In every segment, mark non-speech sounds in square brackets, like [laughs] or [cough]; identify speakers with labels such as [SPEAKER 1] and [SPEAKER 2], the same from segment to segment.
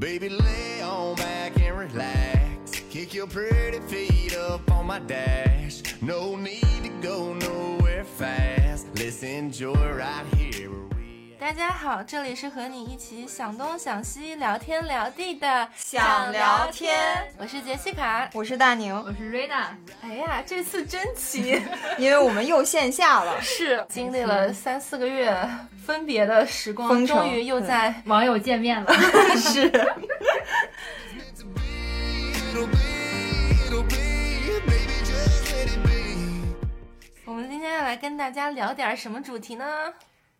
[SPEAKER 1] Baby, lay on back and relax. Kick your pretty feet up on my dash. No need to go nowhere fast. Let's enjoy right here. where we
[SPEAKER 2] 大家好，这里是和你一起想东想西、聊天聊地的
[SPEAKER 3] 想聊天，
[SPEAKER 2] 我是杰西卡。
[SPEAKER 3] 我是大宁，
[SPEAKER 4] 我是瑞娜，
[SPEAKER 2] 哎呀，这次真齐， [laughs]
[SPEAKER 3] 因为我们又线下了，
[SPEAKER 2] 是经历了三四个月分别的时光，
[SPEAKER 3] 封城
[SPEAKER 2] 终于又在
[SPEAKER 4] [laughs] 网友见面了。 [laughs]
[SPEAKER 3] 是
[SPEAKER 1] It's a be, it'll be, it'll be. Baby, just let it be.
[SPEAKER 2] 我们今天要来跟大家聊点什么主题呢？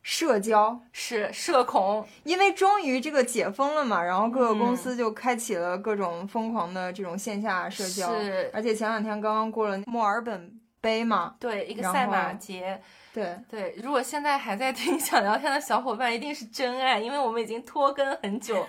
[SPEAKER 3] 社交，
[SPEAKER 2] 是社恐，
[SPEAKER 3] 因为终于这个解封了嘛，然后各个公
[SPEAKER 2] 嗯
[SPEAKER 3] 司就开启了各种疯狂的这种线下社交，
[SPEAKER 2] 是
[SPEAKER 3] 而且前两天刚刚过了墨尔本杯嘛，
[SPEAKER 2] 对一个
[SPEAKER 3] 然后
[SPEAKER 2] 赛马节，
[SPEAKER 3] 对，
[SPEAKER 2] 对。如果现在还在听想聊天的小伙伴，一定是真爱，因为我们已经拖更很 [laughs] 久，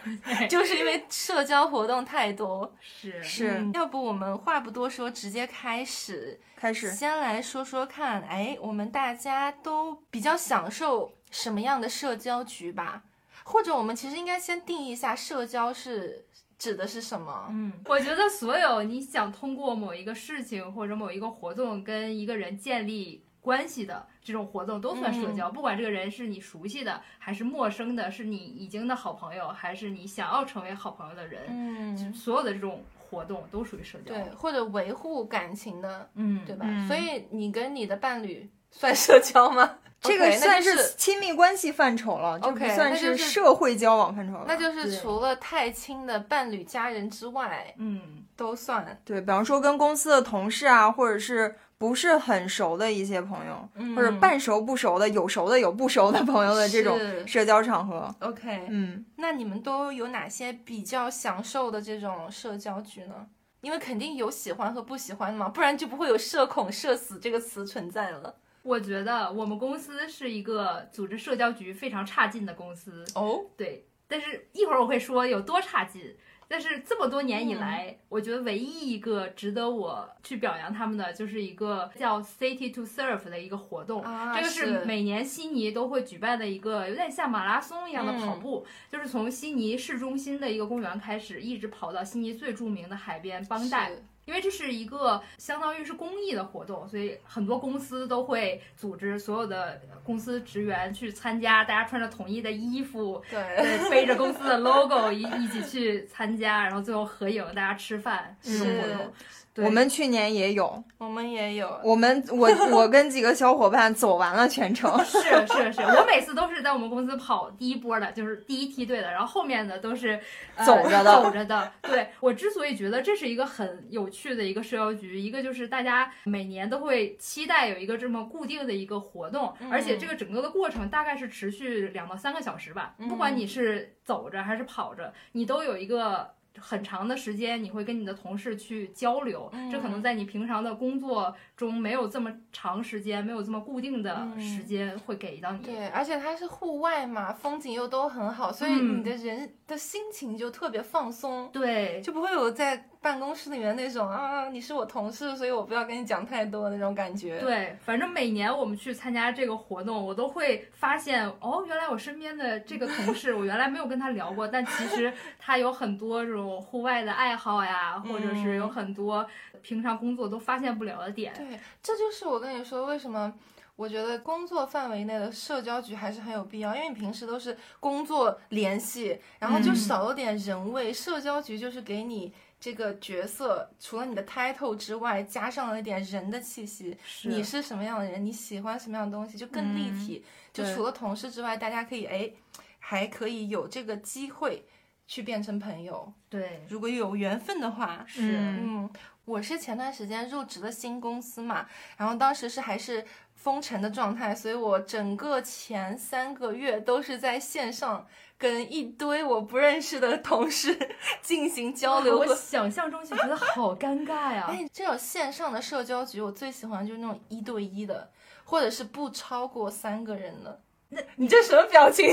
[SPEAKER 2] 就是因为社交活动太多。
[SPEAKER 4] 是
[SPEAKER 3] 是、
[SPEAKER 2] 嗯要不我们话不多说，直接开始。
[SPEAKER 3] 开始
[SPEAKER 2] 先来说说看，哎，我们大家都比较享受什么样的社交局吧？或者我们其实应该先定义一下社交是指的是什么？
[SPEAKER 4] 嗯，我觉得所有你想通过某一个事情或者某一个活动跟一个人建立关系的这种活动都算社交，不管这个人是你熟悉的还是陌生的，是你已经的好朋友还是你想要成为好朋友的人，
[SPEAKER 2] 嗯，
[SPEAKER 4] 所有的这种活动都属于社交。
[SPEAKER 2] 对，，或者维护感情的，
[SPEAKER 4] 嗯，
[SPEAKER 2] 对吧？
[SPEAKER 3] 嗯
[SPEAKER 2] 所以你跟你的伴侣算社交吗？
[SPEAKER 3] 这个
[SPEAKER 2] OK，那
[SPEAKER 3] 算
[SPEAKER 2] 就是
[SPEAKER 3] 亲密关系范畴了，就不
[SPEAKER 2] OK，
[SPEAKER 3] 算
[SPEAKER 2] 那就是是
[SPEAKER 3] 社会交往范畴了。
[SPEAKER 2] 那就是
[SPEAKER 4] 对
[SPEAKER 2] 除了太亲的伴侣、家人之外，
[SPEAKER 4] 嗯，
[SPEAKER 2] 都算。
[SPEAKER 3] 对，比方说跟公司的同事啊，或者是不是很熟的一些朋友，
[SPEAKER 2] 嗯
[SPEAKER 3] 或者半熟不熟的，有熟的有不熟的朋友的这种
[SPEAKER 2] 是
[SPEAKER 3] 社交场合。
[SPEAKER 2] OK，
[SPEAKER 3] 嗯，
[SPEAKER 2] 那你们都有哪些比较享受的这种社交局呢？因为肯定有喜欢和不喜欢的嘛，不然就不会有“社恐”“社死”这个词存在了。
[SPEAKER 4] 我觉得我们公司是一个组织社交局非常差劲的公司，
[SPEAKER 2] 哦，
[SPEAKER 4] 对，但是一会儿我会说有多差劲。但是这么多年以来，
[SPEAKER 2] 嗯
[SPEAKER 4] 我觉得唯一一个值得我去表扬他们的，就是一个叫 City to Serve 的一个活动。
[SPEAKER 2] 啊
[SPEAKER 4] 这个
[SPEAKER 2] 是
[SPEAKER 4] 是每年悉尼都会举办的一个有点像马拉松一样的
[SPEAKER 2] 嗯
[SPEAKER 4] 跑步，就是从悉尼市中心的一个公园开始，一直跑到悉尼最著名的海边邦代。
[SPEAKER 2] 是
[SPEAKER 4] 因为这是一个相当于是公益的活动，所以很多公司都会组织所有的公司职员去参加，大家穿着统一的衣服，
[SPEAKER 2] 对，
[SPEAKER 4] 对，背着公司的 logo 一一起去参加，然后最后合影，大家吃饭这种活
[SPEAKER 2] 是
[SPEAKER 4] 动。，对
[SPEAKER 3] 我们去年也有，
[SPEAKER 2] 我们也有。
[SPEAKER 3] 我们我我跟几个小伙伴走完了全程。 [laughs]
[SPEAKER 4] 是是是，我每次都是在我们公司跑第一波的，就是第一梯队的，然后后面的都是、呃
[SPEAKER 3] 走着的
[SPEAKER 4] 走着的。对我之所以觉得这是一个很有趣的一个社交局，一个就是大家每年都会期待有一个这么固定的一个活动，
[SPEAKER 3] 嗯
[SPEAKER 4] 而且这个整个的过程大概是持续两到三个小时
[SPEAKER 3] 嗯
[SPEAKER 4] 吧，不管你是走着还是跑着，你都有一个。很长的时间，你会跟你的同事去交流，
[SPEAKER 3] 嗯
[SPEAKER 4] 这可能在你平常的工作中没有这么长时间，没有这么固定的
[SPEAKER 2] 嗯
[SPEAKER 4] 时间会给到你。
[SPEAKER 2] 对，而且它是户外嘛，风景又都很好，所以
[SPEAKER 4] 嗯
[SPEAKER 2] 你的人的心情就特别放松，
[SPEAKER 4] 对，
[SPEAKER 2] 就不会有在办公室里面那种啊，你是我同事，所以我不要跟你讲太多那种感觉。，
[SPEAKER 4] 对，反正每年我们去参加这个活动，我都会发现，哦，原来我身边的这个同
[SPEAKER 2] [laughs]
[SPEAKER 4] 事，我原来没有跟他聊过，但其实他有很多这种户外的爱好呀，或者是有很多平常工作都发现不了的点。
[SPEAKER 2] 对，这就是我跟你说为什么。我觉得工作范围内的社交局还是很有必要，因为你平时都是工作联系，然后就
[SPEAKER 4] 嗯
[SPEAKER 2] 少了点人味。社交局就是给你这个角色，除了你的 title 之外，加上了一点人的气息。你是什么样的人，你喜欢什么样的东西，就更立体。就
[SPEAKER 3] 对
[SPEAKER 2] 除了同事之外，大家可以哎，还可以有这个机会去变成朋友，
[SPEAKER 4] 对，
[SPEAKER 2] 如果有缘分的话。
[SPEAKER 4] 是，
[SPEAKER 3] 嗯
[SPEAKER 2] 嗯，我是前段时间入职了新公司嘛，然后当时是还是封城的状态，所以我整个前三个月都是在线上跟一堆我不认识的同事 [laughs] 进行交流
[SPEAKER 4] 我
[SPEAKER 2] 和。
[SPEAKER 4] 想象中就觉得好尴
[SPEAKER 2] [laughs]
[SPEAKER 4] 尬呀。
[SPEAKER 2] 哎，这种线上的社交局，我最喜欢就是那种一对一的，或者是不超过三个人的。那你这什么表情？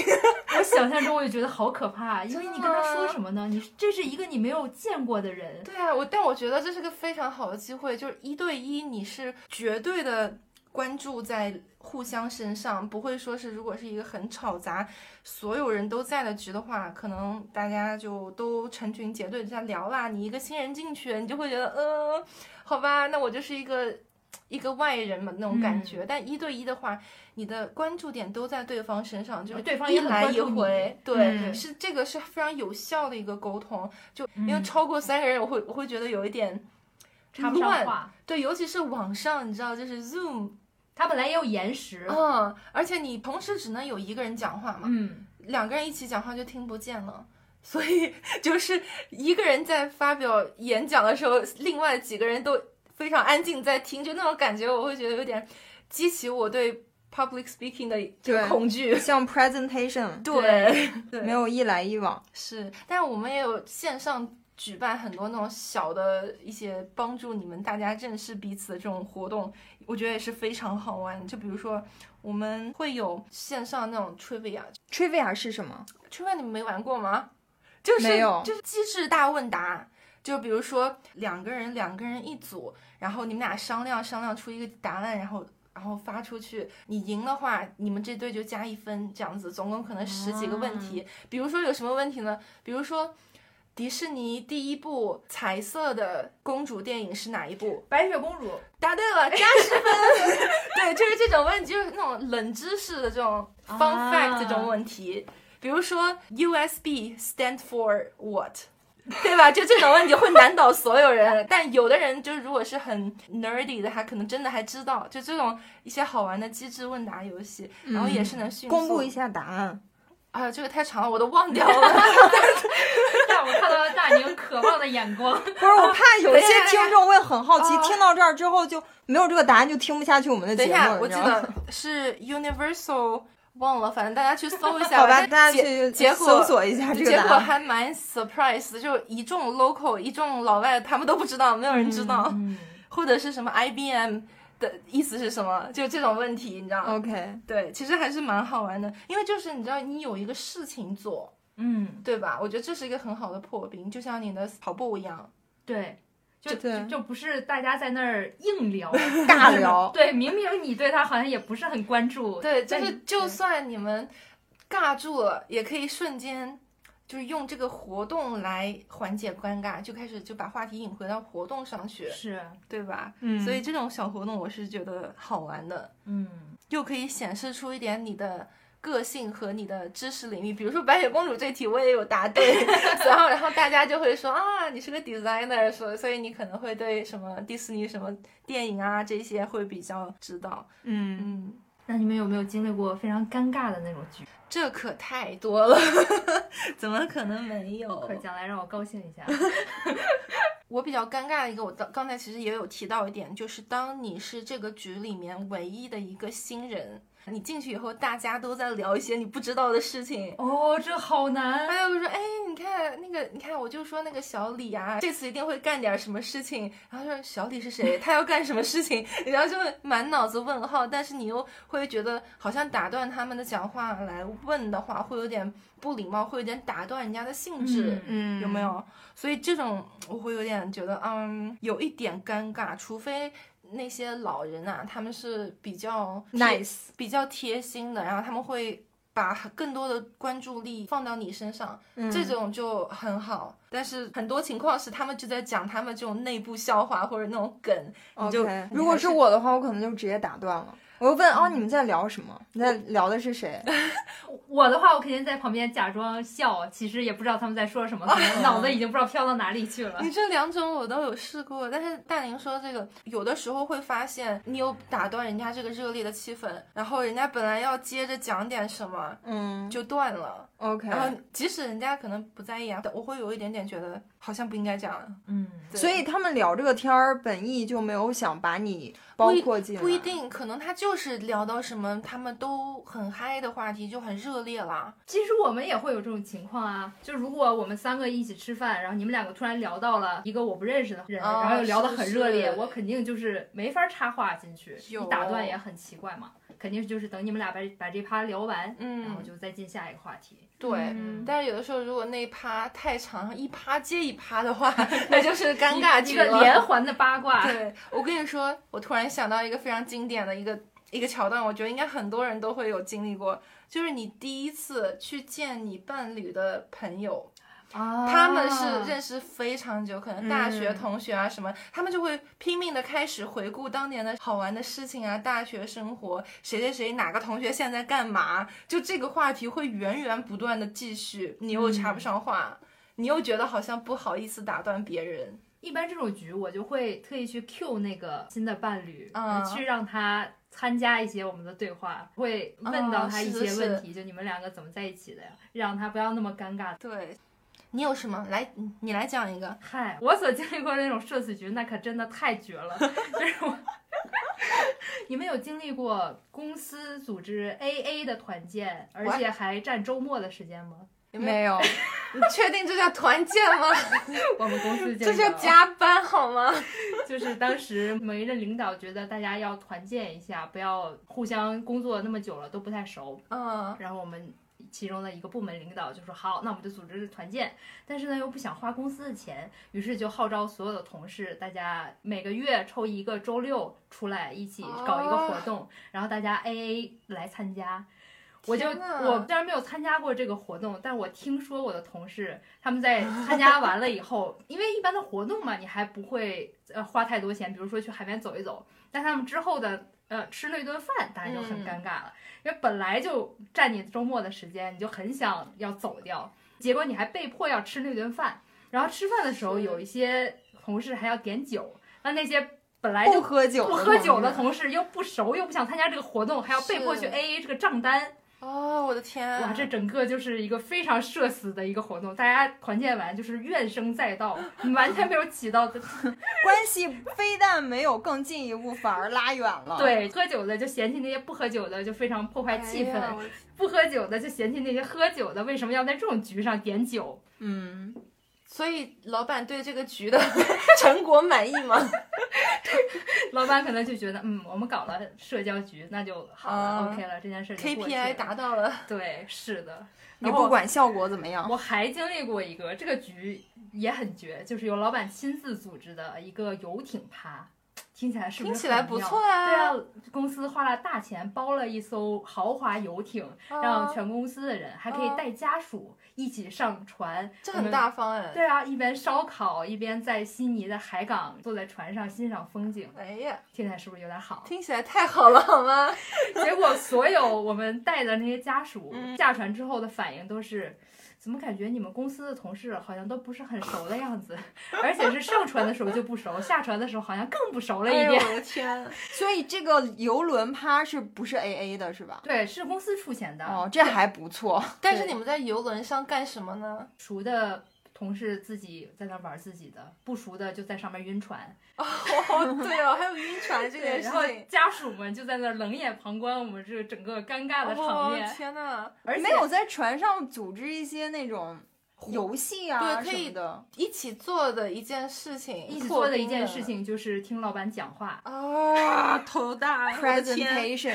[SPEAKER 4] 我想象中我就觉得好可怕，啊因为
[SPEAKER 2] 真的
[SPEAKER 4] 你跟他说
[SPEAKER 2] 吗
[SPEAKER 4] 什么呢？你这是一个你没有见过的人。
[SPEAKER 2] 对啊，我但我觉得这是个非常好的机会，就是一对一，你是绝对的关注在互相身上，不会说是如果是一个很吵杂、所有人都在的局的话，可能大家就都成群结队地在聊啦。你一个新人进去，你就会觉得，呃，好吧，那我就是一个一个外人嘛那种感
[SPEAKER 4] 嗯
[SPEAKER 2] 觉。但一对一的话，你的关注点都在对方身上，就是
[SPEAKER 4] 对方
[SPEAKER 2] 一
[SPEAKER 4] 也很
[SPEAKER 2] 来
[SPEAKER 4] 关
[SPEAKER 2] 一
[SPEAKER 4] 注你
[SPEAKER 2] 回，对，
[SPEAKER 4] 嗯
[SPEAKER 2] 是这个是非常有效的一个沟通。就因为超过三个人，我会我会觉得有一点
[SPEAKER 4] 嗯插不上
[SPEAKER 2] 乱
[SPEAKER 4] 话。
[SPEAKER 2] 对，尤其是网上，你知道，就是 Zoom，
[SPEAKER 4] 他本来也有延时，
[SPEAKER 2] 嗯，而且你同时只能有一个人讲话嘛，
[SPEAKER 4] 嗯，
[SPEAKER 2] 两个人一起讲话就听不见了。所以 [laughs] 就是一个人在发表演讲的时候，另外几个人都非常安静在听，就那种感觉，我会觉得有点激起我对 public speaking 的这个
[SPEAKER 3] 对
[SPEAKER 2] 恐惧。
[SPEAKER 3] 像 presentation
[SPEAKER 2] 对，
[SPEAKER 4] [laughs]
[SPEAKER 2] 对
[SPEAKER 3] 没有一来一往，
[SPEAKER 2] 是，但是我们也有线上举办很多那种小的一些帮助你们大家认识彼此的这种活动，我觉得也是非常好玩。就比如说，我们会有线上那种 trivia，trivia
[SPEAKER 3] trivia 是什么？
[SPEAKER 2] 你们没玩过吗？就是
[SPEAKER 3] 没有
[SPEAKER 2] 就是机智大问答。就比如说两个人两个人一组，然后你们俩商量商量出一个答案，然后然后发出去，你赢的话，你们这队就加一分，这样子，总共可能十几个问
[SPEAKER 3] 啊
[SPEAKER 2] 题。比如说有什么问题呢？比如说迪士尼第一部彩色的公主电影是哪一部？
[SPEAKER 4] 白雪公 [laughs] 主，
[SPEAKER 2] 答对了，
[SPEAKER 3] 哎
[SPEAKER 2] 加十分。 [laughs] 对，就是这种问题，就是那种冷知识的这种 fun
[SPEAKER 4] 啊
[SPEAKER 2] fact 这种问题。比如说 USB stand for what，对吧？就这种问题会难倒所有人。 [laughs] 但有的人就是如果是很 nerdy 的，他可能真的还知道。就这种一些好玩的机智问答游戏，然后也是能迅速
[SPEAKER 3] 嗯公布一下答案。
[SPEAKER 2] 啊，这个太长了，我都忘掉了。
[SPEAKER 3] [laughs]
[SPEAKER 4] 但我看到了大宁渴望的眼光。
[SPEAKER 3] 不是，我怕有一些
[SPEAKER 2] 等一下
[SPEAKER 3] 听众会很好奇
[SPEAKER 2] 啊哦，
[SPEAKER 3] 听到这儿之后就没有这个答案，就听不下去我们的
[SPEAKER 2] 等
[SPEAKER 3] 节
[SPEAKER 2] 一
[SPEAKER 3] 目
[SPEAKER 2] 下，
[SPEAKER 3] 了。
[SPEAKER 2] 我
[SPEAKER 3] 你
[SPEAKER 2] 记
[SPEAKER 3] 知道吗
[SPEAKER 2] 得是 Universal 忘了，反正大家去搜一下。
[SPEAKER 3] [laughs] 好吧，
[SPEAKER 2] 但
[SPEAKER 3] 大家
[SPEAKER 2] 结
[SPEAKER 3] 去
[SPEAKER 2] 结果
[SPEAKER 3] 搜索一下啊这个
[SPEAKER 2] 结
[SPEAKER 3] 答
[SPEAKER 2] 果
[SPEAKER 3] 案。
[SPEAKER 2] 还蛮 surprise，的就一众 local，一众老外，他们都不知道，没有人知道，
[SPEAKER 4] [laughs] 嗯，
[SPEAKER 2] 或者是什么 IBM 的意思是什么，就这种问题，你知道
[SPEAKER 3] 哦
[SPEAKER 2] 吗？
[SPEAKER 3] OK，
[SPEAKER 2] 对，其实还是蛮好玩的，因为就是你知道，你有一个事情做，
[SPEAKER 4] 嗯，
[SPEAKER 2] 对吧？我觉得这是一个很好的破冰，就像你的跑步一样。
[SPEAKER 4] 对。就
[SPEAKER 3] 对
[SPEAKER 4] 就就不是大家在那儿硬 [laughs] 聊，
[SPEAKER 3] 尬
[SPEAKER 2] [laughs]
[SPEAKER 3] 聊。
[SPEAKER 4] 对，明明你对他好像也不是很关注，
[SPEAKER 2] 对，就
[SPEAKER 4] 但
[SPEAKER 2] 是就算你们尬住了，也可以瞬间就是用这个活动来缓解尴尬，就开始就把话题引回到活动上去，
[SPEAKER 4] 是，
[SPEAKER 2] 对吧？
[SPEAKER 3] 嗯，
[SPEAKER 2] 所以这种小活动我是觉得好玩的，
[SPEAKER 4] 嗯，
[SPEAKER 2] 又可以显示出一点你的个性和你的知识领域。比如说白雪公主这题我也有答对，然后然后大家就会说啊，你是个 designer，所所以你可能会对什么迪士尼什么电影啊这些会比较知道。
[SPEAKER 3] 嗯，
[SPEAKER 2] 嗯，
[SPEAKER 4] 那你们有没有经历过非常尴尬的那种局？
[SPEAKER 2] 这可太多了， [laughs] 怎么可能没有？
[SPEAKER 4] 快讲来让我高兴 [laughs] 一下。
[SPEAKER 2] 我比较尴尬的一个，我刚刚才其实也有提到一点，就是当你是这个局里面唯一的一个新人，你进去以后，大家都在聊一些你不知道的事情。
[SPEAKER 4] 哦，这好难。
[SPEAKER 2] 哎，我说，哎，你看那个，你看，我就说那个小李啊，这次一定会干点什么事情。然后说小李是谁？他要干什么事情？ [laughs] 然后就会满脑子问号，但是你又会觉得好像打断他们的讲话来问的话，会有点不礼貌，会有点打断人家的兴致。
[SPEAKER 4] 嗯
[SPEAKER 3] 嗯
[SPEAKER 2] 有没？有？所以这种我会有点觉得，嗯，有一点尴尬，除非那些老人啊，他们是比较贴
[SPEAKER 3] nice，
[SPEAKER 2] 比较贴心的，然后他们会把更多的关注力放到你身上，
[SPEAKER 3] 嗯
[SPEAKER 2] 这种就很好。但是很多情况是他们就在讲他们这种内部笑话或者那种
[SPEAKER 3] [laughs]
[SPEAKER 2] 梗，你就
[SPEAKER 3] OK，
[SPEAKER 2] 你
[SPEAKER 3] 如果
[SPEAKER 2] 还
[SPEAKER 3] 是我的话，我可能就直接打断了。我就问哦，你们在聊什么？你在聊的是谁？
[SPEAKER 4] 我的话，我肯定在旁边假装笑，其实也不知道他们在说 [laughs] 什么，可能脑子已经不知道飘到哪里去了。
[SPEAKER 2] 你这两种我都有试过，但是大宁说这个，有的时候会发现你有打断人家这个热烈的气氛，然后人家本来要接着讲点什么
[SPEAKER 3] 嗯
[SPEAKER 2] 就断了，
[SPEAKER 3] ，OK。
[SPEAKER 2] 然后即使人家可能不在意啊，我会有一点点觉得好像不应该这样，
[SPEAKER 4] 嗯，
[SPEAKER 2] 对
[SPEAKER 3] 所以他们聊这个天儿，本意就没有想把你包括进来，
[SPEAKER 2] 不一定，可能他就是聊到什么他们都很嗨的话题就很热烈啦，
[SPEAKER 4] 其实我们也会有这种情况啊，就如果我们三个一起吃饭，然后你们两个突然聊到了一个我不认识的人，
[SPEAKER 2] 啊
[SPEAKER 4] 然后又聊得很热烈，
[SPEAKER 2] 是是
[SPEAKER 4] 我肯定就是没法插话进去，
[SPEAKER 2] 有哦
[SPEAKER 4] 你打断也很奇怪嘛，肯定就是等你们俩把把这趴聊完，然后
[SPEAKER 2] 嗯，
[SPEAKER 4] 就再进下一个话题。
[SPEAKER 2] 对。
[SPEAKER 4] 嗯
[SPEAKER 2] 但是有的时候，如果那一趴太长，一趴接一趴的
[SPEAKER 4] [laughs]
[SPEAKER 2] 话，那就是尴尬
[SPEAKER 4] 一
[SPEAKER 2] 剧
[SPEAKER 4] 个
[SPEAKER 2] 了。
[SPEAKER 4] 连环的八卦。
[SPEAKER 2] 对，我跟你说，我突然想到一个非常经典的一个一个桥段，我觉得应该很多人都会有经历过，就是你第一次去见你伴侣的朋友，
[SPEAKER 4] 啊
[SPEAKER 2] 他们是认识非常久，可能大学
[SPEAKER 3] 嗯
[SPEAKER 2] 同学啊什么，他们就会拼命的开始回顾当年的好玩的事情啊，大学生活，谁谁谁哪个同学现在干嘛，就这个话题会源源不断的继续，你又插不上话。你又觉得好像不好意思打断别人，
[SPEAKER 4] 一般这种局，我就会特意去 Q 那个新的伴侣，
[SPEAKER 2] 嗯
[SPEAKER 4] 去让他参加一些我们的对话，会问到他一些
[SPEAKER 2] 哦是
[SPEAKER 4] 问
[SPEAKER 2] 是
[SPEAKER 4] 题，就你们两个怎么在一起的呀？让他不要那么尴尬。
[SPEAKER 2] 对，你有什么来？你来讲一个。
[SPEAKER 4] 嗨，我所经历过的那种社死局，那可真的太绝了。 [laughs] 就是我，你们有经历过公司组织 AA 的团建，而且还占周末的时间
[SPEAKER 2] [laughs]
[SPEAKER 4] 吗？
[SPEAKER 2] 有没有？
[SPEAKER 3] 没有，
[SPEAKER 2] 你确定这叫团建吗？
[SPEAKER 4] 我们公司
[SPEAKER 2] 这
[SPEAKER 4] 就有
[SPEAKER 2] 叫加班好吗？
[SPEAKER 4] 就是当时某一任领导觉得大家要团建一下，不要互相工作那么久了都不太熟。
[SPEAKER 2] 嗯，
[SPEAKER 4] 然后我们其中的一个部门领导就说好，那我们就组织团建，但是呢又不想花公司的钱，于是就号召所有的同事，大家每个月抽一个周六出来一起搞一个活动，然后大家 A A 来参加。我就
[SPEAKER 2] 天哪
[SPEAKER 4] 我虽然没有参加过这个活动，但我听说我的同事他们在参加完了以后，因为一般的活动嘛，你还不会呃花太多钱，比如说去海边走一走，但他们之后的呃吃那顿饭，大家就很
[SPEAKER 2] 嗯
[SPEAKER 4] 尴尬了，因为本来就占你周末的时间，你就很想要走掉，结果你还被迫要吃那顿饭，然后吃饭的时候
[SPEAKER 2] 是
[SPEAKER 4] 有一些同事还要点酒，那那些本来
[SPEAKER 3] 不
[SPEAKER 4] 就
[SPEAKER 3] 喝酒，
[SPEAKER 2] [laughs]
[SPEAKER 4] 不喝酒的同事又不熟又不想参加这个活动，还要被迫去
[SPEAKER 2] 是
[SPEAKER 4] AA 这个账单，
[SPEAKER 2] 哦，我的天，
[SPEAKER 4] 哇，这整个就是一个非常社死的一个活动，大家团建完就是怨声载道， [laughs] 完全没有起到
[SPEAKER 3] 关系非但没有更进一步，反而拉远了。，
[SPEAKER 4] 对，喝酒的就嫌弃那些不喝酒的，就非常破坏气氛；
[SPEAKER 2] 哎呀我的
[SPEAKER 4] 不喝酒的就嫌弃那些喝酒的，为什么要在这种局上点酒？
[SPEAKER 3] 嗯，
[SPEAKER 2] 所以老板对这个局的 [laughs] 成果满意吗？
[SPEAKER 4] 老板可能就觉得，嗯，我们搞了社交局，那就好了、
[SPEAKER 2] 啊
[SPEAKER 4] o k 了，这件事就过去了
[SPEAKER 2] KPI 达到了，
[SPEAKER 4] 对，是的。
[SPEAKER 3] 你
[SPEAKER 4] 然后
[SPEAKER 3] 不管效果怎么样，
[SPEAKER 4] 我还经历过一个，这个局也很绝，就是由老板亲自组织的一个游艇趴，听起来是不是
[SPEAKER 2] 听起来
[SPEAKER 4] 很
[SPEAKER 2] 不
[SPEAKER 4] 妙
[SPEAKER 2] 错啊
[SPEAKER 4] 对啊，公司花了大钱包了一艘豪华游艇，让
[SPEAKER 2] 啊
[SPEAKER 4] 全公司的人还可以
[SPEAKER 2] 啊
[SPEAKER 4] 带家属一起上船，
[SPEAKER 2] 这
[SPEAKER 4] 我
[SPEAKER 2] 很
[SPEAKER 4] 们
[SPEAKER 2] 大方哎。
[SPEAKER 4] 对啊，一边烧烤，一边在悉尼的海港坐在船上欣赏风景，
[SPEAKER 2] 哎呀，
[SPEAKER 4] 听起来是不是有点好？ [laughs]
[SPEAKER 2] 听起来太好了，好吗？
[SPEAKER 4] 结果所有我们带的那些家属
[SPEAKER 2] 嗯
[SPEAKER 4] 下船之后的反应都是，怎么感觉你们公司的同事好像都不是很熟的样子， [laughs] 而且是上船的时候就不熟，下船的时候好像更不熟了一
[SPEAKER 2] 哎呦
[SPEAKER 4] 点。
[SPEAKER 2] 我的天，
[SPEAKER 3] 所以这个游轮趴是不是 A A 的，是吧？
[SPEAKER 4] [laughs] 对，是公司出
[SPEAKER 2] 啊
[SPEAKER 4] 钱的，
[SPEAKER 3] 哦，这还不错。
[SPEAKER 2] 但是
[SPEAKER 4] 对
[SPEAKER 2] 你们在游轮上干什么
[SPEAKER 4] [laughs]
[SPEAKER 2] 呢？
[SPEAKER 4] 熟的同事自己在那玩自己的，不熟的就在上面晕船。
[SPEAKER 2] 哦，对哦哦，还有晕船这
[SPEAKER 4] 对，
[SPEAKER 2] 件
[SPEAKER 4] 然后
[SPEAKER 2] 事情。
[SPEAKER 4] 家属们就在那儿冷眼旁观我们这整个尴尬的场
[SPEAKER 2] 哦
[SPEAKER 4] 面，
[SPEAKER 2] 天哪！
[SPEAKER 4] 而且
[SPEAKER 3] 没有在船上组织一些那种游戏啊
[SPEAKER 2] 对可
[SPEAKER 3] 什
[SPEAKER 2] 以
[SPEAKER 3] 么的，
[SPEAKER 2] 一起做的一件事情，
[SPEAKER 4] 一起
[SPEAKER 2] 破
[SPEAKER 4] 做的一
[SPEAKER 2] 冰
[SPEAKER 4] 件事情就是听老板讲话。 [laughs]
[SPEAKER 2] 啊，头大我的天
[SPEAKER 3] presentation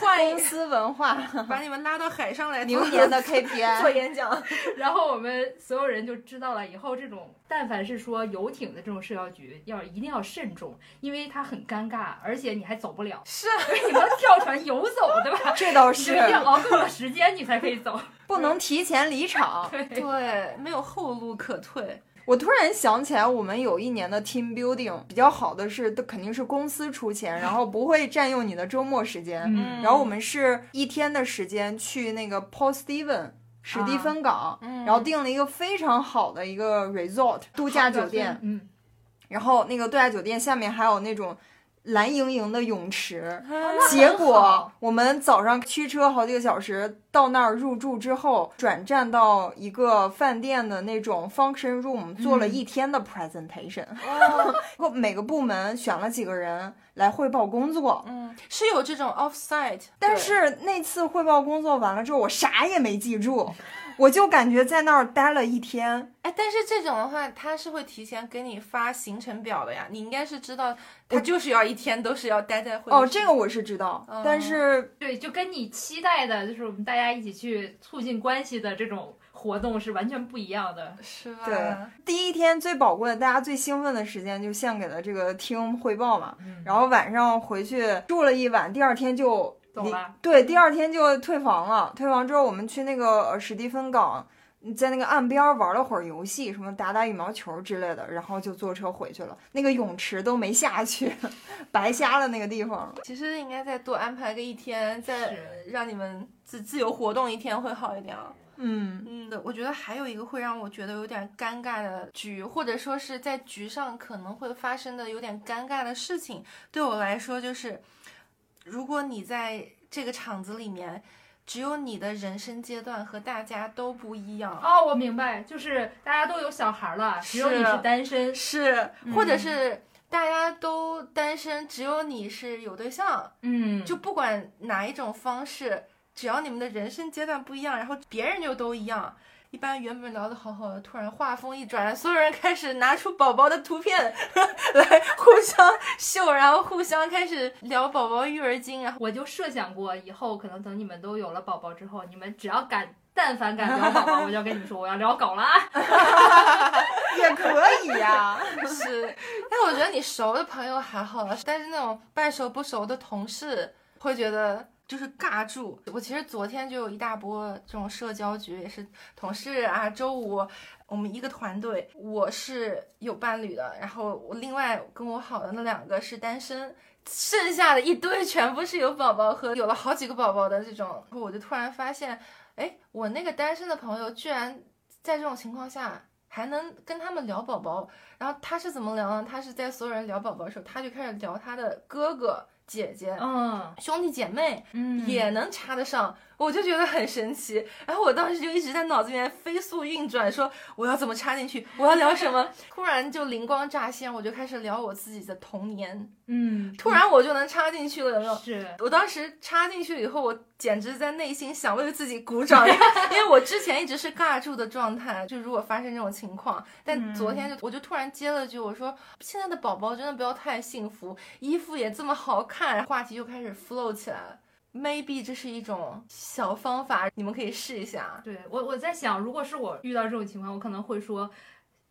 [SPEAKER 2] 换一
[SPEAKER 3] 公司文化，
[SPEAKER 2] [laughs] 把你们拉到海上来，
[SPEAKER 3] 明年的
[SPEAKER 2] 做
[SPEAKER 3] KPI。
[SPEAKER 2] 演讲。，
[SPEAKER 4] 然后我们所有人就知道了，以后这种但凡是说游艇的这种社交局，要一定要慎重，因为它很尴尬，而且你还走不了 [laughs]
[SPEAKER 2] 是啊，
[SPEAKER 4] 你要跳船游走，
[SPEAKER 3] [laughs]
[SPEAKER 4] 对吧？
[SPEAKER 3] 这倒
[SPEAKER 4] 你
[SPEAKER 3] 是
[SPEAKER 4] 一定要熬够了时间，你才可以
[SPEAKER 3] [laughs]
[SPEAKER 4] 走。
[SPEAKER 3] 不能提前离场。
[SPEAKER 4] 对，
[SPEAKER 2] 对，没有后路可退。
[SPEAKER 3] 我突然想起来，我们有一年的 team building 比较好的是，都肯定是公司出钱，然后不会占用你的周末时间。[laughs]
[SPEAKER 4] 嗯
[SPEAKER 3] 然后我们是一天的时间去那个 Paul Steven 史蒂芬港，
[SPEAKER 2] 嗯
[SPEAKER 3] 然后订了一个非常好的一个 resort 度假酒店，
[SPEAKER 4] 嗯，
[SPEAKER 3] 然后那个度假酒店下面还有那种蓝盈盈的泳池。
[SPEAKER 2] 啊 [laughs]
[SPEAKER 4] 那
[SPEAKER 3] 结
[SPEAKER 4] 很
[SPEAKER 3] 果
[SPEAKER 4] 好
[SPEAKER 3] 我们早上驱车好几个小时到那儿入住之后，转站到一个饭店的那种 function room，做了一天的 presentation，、
[SPEAKER 2] 哦，
[SPEAKER 3] 然后每个部门选了几个人来汇报工作。
[SPEAKER 2] 嗯，是有这种 offsite，
[SPEAKER 3] 但是那次汇报工作完了之后，我啥也没记住， [laughs] 我就感觉在那儿待了一天。
[SPEAKER 2] 哎，但是这种的话，他是会提前给你发行程表的呀，你应该是知道，他就是要一天都是要待在会议室。
[SPEAKER 3] 哦，这个我是知道，
[SPEAKER 2] 哦
[SPEAKER 3] 但是
[SPEAKER 4] 对，就跟你期待的，就是我们大家一起去促进关系的这种活动是完全不一样的。
[SPEAKER 2] 是吧？
[SPEAKER 3] 对第一天最宝贵的，大家最兴奋的时间就献给了这个听汇报嘛。
[SPEAKER 4] 嗯
[SPEAKER 3] 然后晚上回去住了一晚，第二天就
[SPEAKER 4] 走了。
[SPEAKER 3] 对，第二天就退房了。退房之后，我们去那个呃史蒂芬港，在那个岸边玩了会儿游戏，什么打打羽毛球之类的，然后就坐车回去了。那个泳池都没下去， [laughs] 白瞎了那个地方了。
[SPEAKER 2] 其实应该再多安排个一天，再
[SPEAKER 4] 是
[SPEAKER 2] 让你们自自由活动一天会好一点啊。
[SPEAKER 3] 嗯，
[SPEAKER 2] 嗯，我觉得还有一个会让我觉得有点尴尬的局，或者说是在局上可能会发生的有点尴尬的事情，对我来说就是，如果你在这个场子里面，只有你的人生阶段和大家都不一样，
[SPEAKER 4] 哦，我明白，就是大家都有小孩了，只有你
[SPEAKER 2] 是
[SPEAKER 4] 是单身。
[SPEAKER 2] 是，或者是大家都单身，只有你是有对象，
[SPEAKER 4] 嗯，
[SPEAKER 2] 就不管哪一种方式，只要你们的人生阶段不一样，然后别人又都一样，一般原本聊得好好的，突然话锋一转，所有人开始拿出宝宝的图片 [laughs] 来互相秀，然后互相开始聊宝宝育儿经，然后
[SPEAKER 4] 我就设想过，以后可能等你们都有了宝宝之后，你们只要敢。但凡敢聊宝宝，我就要跟你们说，我要聊狗了
[SPEAKER 2] [laughs]
[SPEAKER 4] 啊！
[SPEAKER 3] 也可以呀、
[SPEAKER 2] 是， [laughs] 但我觉得你熟的朋友还好了，但是那种半熟不熟的同事会觉得。就是尬住，我其实昨天就有一大波这种社交局，也是同事啊。周五我们一个团队，我是有伴侣的，然后我另外跟我好的那两个是单身，剩下的一堆全部是有宝宝和有了好几个宝宝的这种。然后我就突然发现，哎，我那个单身的朋友居然在这种情况下还能跟他们聊宝宝，然后他是怎么聊呢？他是在所有人聊宝宝的时候，他就开始聊他的哥哥、姐姐、
[SPEAKER 4] 嗯
[SPEAKER 2] 兄弟姐妹，
[SPEAKER 4] 嗯
[SPEAKER 2] 也能插得上，我就觉得很神奇。然后我当时就一直在脑子里面飞速运转，说我要怎么插进去，我要聊什
[SPEAKER 4] [laughs]
[SPEAKER 2] 么。突然就灵光乍现，我就开始聊我自己的童年，
[SPEAKER 4] 嗯，
[SPEAKER 2] 突然我就能插进去了，有没有？
[SPEAKER 4] 是
[SPEAKER 2] 我当时插进去以后，我简直在内心想为自己鼓掌，因为因为我之前一直是尬住的状态，就如果发生这种情况。但昨
[SPEAKER 3] 嗯
[SPEAKER 2] 天就我就突然接了句，我说现在的宝宝真的不要太幸福，衣服也这么好看，话题就开始 flow 起来了。Maybe 这是一种小方法，你们可以试一
[SPEAKER 3] 嗯
[SPEAKER 2] 下。
[SPEAKER 4] 对我我在想，如果是我遇到这种情况，我可能会说，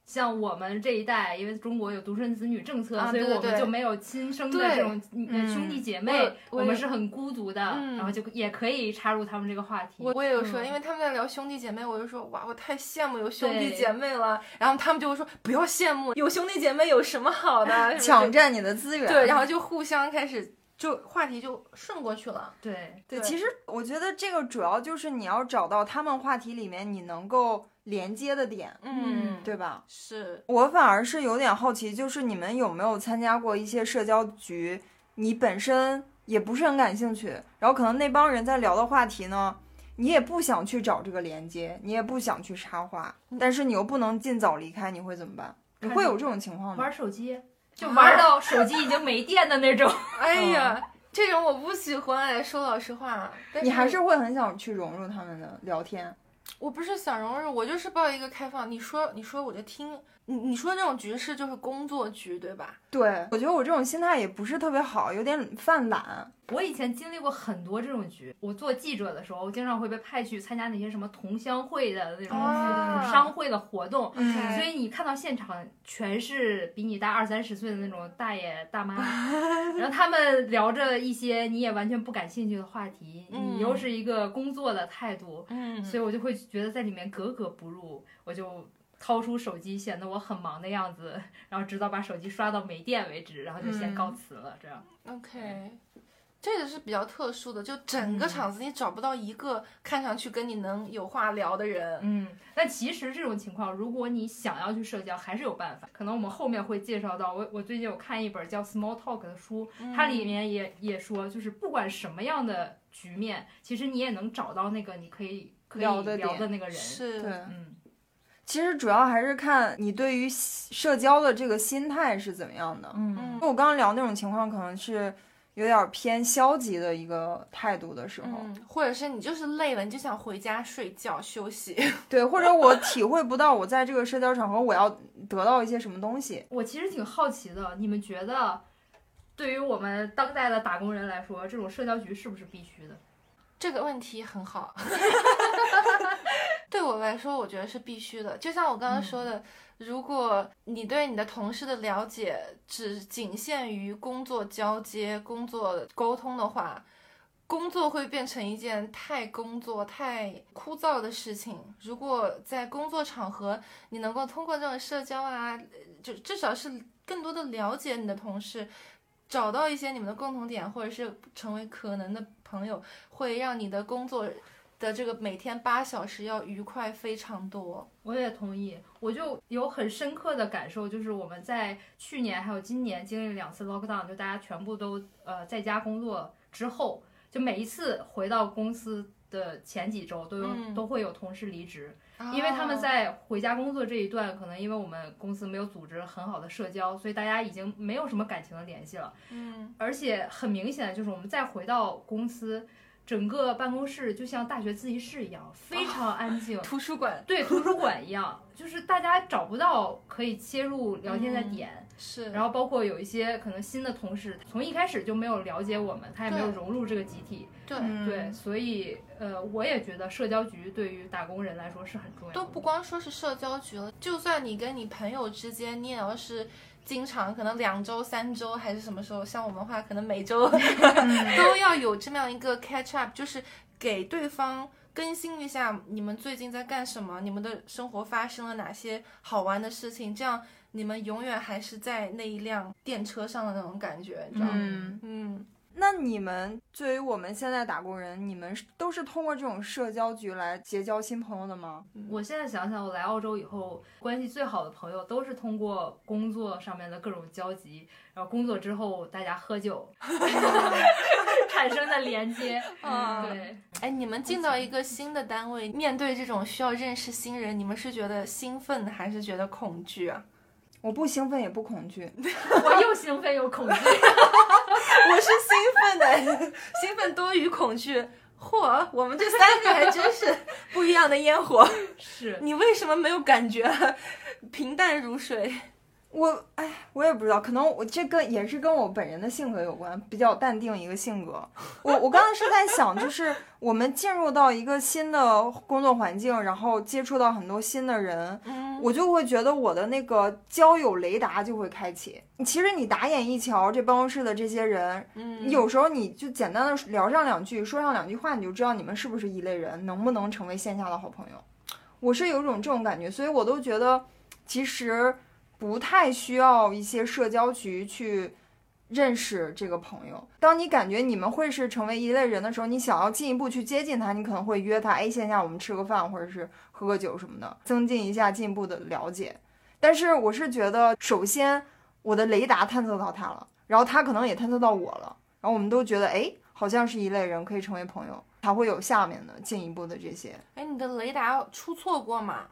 [SPEAKER 4] 像我们这一代，因为中国有独生子女政策，
[SPEAKER 2] 啊
[SPEAKER 4] 所以
[SPEAKER 2] 对对
[SPEAKER 4] 我们
[SPEAKER 2] 对
[SPEAKER 4] 就没有亲生的
[SPEAKER 2] 对
[SPEAKER 4] 这种呃
[SPEAKER 3] 嗯
[SPEAKER 4] 兄弟姐
[SPEAKER 2] 我
[SPEAKER 4] 妹，
[SPEAKER 2] 有我
[SPEAKER 4] 我们
[SPEAKER 2] 有
[SPEAKER 4] 是很孤独的，
[SPEAKER 2] 嗯
[SPEAKER 4] 然后就也可以插入他们这个话题。
[SPEAKER 2] 我我也有说，
[SPEAKER 3] 嗯
[SPEAKER 2] 因为他们在聊兄弟姐妹，我就说哇，我太羡慕有兄弟
[SPEAKER 4] 对
[SPEAKER 2] 姐妹了。然后他们就会说不要羡慕，有兄弟姐妹有什么好
[SPEAKER 3] [laughs]
[SPEAKER 2] 的？什么
[SPEAKER 3] [laughs] 抢占你的资源。
[SPEAKER 2] 对，然后就互相开始就话题就顺过去了。
[SPEAKER 4] 对，
[SPEAKER 3] 对，
[SPEAKER 2] 对
[SPEAKER 3] 其实我觉得这个主要就是你要找到他们话题里面你能够连接的点，
[SPEAKER 4] 嗯
[SPEAKER 3] 对吧？
[SPEAKER 2] 是
[SPEAKER 3] 我反而是有点好奇，就是你们有没有参加过一些社交局，你本身也不是很感兴趣，然后可能那帮人在聊的话题呢，你也不想去找这个连接，你也不想去插话，但是你又不能尽早离开，你会怎么办？你会有这种情况吗？
[SPEAKER 4] 玩手机。就
[SPEAKER 2] 啊
[SPEAKER 4] 玩到手机已经没电的那种，
[SPEAKER 2] 哎呀，这种我不喜欢。哎，说老实话，但
[SPEAKER 3] 你还是会很想去融入他们的聊天。
[SPEAKER 2] 我不是想融入，我就是抱一个开放。你说，你说我就听。你你说这种局势就是工作局，对吧？
[SPEAKER 3] 对，我觉得我这种心态也不是特别好，有点犯懒。
[SPEAKER 4] 我以前经历过很多这种局。我做记者的时候，我经常会被派去参加那些什么同乡会的那种
[SPEAKER 2] 啊
[SPEAKER 4] 嗯商会的活动，
[SPEAKER 2] 嗯
[SPEAKER 4] 所以你看到现场全是比你大二三十岁的那种大爷
[SPEAKER 2] [laughs]
[SPEAKER 4] 大妈，然后他们聊着一些你也完全不感兴趣的话题，
[SPEAKER 2] 嗯
[SPEAKER 4] 你又是一个工作的态度，
[SPEAKER 2] 嗯
[SPEAKER 4] 所以我就会觉得在里面格格不入，我就。掏出手机，显得我很忙的样子，然后直到把手机刷到没电为止，然后就先
[SPEAKER 3] 嗯
[SPEAKER 4] 告辞了。这样，
[SPEAKER 2] OK，这个是比较特殊的，就整个场子你找不到一个看上去跟你能有话聊的人。
[SPEAKER 4] 嗯，但其实这种情况，如果你想要去社交，还是有办法。可能我们后面会介绍到。我我最近有看一本叫《Small Talk》的书，嗯它里面也也说，就是不管什么样的局面，其实你也能找到那个你可以可以
[SPEAKER 3] 聊
[SPEAKER 4] 聊
[SPEAKER 3] 的点
[SPEAKER 4] 的那个人。
[SPEAKER 2] 是，
[SPEAKER 3] 对，
[SPEAKER 4] 嗯，
[SPEAKER 3] 其实主要还是看你对于社交的这个心态是怎么样的。
[SPEAKER 4] 嗯
[SPEAKER 2] 嗯
[SPEAKER 3] 我刚刚聊那种情况，可能是有点偏消极的一个态度的时候，
[SPEAKER 2] 嗯，或者是你就是累了，你就想回家睡觉休息。
[SPEAKER 3] 对，或者我体会不到我在这个社交场合我要得到一些什么东西。
[SPEAKER 4] 我其实挺好奇的，你们觉得，对于我们当代的打工人来说，这种社交局是不是必须的？
[SPEAKER 2] 这个问题很好，对我来说，我觉得是必须的。就像我刚刚说的，如果你对你的同事的了解只仅限于工作交接、工作沟通的话，工作会变成一件太工作、太枯燥的事情。如果在工作场合，你能够通过这种社交啊，就至少是更多的了解你的同事，找到一些你们的共同点，或者是成为可能的朋友，会让你的工作的这个每天八小时要愉快非常多。
[SPEAKER 4] 我也同意，我就有很深刻的感受，就是我们在去年还有今年经历了两次 lockdown，就大家全部都呃在家工作之后，就每一次回到公司的前几周都有、
[SPEAKER 2] 嗯哦
[SPEAKER 4] 都会有同事离职，因为他们在回家工作这一段，可能因为我们公司没有组织很好的社交，所以大家已经没有什么感情的联系了。
[SPEAKER 2] 嗯
[SPEAKER 4] 而且很明显的就是，我们再回到公司，整个办公室就像大学自习室一样，非常安静，
[SPEAKER 2] 图书馆
[SPEAKER 4] 对图书馆一样，就是大家找不到可以切入聊天的点。
[SPEAKER 2] 是，
[SPEAKER 4] 然后包括有一些可能新的同事，从一开始就没有了解我们，他也没有
[SPEAKER 2] 对
[SPEAKER 4] 融入这个集体。
[SPEAKER 2] 对。
[SPEAKER 3] 嗯，
[SPEAKER 4] 对，所以呃，我也觉得社交局对于打工人来说是很重要的。
[SPEAKER 2] 都不光说是社交局了，就算你跟你朋友之间，你也要是经常可能两周、三周还是什么时候，像我们的话，可能每周 [laughs] 都要有这么样一个 catch up，就是给对方更新一下你们最近在干什么，你们的生活发生了哪些好玩的事情，这样你们永远还是在那一辆电车上的那种感觉，你知道吗？
[SPEAKER 3] 嗯
[SPEAKER 2] 嗯，
[SPEAKER 3] 那你们对于我们现在打工人，你们是都是通过这种社交局来结交新朋友的吗？
[SPEAKER 4] 我现在想想，我来澳洲以后，关系最好的朋友都是通过工作上面的各种交集，然后工作之后大家喝酒 [laughs] 产生的连接。
[SPEAKER 2] 啊
[SPEAKER 4] 对，
[SPEAKER 2] 哎，你们进到一个新的单位，面对这种需要认识新人，你们是觉得兴奋还是觉得恐惧啊？
[SPEAKER 3] 我不兴奋也不恐惧，
[SPEAKER 4] 我又兴奋又恐
[SPEAKER 2] [laughs]
[SPEAKER 4] 惧。
[SPEAKER 2] 我是兴奋的， [laughs] 兴奋多于恐惧。嚯，我们这三个还真是不一样的烟火。
[SPEAKER 4] 是，
[SPEAKER 2] 你为什么没有感觉？平淡如水。
[SPEAKER 3] 我哎，我也不知道，可能我这跟也是跟我本人的性格有关，比较淡定一个性格。我我刚才是在想，就是我们进入到一个新的工作环境，然后接触到很多新的人，
[SPEAKER 2] [laughs] 嗯，
[SPEAKER 3] 我就会觉得我的那个交友雷达就会开启。其实你打眼一瞧，这办公室的这些人，
[SPEAKER 2] 嗯
[SPEAKER 3] 有时候你就简单的聊上两句，说上两句话，你就知道你们是不是一类人，能不能成为线下的好朋友。我是有一种这种感觉，所以我都觉得其实不太需要一些社交局去认识这个朋友。当你感觉你们会是成为一类人的时候，你想要进一步去接近他，你可能会约他，哎，线下我们吃个饭，或者是喝个酒什么的，增进一下进一步的了解。但是我是觉得，首先我的雷达探测到他了，然后他可能也探测到我了，然后我们都觉得，哎，好像是一类人，可以成为朋友，才会有下面的进一步的这些，
[SPEAKER 2] 哎，你的雷达出错过吗？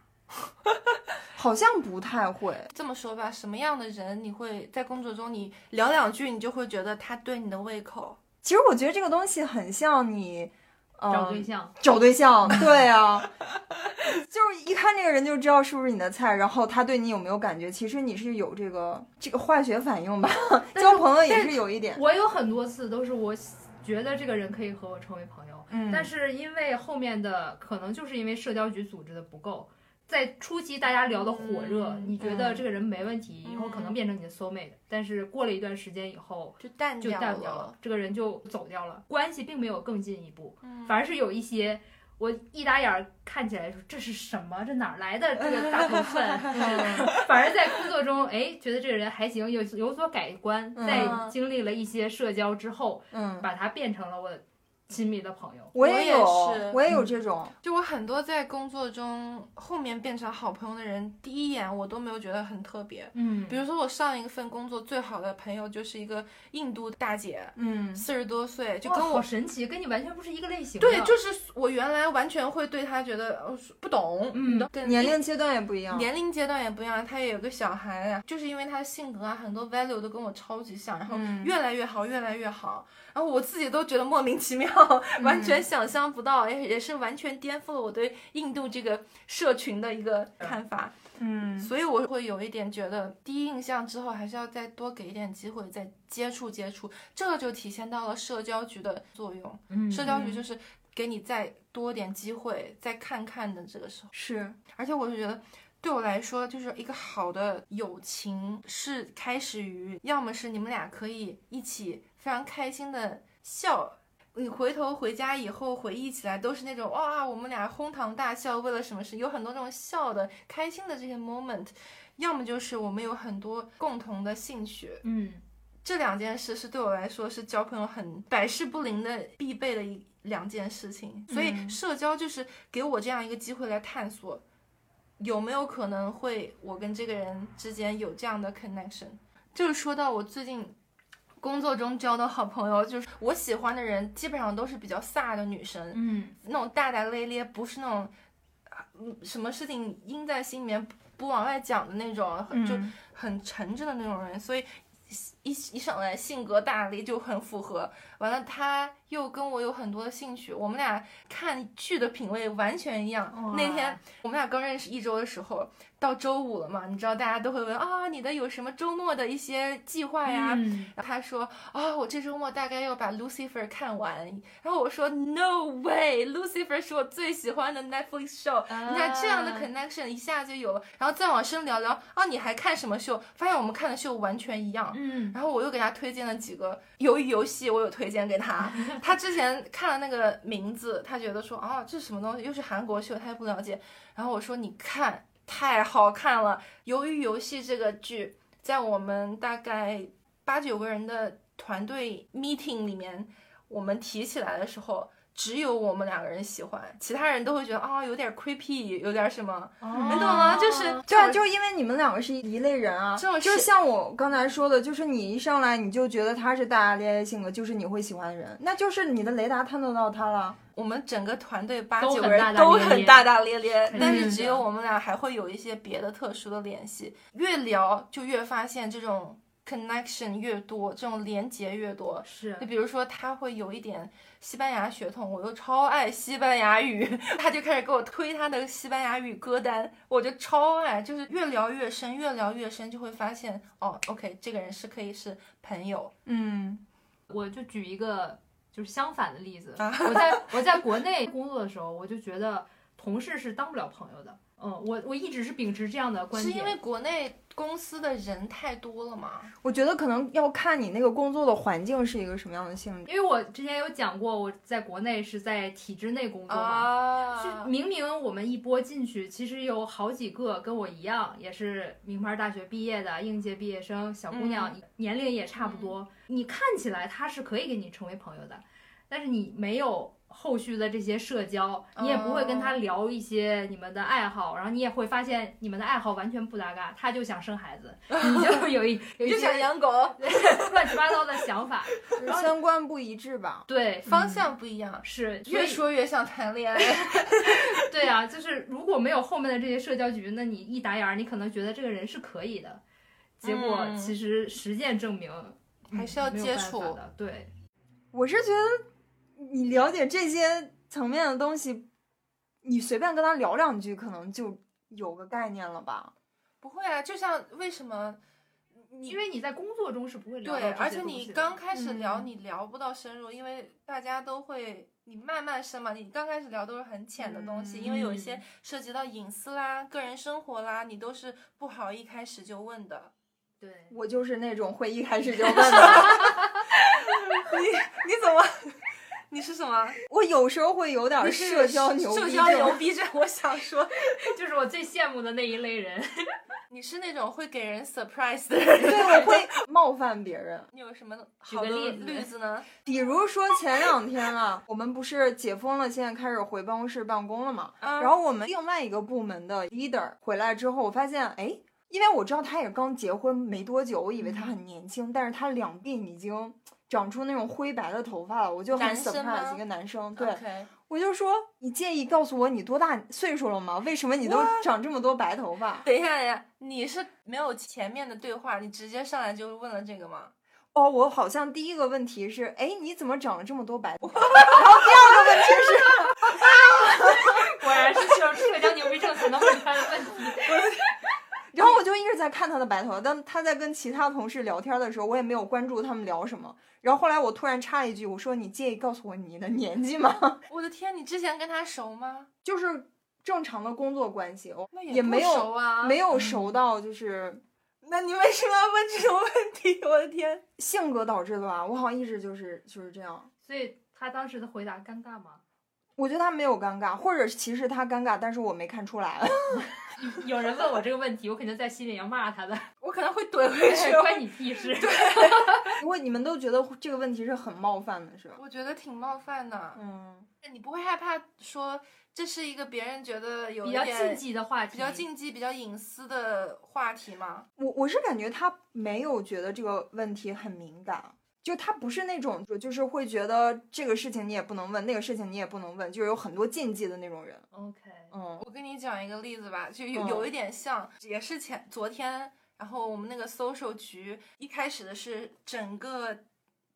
[SPEAKER 3] 好像不太会。
[SPEAKER 2] 这么说吧，什么样的人你会在工作中你聊两句，你就会觉得他对你的胃口？
[SPEAKER 3] 其实我觉得这个东西很像你，呃，
[SPEAKER 4] 找对象，
[SPEAKER 3] 找对象，对啊， [laughs] 就是一看这个人就知道是不是你的菜，然后他对你有没有感觉，其实你是有这个这个化学反应吧， [laughs]
[SPEAKER 4] 但是
[SPEAKER 3] 交朋友也是有一点，
[SPEAKER 4] 我有很多次都是我觉得这个人可以和我成为朋友，
[SPEAKER 3] 嗯
[SPEAKER 4] 但是因为后面的可能就是因为社交局组织的不够。在初期大家聊的火热，
[SPEAKER 2] 嗯
[SPEAKER 4] 你觉得
[SPEAKER 3] 嗯
[SPEAKER 4] 这个人没问题，以后可能变成你的 soul mate，、但是过了一段时间以后，
[SPEAKER 2] 就淡
[SPEAKER 4] 就
[SPEAKER 2] 掉
[SPEAKER 4] 淡掉了，这个人就走掉了，关系并没有更进一步，
[SPEAKER 2] 嗯
[SPEAKER 4] 反而是有一些我一打眼儿看起来说这是什么，这哪儿来的这个大
[SPEAKER 2] [laughs]
[SPEAKER 4] 头饭，反而在工作中，哎，觉得这个人还行，有有所改观，
[SPEAKER 3] 嗯
[SPEAKER 4] 在经历了一些社交之后，
[SPEAKER 3] 嗯，
[SPEAKER 4] 把他变成了我亲密的朋友。
[SPEAKER 3] 我
[SPEAKER 2] 我也
[SPEAKER 3] 有，
[SPEAKER 2] 是
[SPEAKER 3] 我也有这种，
[SPEAKER 2] 就我很多在工作中后面变成好朋友的人，第一眼我都没有觉得很特别。
[SPEAKER 4] 嗯
[SPEAKER 2] 比如说我上一份工作最好的朋友就是一个印度大姐，
[SPEAKER 3] 嗯，
[SPEAKER 2] 四十多岁，就
[SPEAKER 4] 哇
[SPEAKER 2] 跟
[SPEAKER 4] 好啊
[SPEAKER 2] 我
[SPEAKER 4] 神奇，跟你完全不是一个类型的。
[SPEAKER 2] 对，就是我原来完全会对她觉得呃不懂，
[SPEAKER 4] 嗯
[SPEAKER 2] 你的跟
[SPEAKER 3] 年龄阶段也不一样，
[SPEAKER 2] 年龄阶段也不一样，她也有个小孩呀、就是因为她的性格啊，很多 value 都跟我超级像，然后
[SPEAKER 3] 嗯
[SPEAKER 2] 越来越好，越来越好，然后我自己都觉得莫名其妙，
[SPEAKER 3] 嗯
[SPEAKER 2] 完全想象不到，哎也也是完全颠覆了我对印度这个社群的一个看法，
[SPEAKER 3] 嗯
[SPEAKER 2] 所以我会有一点觉得第一印象之后还是要再多给一点机会，再接触接触，这就体现到了社交局的作用，
[SPEAKER 4] 嗯
[SPEAKER 2] 社交局就是给你再多点机会，再看看的这个时候。
[SPEAKER 3] 是，
[SPEAKER 2] 而且我就觉得，对我来说，就是一个好的友情是开始于，要么是你们俩可以一起非常开心的笑。你回头回家以后回忆起来，都是那种哇，我们俩哄堂大笑，为了什么事，有很多这种笑的、开心的这些 moment。要么就是我们有很多共同的兴趣，
[SPEAKER 4] 嗯
[SPEAKER 2] 这两件事是对我来说是交朋友很百试不灵的必备的一两件事情，所以
[SPEAKER 3] 嗯
[SPEAKER 2] 社交就是给我这样一个机会来探索，有没有可能会我跟这个人之间有这样的 connection。就是说到我最近工作中交的好朋友，就是我喜欢的人基本上都是比较飒的女生，
[SPEAKER 4] 嗯
[SPEAKER 2] 那种大大咧咧，不是那种啊嗯什么事情阴在心里面不不往外讲的那种，就
[SPEAKER 3] 嗯
[SPEAKER 2] 很沉着的那种人，所以一一上来性格大咧就很符合。完了，他又跟我有很多的兴趣，我们俩看剧的品味完全一样
[SPEAKER 4] 哇。
[SPEAKER 2] 那天我们俩刚认识一周的时候，到周五了嘛，你知道大家都会问啊，你的有什么周末的一些计划呀？
[SPEAKER 4] 嗯
[SPEAKER 2] 然后他说啊、我这周末大概要把 Lucifer 看完。然后我说 No way，Lucifer 是我最喜欢的 Netflix show。你看这
[SPEAKER 4] 啊
[SPEAKER 2] 样的 connection 一下就有了，然后再往深聊聊啊，你还看什么秀？发现我们看的秀完全一样。
[SPEAKER 4] 嗯
[SPEAKER 2] 然后我又给他推荐了几个鱿鱼游戏，我有推荐给他。他之前看了那个名字，他觉得说啊，这是什么东西？又是韩国秀，他也不了解。然后我说你看，太好看了，《鱿鱼游戏》这个剧，在我们大概八九个人的团队 meeting 里面，我们提起来的时候。只有我们两个人喜欢，其他人都会觉得啊、有点 creepy，有点什么，
[SPEAKER 4] 哦
[SPEAKER 2] 你懂吗？就是
[SPEAKER 3] 对啊，就因为你们两个是一类人啊，
[SPEAKER 2] 这种
[SPEAKER 3] 就是像我刚才说的，就是你一上来你就觉得他是大大咧咧性格，就是你会喜欢的人，那就是你的雷达探测到他了。
[SPEAKER 2] 我们整个团队八
[SPEAKER 4] 都
[SPEAKER 2] 九个
[SPEAKER 4] 很
[SPEAKER 2] 人
[SPEAKER 4] 大大
[SPEAKER 2] 都
[SPEAKER 4] 咧嗯
[SPEAKER 2] 很
[SPEAKER 4] 咧
[SPEAKER 2] 大大咧咧，
[SPEAKER 4] 肯
[SPEAKER 2] 但
[SPEAKER 3] 定
[SPEAKER 2] 是只
[SPEAKER 4] 的
[SPEAKER 2] 有我们俩还会有一些别的特殊的联系。越聊就越发现这种 connection 越多，这种连结越多。
[SPEAKER 4] 是
[SPEAKER 2] 就比如说，他会有一点西班牙血统，我又超爱西班牙语， [laughs] 他就开始给我推他的西班牙语歌单，我就超爱，就是越聊越深，越聊越深，就会发现哦，OK，这个人是可以是朋友，
[SPEAKER 3] 嗯
[SPEAKER 4] 我就举一个就是相反的例子，
[SPEAKER 3] 啊
[SPEAKER 4] 我在我在国内工作的时候，我就觉得同事是当不了朋友的。嗯，我我一直是秉持这样的观
[SPEAKER 2] 是
[SPEAKER 4] 点，
[SPEAKER 2] 因为国内公司的人太多了嘛？
[SPEAKER 3] 我觉得可能要看你那个工作的环境是一个什么样的性质。
[SPEAKER 4] 因为我之前有讲过，我在国内是在体制内工作嘛，
[SPEAKER 2] 啊
[SPEAKER 4] 就明明我们一波进去，其实有好几个跟我一样，也是名牌大学毕业的应届毕业生小姑娘，
[SPEAKER 2] 嗯
[SPEAKER 4] 年龄也差不多。你看起来她是可以跟你成为朋友的，但是你没有后续的这些社交，你也不会跟她聊一些你们的爱好，然后你也会发现你们的爱好完全不搭嘎，她就想生孩
[SPEAKER 2] [laughs]
[SPEAKER 4] 子，你就有一有一
[SPEAKER 2] 就想
[SPEAKER 4] 些
[SPEAKER 2] 养狗，
[SPEAKER 4] [laughs] 乱七八糟的想法，
[SPEAKER 3] 就是三观不一致吧？
[SPEAKER 4] 对。
[SPEAKER 2] 方向不一样，
[SPEAKER 4] 是，所
[SPEAKER 2] 越
[SPEAKER 4] 以
[SPEAKER 2] 说越想谈恋爱。
[SPEAKER 4] 对啊，就是如果没有后面的这些社交局，那你一打眼儿，你可能觉得这个人是可以的，结果
[SPEAKER 2] 嗯
[SPEAKER 4] 其实实践证明、嗯
[SPEAKER 2] [laughs] 还是要
[SPEAKER 4] 没有
[SPEAKER 2] 接
[SPEAKER 4] 办法
[SPEAKER 2] 触
[SPEAKER 4] 的。对，
[SPEAKER 3] 我是觉得你了解这些层面的东西，你随便跟他聊两句，可能就有个概念了吧？
[SPEAKER 2] 不会啊，就像为什么你
[SPEAKER 4] 因为你在工作中是不会聊到
[SPEAKER 2] 对，
[SPEAKER 4] 这
[SPEAKER 2] 而
[SPEAKER 4] 些
[SPEAKER 2] 且
[SPEAKER 4] 东
[SPEAKER 2] 你
[SPEAKER 4] 西的
[SPEAKER 2] 刚开始聊，
[SPEAKER 3] 嗯
[SPEAKER 2] 你聊不到深入，因为大家都会。你慢慢深嘛，你刚开始聊都是很浅的东西，因为有一些
[SPEAKER 4] 嗯
[SPEAKER 2] 涉及到隐私啦、个人生活啦，你都是不好一开始就问的。
[SPEAKER 4] 对，
[SPEAKER 3] 我就是那种会一开始就问 [laughs] 的，
[SPEAKER 2] [laughs] 你怎么？ [laughs] 你是什么？
[SPEAKER 3] 我有时候会有点
[SPEAKER 2] 你是
[SPEAKER 3] 社交牛逼
[SPEAKER 2] 社
[SPEAKER 3] 症，
[SPEAKER 2] 交牛逼症。我想说，
[SPEAKER 4] 就是我最羡慕的那一类人。
[SPEAKER 2] 你是那种会给人 surprise 的人，
[SPEAKER 3] 对，我会 [laughs] 冒犯别人。
[SPEAKER 2] [laughs] 你有什么
[SPEAKER 4] 举
[SPEAKER 2] 好
[SPEAKER 4] 个
[SPEAKER 2] 的
[SPEAKER 4] 例子
[SPEAKER 2] 例子呢？
[SPEAKER 3] 比如说前两天啊，我们不是解封了，现在开始回办公室办公了嘛。
[SPEAKER 2] 啊，
[SPEAKER 3] 然后我们另外一个部门的 leader 回来之后，我发现，哎，因为我知道他也刚结婚没多久，我以为他很年
[SPEAKER 2] 嗯
[SPEAKER 3] 轻，但是他两鬓已经长出那种灰白的头发了，我就很
[SPEAKER 2] 男生吗
[SPEAKER 3] surprise 一个男生，对
[SPEAKER 2] OK
[SPEAKER 3] 我就说，你介意告诉我你多大岁数了吗？为什么你都长这么多白头发？
[SPEAKER 2] 等一下，等一下，你是没有前面的对话，你直接上来就问了这个吗？
[SPEAKER 3] 哦，我好像第一个问题是，哎，你怎么长了这么多白头发？然后第二个问题是。
[SPEAKER 4] 果然是需要社交牛逼症才能问他的问题。
[SPEAKER 3] 然后我就一直在看他的白头发，但他在跟其他同事聊天的时候，我也没有关注他们聊什么。然后后来我突然插了一句，我说：“你介意告诉我你的年纪吗 [laughs]
[SPEAKER 2] 我的天，你之前跟他熟吗？？”
[SPEAKER 3] 就是正常的工作关系，我
[SPEAKER 2] 那
[SPEAKER 3] 也
[SPEAKER 2] 不
[SPEAKER 3] 没有
[SPEAKER 2] 熟啊，
[SPEAKER 3] 没有熟到就是
[SPEAKER 2] 那你为什么要问这种问题？我的天，
[SPEAKER 3] 性格导致的吧。我好像一直就是就是这样。
[SPEAKER 4] 所以他当时的回答尴尬吗？
[SPEAKER 3] 我觉得他没有尴尬，或者其实他尴尬，但是我没看出来。 [laughs]
[SPEAKER 4] 有人问我这个问题，我肯定在心里要骂他的，
[SPEAKER 2] 我可能会怼
[SPEAKER 4] 哎
[SPEAKER 2] 回去。
[SPEAKER 4] 关你屁事。
[SPEAKER 3] 因为你们都觉得这个问题是很冒犯的，是吧？
[SPEAKER 2] 我觉得挺冒犯的，
[SPEAKER 3] 嗯，
[SPEAKER 2] 你不会害怕说这是一个别人觉得有
[SPEAKER 4] 比
[SPEAKER 2] 一
[SPEAKER 4] 较
[SPEAKER 2] 点
[SPEAKER 4] 禁忌的话题，
[SPEAKER 2] 比较禁忌、比较隐私的话题吗？
[SPEAKER 3] 我我是感觉他没有觉得这个问题很敏感，就他不是那种就是会觉得这个事情你也不能问，那个事情你也不能问，就是有很多禁忌的那种人。
[SPEAKER 4] OK，
[SPEAKER 3] 嗯，
[SPEAKER 2] 我跟你讲一个例子吧，就有
[SPEAKER 3] 嗯
[SPEAKER 2] 有一点像，也是前昨天，然后我们那个 social 局一开始的是整个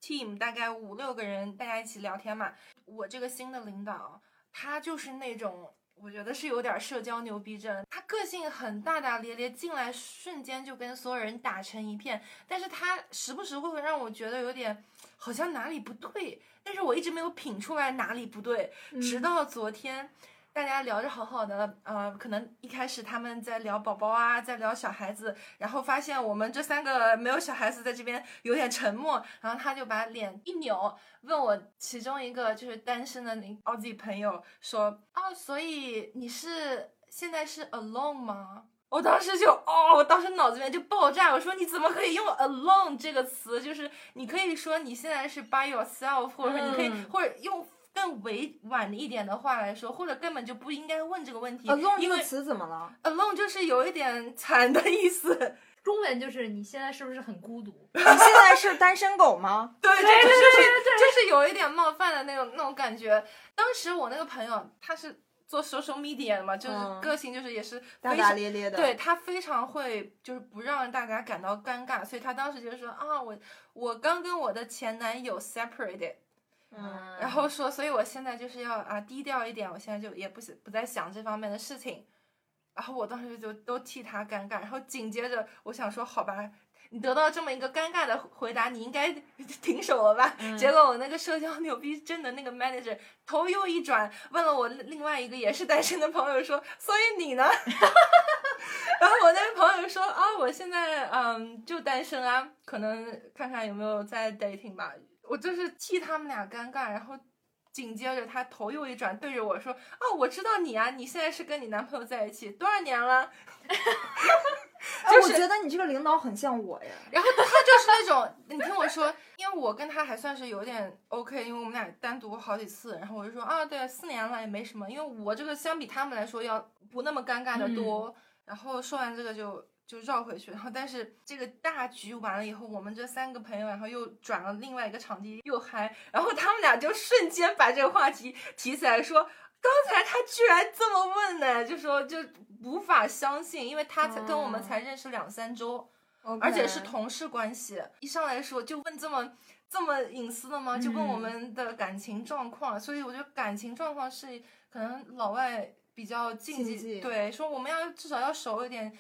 [SPEAKER 2] team 大概五六个人，大家一起聊天嘛。我这个新的领导，他就是那种。我觉得是有点社交牛逼症，他个性很大大咧咧，进来瞬间就跟所有人打成一片，但是他时不时会让我觉得有点好像哪里不对，但是我一直没有品出来哪里不对，直
[SPEAKER 4] 嗯
[SPEAKER 2] 到昨天，大家聊着好好的，呃，可能一开始他们在聊宝宝啊，在聊小孩子，然后发现我们这三个没有小孩子在这边有点沉默，然后他就把脸一扭，问我其中一个就是单身的那奥地朋友说，哦，所以你是现在是 alone 吗？我当时就哦，我当时脑子里面就爆炸，我说你怎么可以用 alone 这个词？就是你可以说你现在是 by yourself，或者说你可以、
[SPEAKER 4] 嗯
[SPEAKER 2] 或者用更委婉一点的话来说，或者根本就不应该问这个问题。
[SPEAKER 3] alone 啊这
[SPEAKER 2] 因
[SPEAKER 3] 个
[SPEAKER 2] 为
[SPEAKER 3] 词怎
[SPEAKER 2] [laughs]
[SPEAKER 3] 么了？
[SPEAKER 2] alone 就是有一点惨的意思。
[SPEAKER 4] 中文就是你现在是不是很孤独？
[SPEAKER 3] 你现在是单身狗吗？
[SPEAKER 2] 对，这这就是
[SPEAKER 3] [laughs]
[SPEAKER 2] 就是有一点冒犯的那种那种感觉。当时我那个朋友他是做 social media 的嘛，就是
[SPEAKER 3] 嗯
[SPEAKER 2] 个性就是也是
[SPEAKER 3] 大
[SPEAKER 2] 非
[SPEAKER 3] 大
[SPEAKER 2] 常
[SPEAKER 3] 咧咧的。
[SPEAKER 2] 对，他非常会，就是不让大家感到尴尬，所以他当时就说啊，我我刚跟我的前男友 separated，
[SPEAKER 3] 嗯，
[SPEAKER 2] 然后说，所以我现在就是要啊低调一点，我现在就也不是不再想这方面的事情。然后我当时就都替他尴尬，然后紧接着我想说，好吧，你得到这么一个尴尬的回答，你应该 [laughs] 停手了吧？
[SPEAKER 4] 嗯
[SPEAKER 2] 结果我那个社交牛逼症的那个 manager 头又一转，问了我另外一个也是单身的朋友说，所以你呢？然后我那个朋友说啊，我现在嗯就单身啊，可能看看有没有在 dating 吧。我就是替他们俩尴尬，然后紧接着他头又一转，对着我说啊，我知道你啊，你现在是跟你男朋友在一起多少年了？
[SPEAKER 3] 哎，我觉得你这个领导很像我呀。
[SPEAKER 2] 然后他就是那种， [laughs] 你听我说，因为我跟他还算是有点 OK，因为我们俩单独过好几次，然后我就说啊，对，四年了也没什么，因为我这个相比他们来说要不那么尴尬的多。然后说完这个就就绕回去，然后但是这个大局完了以后，我们这三个朋友，然后又转了另外一个场地又嗨，然后他们俩就瞬间把这个话题提起来说。刚才他居然这么问呢，就说就无法相信，因为他才跟我们
[SPEAKER 3] 哦
[SPEAKER 2] 才认识两三周，
[SPEAKER 3] OK
[SPEAKER 2] 哦而且是同事关系，一上来说就问这么这么隐私的吗？就问我
[SPEAKER 4] 嗯
[SPEAKER 2] 们的感情状况，所以我觉得感情状况是可能老外比较禁忌，
[SPEAKER 3] 禁忌
[SPEAKER 2] 对，说我们要至少要熟一点，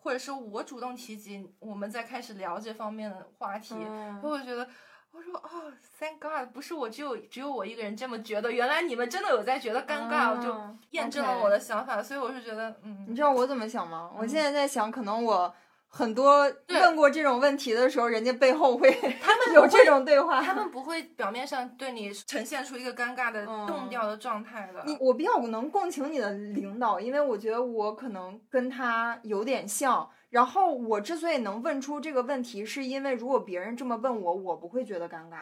[SPEAKER 2] 或者是我主动提及，我们再开始聊这方面的话题，
[SPEAKER 3] 嗯
[SPEAKER 2] 然后我觉得。我说哦，Thank God，不是我只有只有我一个人这么觉得，原来你们真的有在觉得尴尬，我就
[SPEAKER 3] 啊
[SPEAKER 2] 验证了
[SPEAKER 3] OK
[SPEAKER 2] 我的想法，所以我是觉得，嗯，
[SPEAKER 3] 你知道我怎么想吗？我现在在想，可能我很多问过这种问题的时候，人家背后会
[SPEAKER 2] 他们
[SPEAKER 3] 有
[SPEAKER 2] 不
[SPEAKER 3] 这
[SPEAKER 2] 会
[SPEAKER 3] 种对话。
[SPEAKER 2] 他们不会表面上对你呈现出一个尴尬的
[SPEAKER 3] 嗯
[SPEAKER 2] 冻掉的状态的。
[SPEAKER 3] 你嗯我比较能共情你的领导，因为我觉得我可能跟他有点像，然后我之所以能问出这个问题，是因为如果别人这么问我，我不会觉得尴尬。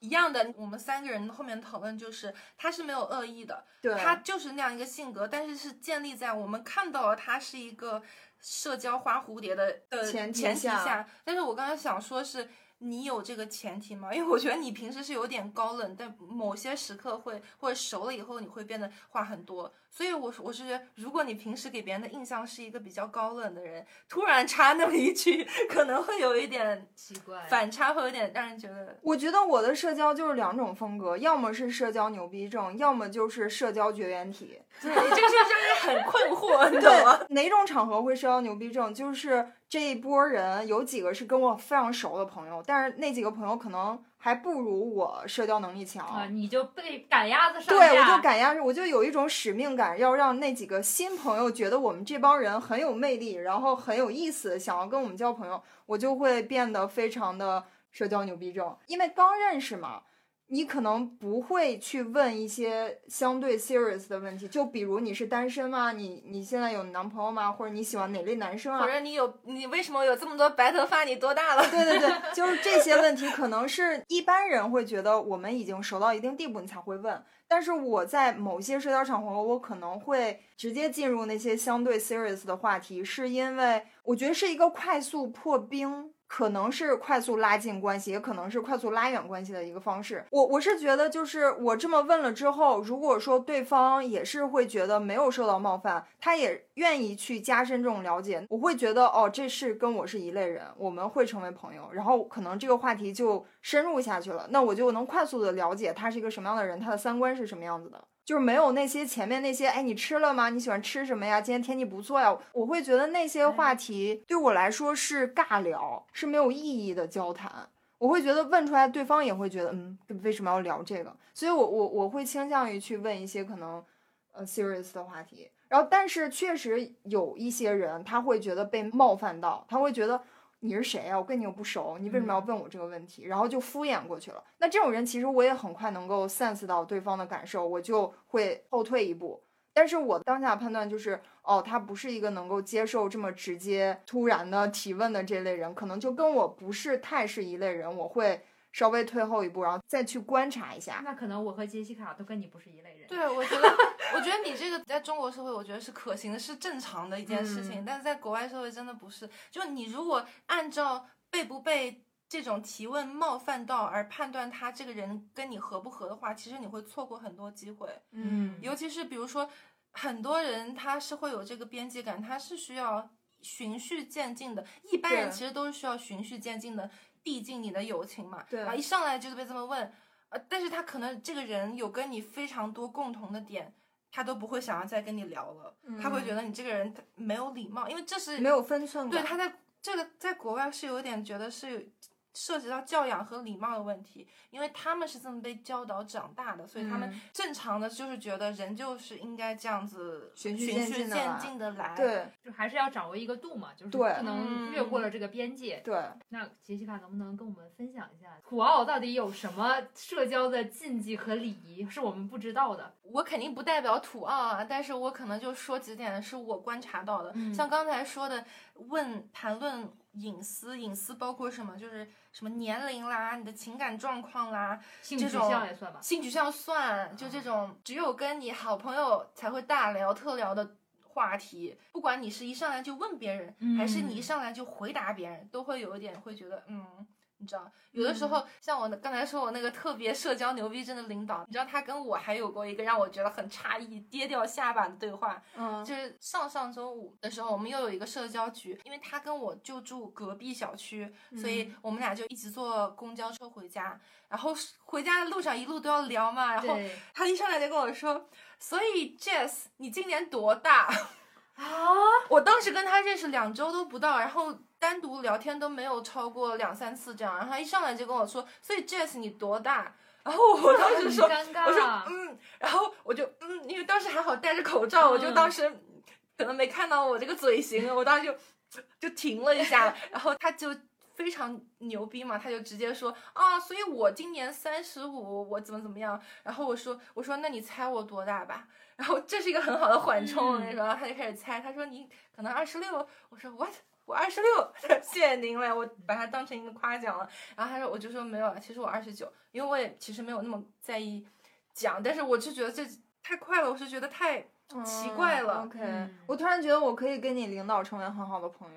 [SPEAKER 2] 一样的，我们三个人后面讨论就是，他是没有恶意的，
[SPEAKER 3] 对，
[SPEAKER 2] 他就是那样一个性格，但是是建立在我们看到了他是一个社交花蝴蝶的的
[SPEAKER 3] 前提
[SPEAKER 2] 前提
[SPEAKER 3] 下
[SPEAKER 2] 下。但是我刚才想说是。你有这个前提吗？因为我觉得你平时是有点高冷，但某些时刻会或者熟了以后你会变得话很多。所以我，我是觉得，如果你平时给别人的印象是一个比较高冷的人，突然插那么一句，可能会有一点
[SPEAKER 4] 奇怪，
[SPEAKER 2] 反差，会有点让人觉得
[SPEAKER 3] 我觉得我的社交就是两种风格，要么是社交牛逼症，要么就是社交绝缘体。
[SPEAKER 2] 对，这个事情让人很困惑，你懂吗？
[SPEAKER 3] 哪种场合会社交牛逼症？就是这一波人有几个是跟我非常熟的朋友，但是那几个朋友可能还不如我社交能力强。
[SPEAKER 4] 啊，你就被赶鸭子上
[SPEAKER 3] 对，我
[SPEAKER 4] 架
[SPEAKER 3] 就赶鸭子，我就有一种使命感，要让那几个新朋友觉得我们这帮人很有魅力，然后很有意思，想要跟我们交朋友，我就会变得非常的社交牛逼症，因为刚认识嘛。你可能不会去问一些相对 serious 的问题，就比如你是单身吗？你你现在有男朋友吗？或者你喜欢哪类男生啊？
[SPEAKER 2] 或者你有你为什么有这么多白头发？你多大了？[laughs]
[SPEAKER 3] 对对对，就是这些问题，可能是一般人会觉得我们已经熟到一定地步，你才会问。但是我在某些社交场合，我可能会直接进入那些相对 serious 的话题，是因为我觉得是一个快速破冰。可能是快速拉近关系，也可能是快速拉远关系的一个方式。我我是觉得，就是我这么问了之后，如果说对方也是会觉得没有受到冒犯，他也愿意去加深这种了解，我会觉得哦，这是跟我是一类人，我们会成为朋友，然后可能这个话题就深入下去了，那我就能快速的了解他是一个什么样的人，他的三观是什么样子的。就是没有那些前面那些，哎，你吃了吗？你喜欢吃什么呀？今天天气不错呀。我会觉得那些话题对我来说是尬聊，是没有意义的交谈。我会觉得问出来，对方也会觉得，嗯，为什么要聊这个？所以我我我会倾向于去问一些可能，呃，serious 的话题。然后，但是确实有一些人他会觉得被冒犯到，他会觉得你是谁啊呀、我跟你又不熟，你为什么要问我这个问题？然后就敷衍过去了。那这种人其实我也很快能够 sense 到对方的感受，我就会后退一步。但是我当下判断就是，哦，他不是一个能够接受这么直接、突然的提问的这类人，可能就跟我不是太是一类人，我会稍微退后一步，然后再去观察一下。
[SPEAKER 4] 那可能我和杰西卡都跟你不是一类人。
[SPEAKER 2] 对，我觉得，我觉得你这个在中国社会，我觉得是可行的，是正常的一件事情。
[SPEAKER 4] 嗯
[SPEAKER 2] 但是在国外社会真的不是，就你如果按照被不被这种提问冒犯到而判断他这个人跟你合不合的话，其实你会错过很多机会。
[SPEAKER 4] 嗯
[SPEAKER 2] 尤其是比如说，很多人他是会有这个边界感，他是需要循序渐进的。一般人
[SPEAKER 3] 对
[SPEAKER 2] 其实都是需要循序渐进的递进你的友情嘛。
[SPEAKER 3] 对
[SPEAKER 2] 啊，一上来就被这么问，呃，但是他可能这个人有跟你非常多共同的点。他都不会想要再跟你聊了，他会觉得你这个人没有礼貌，因为这是
[SPEAKER 3] 嗯没有分寸
[SPEAKER 2] 对
[SPEAKER 3] 感，
[SPEAKER 2] 他在这个在国外是有点觉得是有涉及到教养和礼貌的问题，因为他们是这么被教导长大的，所以他们
[SPEAKER 3] 嗯
[SPEAKER 2] 正常的就是觉得人就是应该这样子
[SPEAKER 3] 循序
[SPEAKER 2] 序
[SPEAKER 3] 渐进
[SPEAKER 2] 进
[SPEAKER 3] 地
[SPEAKER 2] 的
[SPEAKER 3] 来
[SPEAKER 2] 来。，
[SPEAKER 3] 对
[SPEAKER 4] 就还是要掌握一个度嘛，就是
[SPEAKER 3] 对
[SPEAKER 4] 不能越过了这个边界。
[SPEAKER 3] 对，
[SPEAKER 4] 那杰西卡能不能跟我们分享一下，土澳到底有什么社交的禁忌和礼仪是我们不知道的？
[SPEAKER 2] 我肯定不代表土澳啊，但是我可能就说几点是我观察到的，
[SPEAKER 4] 嗯
[SPEAKER 2] 像刚才说的，问谈论隐私，隐私包括什么，就是什么年龄啦，你的情感状况啦，
[SPEAKER 4] 性取
[SPEAKER 2] 这种
[SPEAKER 4] 向也算吧。嗯
[SPEAKER 2] 性取向算，就这种只有跟你好朋友才会大聊特聊的话题，不管你是一上来就问别人，还是
[SPEAKER 4] 嗯
[SPEAKER 2] 你一上来就回答别人，都会有一点会觉得，嗯，你知道，有的时
[SPEAKER 4] 嗯
[SPEAKER 2] 候、像我刚才说我那个特别社交牛逼症的领导，你知道他跟我还有过一个让我觉得很诧异、跌掉下巴的对话，
[SPEAKER 3] 嗯
[SPEAKER 2] 就是上上周五的时候，我们又有一个社交局，因为他跟我就住隔壁小区，所以我们俩就一起坐公交车回家。然后回家的路上一路都要聊嘛，然后
[SPEAKER 4] 对
[SPEAKER 2] 他一上来就跟我说：“所以 Jess，你今年多大？” [laughs]
[SPEAKER 4] 啊，
[SPEAKER 2] 我当时跟他认识两周都不到，然后单独聊天都没有超过两三次这样。然后他一上来就跟我说：“所以 Jess，你多大？”然后我当时
[SPEAKER 4] 很
[SPEAKER 2] 说：“
[SPEAKER 4] 尴尬。
[SPEAKER 2] 我说嗯，然后我就嗯，因为当时还好戴着口罩，我就
[SPEAKER 4] 嗯
[SPEAKER 2] 当时可能没看到我这个嘴型，我当时就就停了一下，然后他就。非常牛逼嘛，他就直接说啊，所以我今年三十五，我怎么怎么样？然后我说，我说那你猜我多大吧？然后这是一个很好的缓冲，我跟你说，然后他就开始猜，他说你可能二十六，我说 what？我二十六，谢谢您嘞，我把它当成一个夸奖了。然后他说，我就说没有啊，其实我二十九，因为我也其实没有那么在意讲，但是我是觉得这太快了，我是觉得太奇怪了
[SPEAKER 3] OK，、
[SPEAKER 4] 嗯
[SPEAKER 3] 我突然觉得我可以跟你领导成为很好的朋友。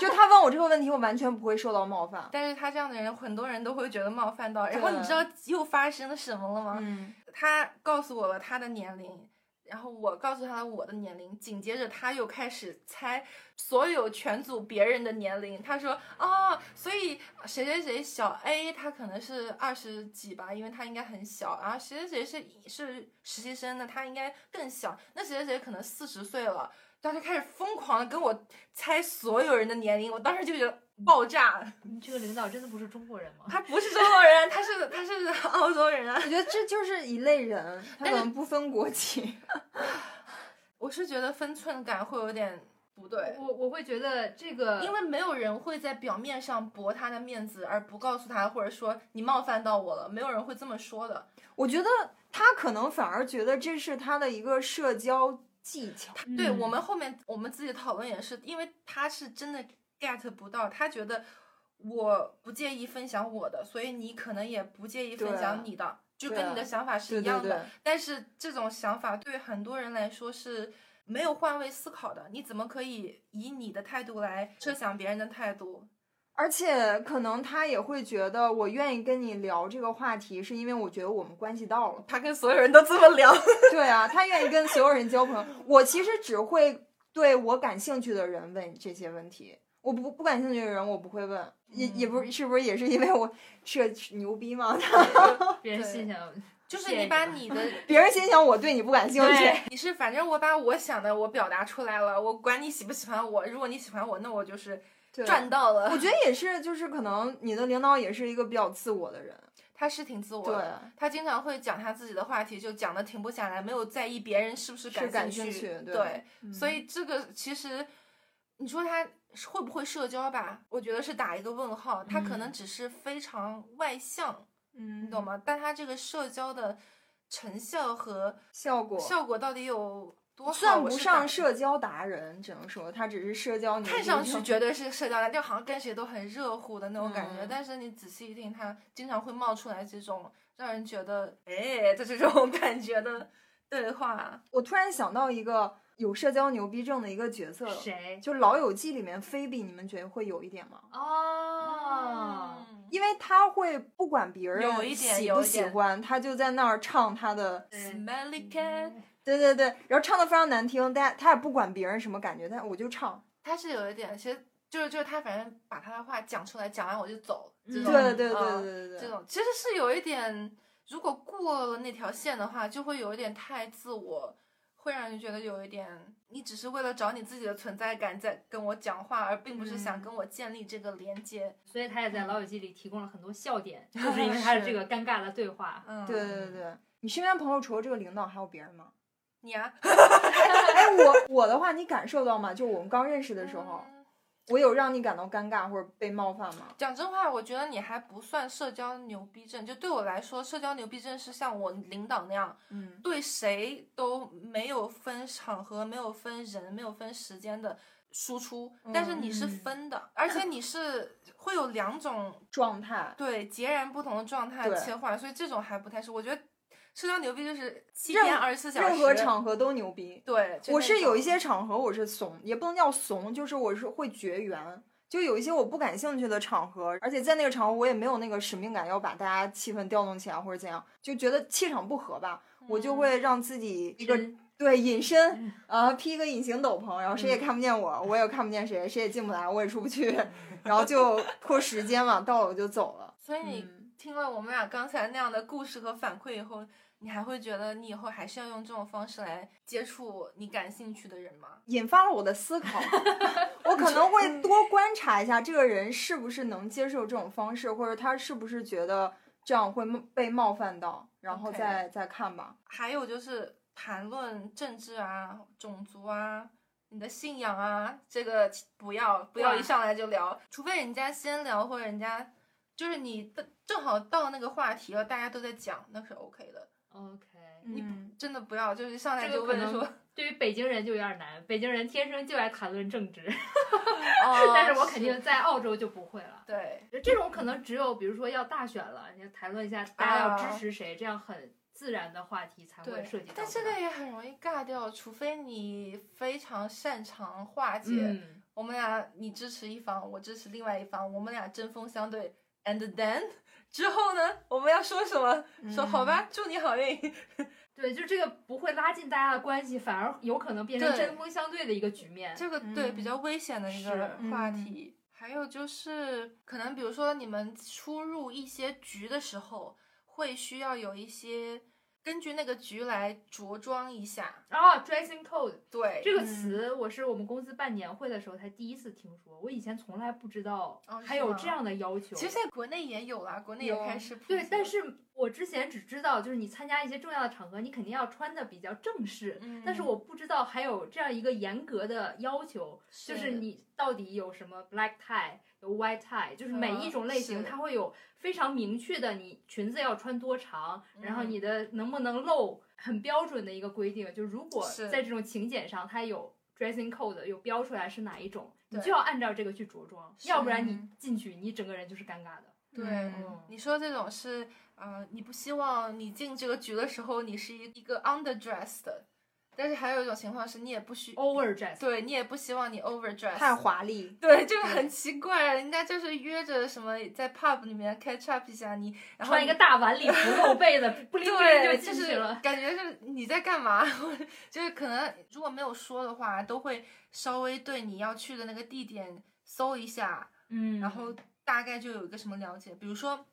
[SPEAKER 3] 就他问我这个问题，我完全不会受到冒
[SPEAKER 2] [laughs]
[SPEAKER 3] 犯。
[SPEAKER 2] 但是他这样的人，很多人都会觉得冒犯到。然后
[SPEAKER 3] 对
[SPEAKER 2] 你知道又发生了什么了吗？
[SPEAKER 3] 嗯，
[SPEAKER 2] 他告诉我了他的年龄，然后我告诉他了我的年龄，紧接着他又开始猜所有全组别人的年龄。他说：“哦，所以谁谁谁小 A 他可能是二十几吧，因为他应该很小。然后谁谁谁是是实习生呢，他应该更小。那谁谁谁可能四十岁了。”他就开始疯狂的跟我猜所有人的年龄，我当时就觉得爆炸。
[SPEAKER 4] 你这个领导真的不是中国人吗？
[SPEAKER 2] 他不是中国人，他是他是澳洲人啊。
[SPEAKER 3] 我觉得这就是一类人，他可能不分国籍。
[SPEAKER 2] 我是觉得分寸感会有点不对，
[SPEAKER 4] 我我会觉得这个，
[SPEAKER 2] 因为没有人会在表面上驳他的面子，而不告诉他，或者说你冒犯到我了，没有人会这么说的。
[SPEAKER 3] 我觉得他可能反而觉得这是他的一个社交技巧。
[SPEAKER 4] 嗯
[SPEAKER 2] 对我们后面我们自己讨论也是，因为他是真的 get 不到，他觉得我不介意分享我的，所以你可能也不介意分
[SPEAKER 3] 对
[SPEAKER 2] 享你的，就
[SPEAKER 3] 对啊
[SPEAKER 2] 跟你的想法是
[SPEAKER 3] 对
[SPEAKER 2] 一
[SPEAKER 3] 对
[SPEAKER 2] 样的。
[SPEAKER 3] 对，
[SPEAKER 2] 但是这种想法对很多人来说是没有换位思考的。你怎么可以以你的态度来设想别人的态度？
[SPEAKER 3] 而且可能他也会觉得我愿意跟你聊这个话题，是因为我觉得我们关系到了。
[SPEAKER 2] 他跟所有人都这么聊，
[SPEAKER 3] 对啊，他愿意跟所有人交朋友。我其实只会对我感兴趣的人问这些问题，我不不感兴趣的人我不会问，也也不是是不是也是因为我社牛逼吗？ [laughs]
[SPEAKER 4] 别人
[SPEAKER 2] 对
[SPEAKER 4] 心想，
[SPEAKER 2] [laughs] 就是
[SPEAKER 4] 谢
[SPEAKER 2] 你
[SPEAKER 4] 谢
[SPEAKER 2] 把
[SPEAKER 4] 你
[SPEAKER 2] 你的，
[SPEAKER 3] 别人心想我对你不感兴趣，
[SPEAKER 4] 对
[SPEAKER 2] 你是反正我把我想的我表达出来了，我管你喜不喜欢我，如果你喜欢我，那我就是
[SPEAKER 3] 对
[SPEAKER 2] 赚到了
[SPEAKER 3] 我。觉得也是，就是可能你的领导也是一个比较自我的人，
[SPEAKER 2] 他是挺自我
[SPEAKER 3] 对，
[SPEAKER 2] 的，他经常会讲他自己的话题，就讲的停不下来，没有在意别人是不是
[SPEAKER 3] 是感
[SPEAKER 2] 兴
[SPEAKER 3] 兴趣对嗯
[SPEAKER 2] 对，所以这个其实，你说他是会不会社交吧？我觉得是打一个问号。他可能
[SPEAKER 4] 嗯
[SPEAKER 2] 只是非常外向，
[SPEAKER 3] 嗯
[SPEAKER 2] 你懂？吗？但他这个社交的成效和
[SPEAKER 3] 效果
[SPEAKER 2] 效果到底有多好？
[SPEAKER 3] 算
[SPEAKER 2] 我
[SPEAKER 3] 不
[SPEAKER 2] 是
[SPEAKER 3] 上
[SPEAKER 2] 打
[SPEAKER 3] 社交达人，只能说他只是社交牛逼
[SPEAKER 2] 看上
[SPEAKER 3] 症
[SPEAKER 2] 去绝对是社交的，就好像跟谁都很热乎的那种感觉。
[SPEAKER 3] 嗯
[SPEAKER 2] 但是你仔细一听，他经常会冒出来这种让人觉得哎的这种 [laughs] 感觉的对话。
[SPEAKER 3] 我突然想到一个有社交牛逼症的一个角色，
[SPEAKER 4] 谁？
[SPEAKER 3] 就《老友记》里面菲比，你们觉得会有一点吗？
[SPEAKER 4] 哦，
[SPEAKER 2] 嗯
[SPEAKER 3] 因为他会不管别
[SPEAKER 2] 有
[SPEAKER 3] 人
[SPEAKER 2] 一点
[SPEAKER 3] 喜
[SPEAKER 2] 有
[SPEAKER 3] 不
[SPEAKER 2] 一
[SPEAKER 3] 喜
[SPEAKER 2] 点
[SPEAKER 3] 欢，他就在那儿唱他的，
[SPEAKER 4] 对，
[SPEAKER 2] ，Smelly cat。
[SPEAKER 3] 对对对，然后唱的非常难听，但他也不管别人什么感觉，但我就唱，
[SPEAKER 2] 他是有一点，其实就是就是他反正把他的话讲出来，讲完我就走，
[SPEAKER 4] 嗯
[SPEAKER 2] 这
[SPEAKER 3] 对
[SPEAKER 2] 种
[SPEAKER 3] 对对
[SPEAKER 2] 啊
[SPEAKER 3] 对对对
[SPEAKER 2] 这
[SPEAKER 3] 对，
[SPEAKER 2] 种其实是有一点，如果过了那条线的话，就会有一点太自我，会让人觉得有一点，你只是为了找你自己的存在感在跟我讲话，而并不是想
[SPEAKER 4] 嗯
[SPEAKER 2] 跟我建立这个连接。
[SPEAKER 4] 所以他也在《老友记》里提供了很多笑点， [laughs] 就是因为他的这个尴尬的对话。
[SPEAKER 2] 嗯，
[SPEAKER 3] 对对对对。你身边朋友除了这个领导还有别
[SPEAKER 2] [laughs]
[SPEAKER 3] 人吗？
[SPEAKER 2] 你啊，
[SPEAKER 3] 哎，我我的话，你感受到吗？就我们刚认识的时候，
[SPEAKER 2] 嗯
[SPEAKER 3] 我有让你感到尴尬或者被冒犯吗？
[SPEAKER 2] 讲真话，我觉得你还不算社交牛逼症。就对我来说，社交牛逼症是像我领导那样，
[SPEAKER 3] 嗯，
[SPEAKER 2] 对谁都没有分场合、没有分人、没有分时间的输出，但是你是
[SPEAKER 4] 嗯
[SPEAKER 2] 分的，而且你是会有两种
[SPEAKER 3] 状态
[SPEAKER 2] 对截然不同的状态
[SPEAKER 3] 对
[SPEAKER 2] 切换，所以这种还不太是。我觉得社交牛逼就是七
[SPEAKER 3] 任
[SPEAKER 2] 天二十四小时，
[SPEAKER 3] 任何场合都牛逼。
[SPEAKER 2] 对，就
[SPEAKER 3] 我
[SPEAKER 2] 那
[SPEAKER 3] 是有
[SPEAKER 2] 种
[SPEAKER 3] 一些场合我是怂，也不能叫怂，就是我是会绝缘。就有一些我不感兴趣的场合，而且在那个场合我也没有那个使命感，要把大家气氛调动起来或者怎样，就觉得气场不合吧，我就
[SPEAKER 2] 嗯
[SPEAKER 3] 会让自己一个
[SPEAKER 4] 真
[SPEAKER 3] 对隐身
[SPEAKER 4] 嗯，
[SPEAKER 3] 呃，披一个隐形斗篷，然后
[SPEAKER 2] 嗯
[SPEAKER 3] 谁也看不见我，我也看不见谁，谁也进不来，我也出不去，然后就 [laughs] 拖时间嘛，到了我就走了。
[SPEAKER 2] 所以你
[SPEAKER 3] 嗯，
[SPEAKER 2] 听了我们俩刚才那样的故事和反馈以后，你还会觉得你以后还是要用这种方式来接触你感兴趣的人吗？
[SPEAKER 3] 引发了我的思
[SPEAKER 2] [laughs]
[SPEAKER 3] 考，我可能
[SPEAKER 2] 嗯
[SPEAKER 3] 会多观察一下这个人是不是能接受这种方式，或者他是不是觉得这样会冒被冒犯到，然后
[SPEAKER 2] OK
[SPEAKER 3] 再再看吧。
[SPEAKER 2] 还有就是谈论政治啊、种族啊、你的信仰啊，这个不要不要
[SPEAKER 4] 哇
[SPEAKER 2] 一上来就聊，除非人家先聊或者人家就是你的正好到那个话题了，大家都在讲，那是 OK 的。
[SPEAKER 4] OK，
[SPEAKER 3] 嗯，
[SPEAKER 2] 真的不要，就是上来
[SPEAKER 4] 这个
[SPEAKER 2] 就
[SPEAKER 4] 可
[SPEAKER 2] 问
[SPEAKER 4] 能
[SPEAKER 2] 说，
[SPEAKER 4] 对于北京人就有点难，北京人天生就爱谈论政治，
[SPEAKER 2] 哦，
[SPEAKER 4] [laughs] 但是我肯定在澳洲就不会了。
[SPEAKER 2] 对，
[SPEAKER 4] 这种可能只有比如说要大选了，你要谈论一下大家要支持谁，这样很自然的话题才会
[SPEAKER 2] 啊对
[SPEAKER 4] 涉及到。
[SPEAKER 2] 但这个也很容易尬掉，除非你非常擅长化解。
[SPEAKER 4] 嗯，
[SPEAKER 2] 我们俩你支持一方，我支持另外一方，我们俩针锋相对。And then [laughs] 之后呢，我们要说什么？说
[SPEAKER 3] 嗯
[SPEAKER 2] 好吧，祝你好运。 [laughs]
[SPEAKER 4] 对，就这个不会拉近大家的关系，反而有可能变成
[SPEAKER 2] 对
[SPEAKER 4] 针锋相对的一个局面。
[SPEAKER 2] 这个对比较危险的一个
[SPEAKER 4] 嗯是
[SPEAKER 2] 话
[SPEAKER 3] 嗯
[SPEAKER 2] 题。还有就是，可能比如说你们出入一些局的时候，会需要有一些根据那个局来着装一下。
[SPEAKER 4] 啊、d r e s s i n g code
[SPEAKER 2] 对，
[SPEAKER 4] 这个词，我是我们公司办年会的时候才第一次听说，我以前从来不知道
[SPEAKER 2] 哦是
[SPEAKER 4] 还有
[SPEAKER 2] 吗
[SPEAKER 4] 这样的要求。
[SPEAKER 2] 其实在国内也有啦，国内也
[SPEAKER 3] 有
[SPEAKER 2] 开始普
[SPEAKER 4] 对
[SPEAKER 2] 及，
[SPEAKER 4] 但
[SPEAKER 2] 了
[SPEAKER 4] 是我之前只知道，就是你参加一些重要的场合，你肯定要穿的比较正式。
[SPEAKER 2] 嗯
[SPEAKER 4] 但是我不知道还有这样一个严格的要求，就是你到底有什么 black tie，有 white tie，就是每一种类型
[SPEAKER 2] 嗯是
[SPEAKER 4] 它会有非常明确的，你裙子要穿多长，然后
[SPEAKER 2] 嗯
[SPEAKER 4] 你的能不能露，很标准的一个规定。就如果
[SPEAKER 2] 是
[SPEAKER 4] 在这种请柬上，它有 dressing code，有标出来是哪一种，你
[SPEAKER 2] 对
[SPEAKER 4] 就要按照这个去着装，要不然你
[SPEAKER 3] 嗯
[SPEAKER 4] 进去你整个人就是尴尬的。
[SPEAKER 2] 对。
[SPEAKER 4] 嗯
[SPEAKER 2] 你说这种是，呃，你不希望你进这个局的时候你是一一个 underdressed，的但是还有一种情况是你也不需，
[SPEAKER 4] ，over dress。
[SPEAKER 2] 对你也不希望你 overdress，
[SPEAKER 3] 太华
[SPEAKER 2] [laughs]
[SPEAKER 3] 丽，
[SPEAKER 2] 对，这个很奇怪，人家就是约着什么在 pub 里面 catch up 一下你，然后
[SPEAKER 4] 穿一个大晚礼服露背的，不灵不灵
[SPEAKER 2] 对，
[SPEAKER 4] 就
[SPEAKER 2] 就
[SPEAKER 4] 进去
[SPEAKER 2] 是
[SPEAKER 4] 了。
[SPEAKER 2] 感觉就是你在干嘛， [laughs] 就是可能如果没有说的话，都会稍微对你要去的那个地点搜一下，
[SPEAKER 4] 嗯
[SPEAKER 2] 然后大概就有一个什么了解。比如说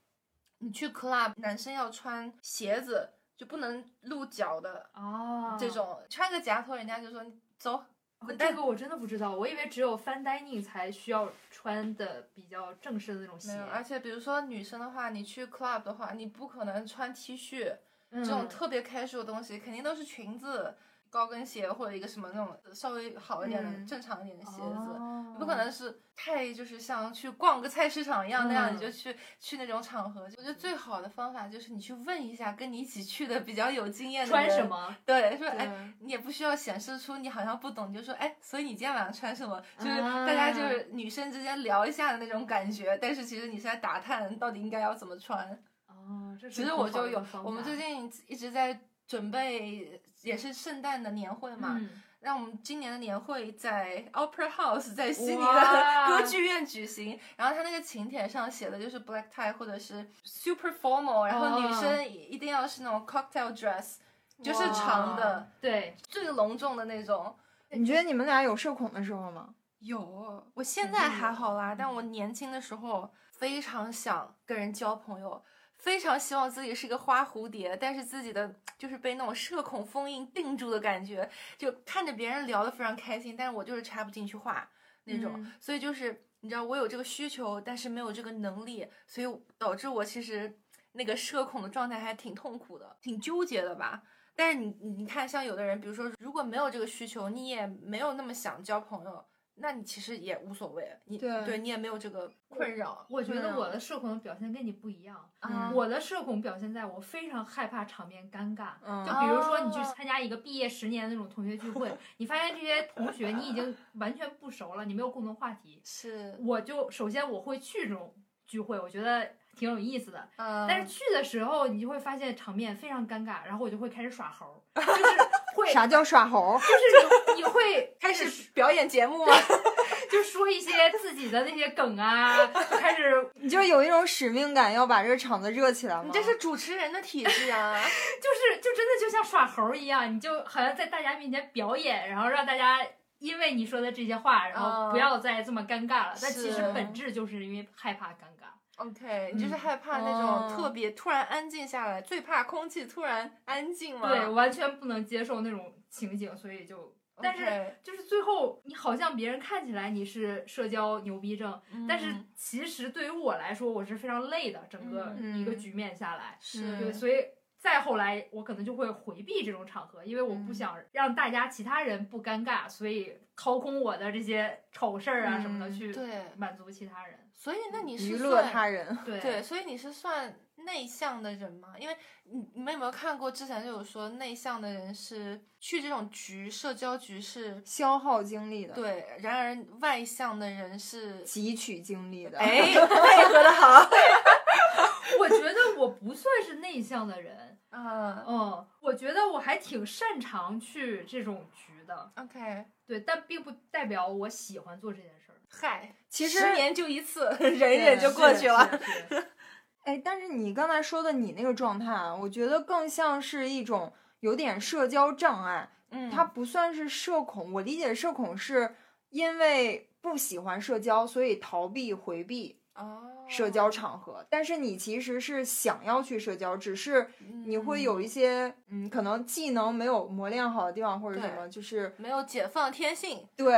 [SPEAKER 2] 你去 club，男生要穿鞋子，就不能露脚的
[SPEAKER 4] 哦，
[SPEAKER 2] 这种，穿个夹头，人家就说你走。
[SPEAKER 4] 哦
[SPEAKER 2] 滚蛋
[SPEAKER 4] 这个我真的不知道，我以为只有 fine dining 才需要穿的比较正式的那种鞋
[SPEAKER 2] 没有，，而且比如说女生的话，你去 club 的话，你不可能穿 T 恤，
[SPEAKER 4] 这
[SPEAKER 2] 这种特别 casual 的东西，肯定都是裙子、高跟鞋或者一个什么那种稍微好一点的、
[SPEAKER 3] 嗯
[SPEAKER 2] 正常一点的鞋
[SPEAKER 4] 哦
[SPEAKER 2] 子。
[SPEAKER 4] 子
[SPEAKER 2] 不可能是太就是像去逛个菜市场一样那样，
[SPEAKER 4] 嗯
[SPEAKER 2] 你就去去那种场合。我觉得最好的方法就是你去问一下跟你一起去的比较有经验的
[SPEAKER 4] 穿
[SPEAKER 2] 人
[SPEAKER 4] 什，么，
[SPEAKER 2] 对，说哎，
[SPEAKER 3] 对，
[SPEAKER 2] 你也不需要显示出你好像不懂，你就说哎，所以你今天晚上穿什么？就是
[SPEAKER 4] 啊
[SPEAKER 2] 大家就是女生之间聊一下的那种感觉，但是其实你是在打探到底应该要怎么穿。
[SPEAKER 4] 哦，这是
[SPEAKER 2] 其实
[SPEAKER 4] 很
[SPEAKER 2] 我
[SPEAKER 4] 好
[SPEAKER 2] 就
[SPEAKER 4] 的一个
[SPEAKER 2] 有
[SPEAKER 4] 方，
[SPEAKER 2] 我们
[SPEAKER 4] 法
[SPEAKER 2] 最近一直在准备，也是圣诞的年会嘛。
[SPEAKER 4] 嗯
[SPEAKER 2] 那、我们今年的年会在 Opera House，在悉尼的
[SPEAKER 4] 哇
[SPEAKER 2] [laughs] 歌剧院举行。然后他那个请帖上写的就是 black tie 或者是 super formal，然后女
[SPEAKER 4] 哦
[SPEAKER 2] 生一定要是那种 cocktail dress，就是长的
[SPEAKER 4] 对，
[SPEAKER 2] 最隆重的那种。
[SPEAKER 3] 你觉得你们俩有社恐的时候吗？
[SPEAKER 2] 有，我现在还好啦，但我年轻的时候非常想跟人交朋友，非常希望自己是一个花蝴蝶，但是自己的就是被那种社恐封印定住的感觉，就看着别人聊得非常开心，但是我就是插不进去话那种，
[SPEAKER 3] 嗯
[SPEAKER 2] 所以就是你知道我有这个需求，但是没有这个能力，所以导致我其实那个社恐的状态还挺痛苦的，挺纠结的吧。但是你你你看，像有的人，比如说如果没有这个需求，你也没有那么想交朋友，那你其实也无所谓，你
[SPEAKER 3] 对
[SPEAKER 2] 你也没有这个困扰。
[SPEAKER 4] 我觉
[SPEAKER 2] 对
[SPEAKER 4] 得
[SPEAKER 2] 啊
[SPEAKER 4] 我的社恐的表现跟你不一样，
[SPEAKER 2] 啊，
[SPEAKER 4] 我的社恐表现在我非常害怕场面尴尬，
[SPEAKER 3] 嗯
[SPEAKER 4] 就比如说你去参加一个毕业十年的那种同学聚会，你发现这些同学你已经完全不熟了，你没有共同话题。
[SPEAKER 2] 是，
[SPEAKER 4] 我就首先我会去这种聚会，我觉得挺有意思的。
[SPEAKER 2] 嗯，
[SPEAKER 4] 但是去的时候，你就会发现场面非常尴尬，然后我就会开始耍猴
[SPEAKER 2] [laughs]
[SPEAKER 4] 儿，就是会，
[SPEAKER 3] 啥叫耍猴？
[SPEAKER 4] 就是你你会
[SPEAKER 2] [laughs] 开始表演节目吗？
[SPEAKER 4] 就说一些自己的那些梗啊，就开
[SPEAKER 2] [laughs]
[SPEAKER 4] 始
[SPEAKER 3] 你就有一种使命感，要把这个场子热起来吗？
[SPEAKER 2] 你这是主持人的体质 [laughs] 啊！
[SPEAKER 4] 就是就真的就像耍猴儿一样，你就好像在大家面前表演，然后让大家因为你说的这些话，然后不要再这么尴尬了。但其实
[SPEAKER 2] 嗯是
[SPEAKER 4] 本质就是因为害怕尴尬。
[SPEAKER 2] OK，你就是害怕那
[SPEAKER 3] 哦
[SPEAKER 2] 种特别突然安静下来，最怕空气突然安静嘛。
[SPEAKER 4] 对，完全不能接受那种情景，所以就。但是
[SPEAKER 2] OK，
[SPEAKER 4] 就是最后，你好像别人看起来你是社交牛逼症，
[SPEAKER 2] 嗯
[SPEAKER 4] 但是其实对于我来说，我是非常累的，整个
[SPEAKER 3] 嗯
[SPEAKER 4] 一个局面下来，
[SPEAKER 2] 是
[SPEAKER 4] 对，所以再后来，我可能就会回避这种场合，因为我不想让大家其他人不尴尬，所以掏空我的这些丑事儿啊什么的
[SPEAKER 3] 嗯
[SPEAKER 4] 去
[SPEAKER 2] 对，
[SPEAKER 4] 满足其他人。
[SPEAKER 2] 所以那你
[SPEAKER 3] 娱
[SPEAKER 2] 是
[SPEAKER 3] 乐
[SPEAKER 2] 算
[SPEAKER 3] 他人。
[SPEAKER 4] 对
[SPEAKER 2] 对，所以你是算内向的人吗？因为你你们有没有看过之前就有说内向的人是去这种局社交局是
[SPEAKER 3] 消耗精力的，，
[SPEAKER 2] 对，然而外向的人
[SPEAKER 3] [laughs]
[SPEAKER 2] 是
[SPEAKER 3] 汲取精力的。，
[SPEAKER 2] [laughs] 哎配合的好，
[SPEAKER 4] 我觉得我不算是内向的人，
[SPEAKER 2] 嗯
[SPEAKER 4] 嗯，我觉得我还挺擅长去这种局的，
[SPEAKER 2] ，OK，
[SPEAKER 4] 对，但并不代表我喜欢做这件事儿。
[SPEAKER 2] 嗨，
[SPEAKER 3] 其实
[SPEAKER 2] 十年就一次，忍忍就
[SPEAKER 3] 对
[SPEAKER 2] 过
[SPEAKER 3] 是
[SPEAKER 2] 去了。
[SPEAKER 4] 是是是
[SPEAKER 3] 哎，但是你刚才说的你那个状态啊，我觉得更像是一种有点社交障碍，
[SPEAKER 2] 嗯，
[SPEAKER 3] 它不算是社恐。我理解的社恐是因为不喜欢社交，所以逃避回避
[SPEAKER 2] 哦，
[SPEAKER 3] 社交场合。但是你其实是想要去社交，只是
[SPEAKER 2] 嗯
[SPEAKER 3] 你会有一些嗯，可能技能没有磨练好的地方或者什
[SPEAKER 2] 对
[SPEAKER 3] 么，就是
[SPEAKER 2] 没有解放天性？
[SPEAKER 3] 对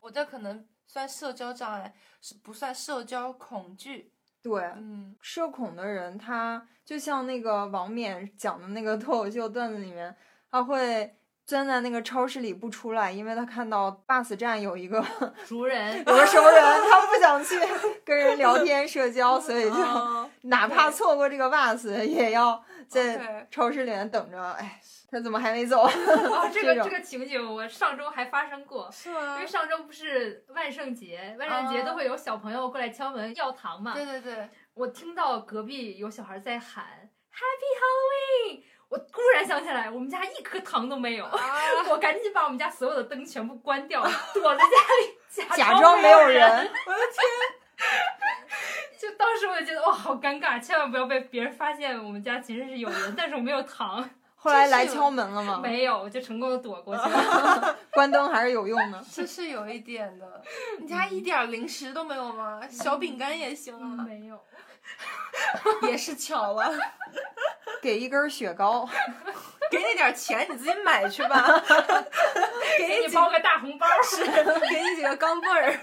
[SPEAKER 2] 我这可能算社交障碍，是不算社交恐惧？
[SPEAKER 3] 对， [laughs]
[SPEAKER 2] 嗯
[SPEAKER 3] 社恐的人，他就像那个王冕讲的那个脱口秀段子里面，他会钻在那个超市里不出来，因为他看到 bus 站有一个 [laughs]
[SPEAKER 4] 熟人
[SPEAKER 3] 有个熟人，他不想去跟人聊天社交，所以 [laughs] 就
[SPEAKER 2] 哦
[SPEAKER 3] 哪怕错过这个 bus，也要在
[SPEAKER 2] OK
[SPEAKER 3] 超市里面等着。哎，他怎么还没走？
[SPEAKER 4] 啊，这
[SPEAKER 3] 这
[SPEAKER 4] 个
[SPEAKER 3] 种
[SPEAKER 4] 这个情景我上周还发生过。
[SPEAKER 2] 是吗
[SPEAKER 4] 因为？上周不是万圣节，万圣节
[SPEAKER 2] 啊
[SPEAKER 4] 都会有小朋友过来敲门要糖
[SPEAKER 2] [laughs]
[SPEAKER 4] 嘛。
[SPEAKER 2] 对对
[SPEAKER 3] [laughs]
[SPEAKER 2] 对，
[SPEAKER 4] 我听到隔壁有小孩在喊 “Happy Halloween”，我突然想起来，我们家一颗糖都没有，
[SPEAKER 2] 啊，
[SPEAKER 4] [laughs] 我赶紧把我们家所有的灯全部关掉，躲在家里
[SPEAKER 3] 假
[SPEAKER 4] 装
[SPEAKER 3] 装
[SPEAKER 4] 没
[SPEAKER 3] 没有
[SPEAKER 4] 人。
[SPEAKER 3] 人。
[SPEAKER 4] 就当时我就觉得哇，好尴尬，千万不要被别人发现我们家其实是有人，但是我没有糖，
[SPEAKER 3] 后来
[SPEAKER 2] 真是
[SPEAKER 3] 来
[SPEAKER 2] 有
[SPEAKER 3] 敲门了吗？
[SPEAKER 4] 没有，我就成功的躲过去了。
[SPEAKER 3] 关灯还是有用的。
[SPEAKER 2] 这是有一点 [laughs] 的。你家一点零食都没有吗？小饼干也行啊，
[SPEAKER 4] 嗯没有，
[SPEAKER 2] 嗯 [laughs] 也是巧啊了。
[SPEAKER 3] 给一根雪糕，
[SPEAKER 2] [laughs] 给你点钱，你自己买去吧。
[SPEAKER 4] 给
[SPEAKER 2] 给
[SPEAKER 4] 你包个大红包。
[SPEAKER 2] 给你几个钢镚儿。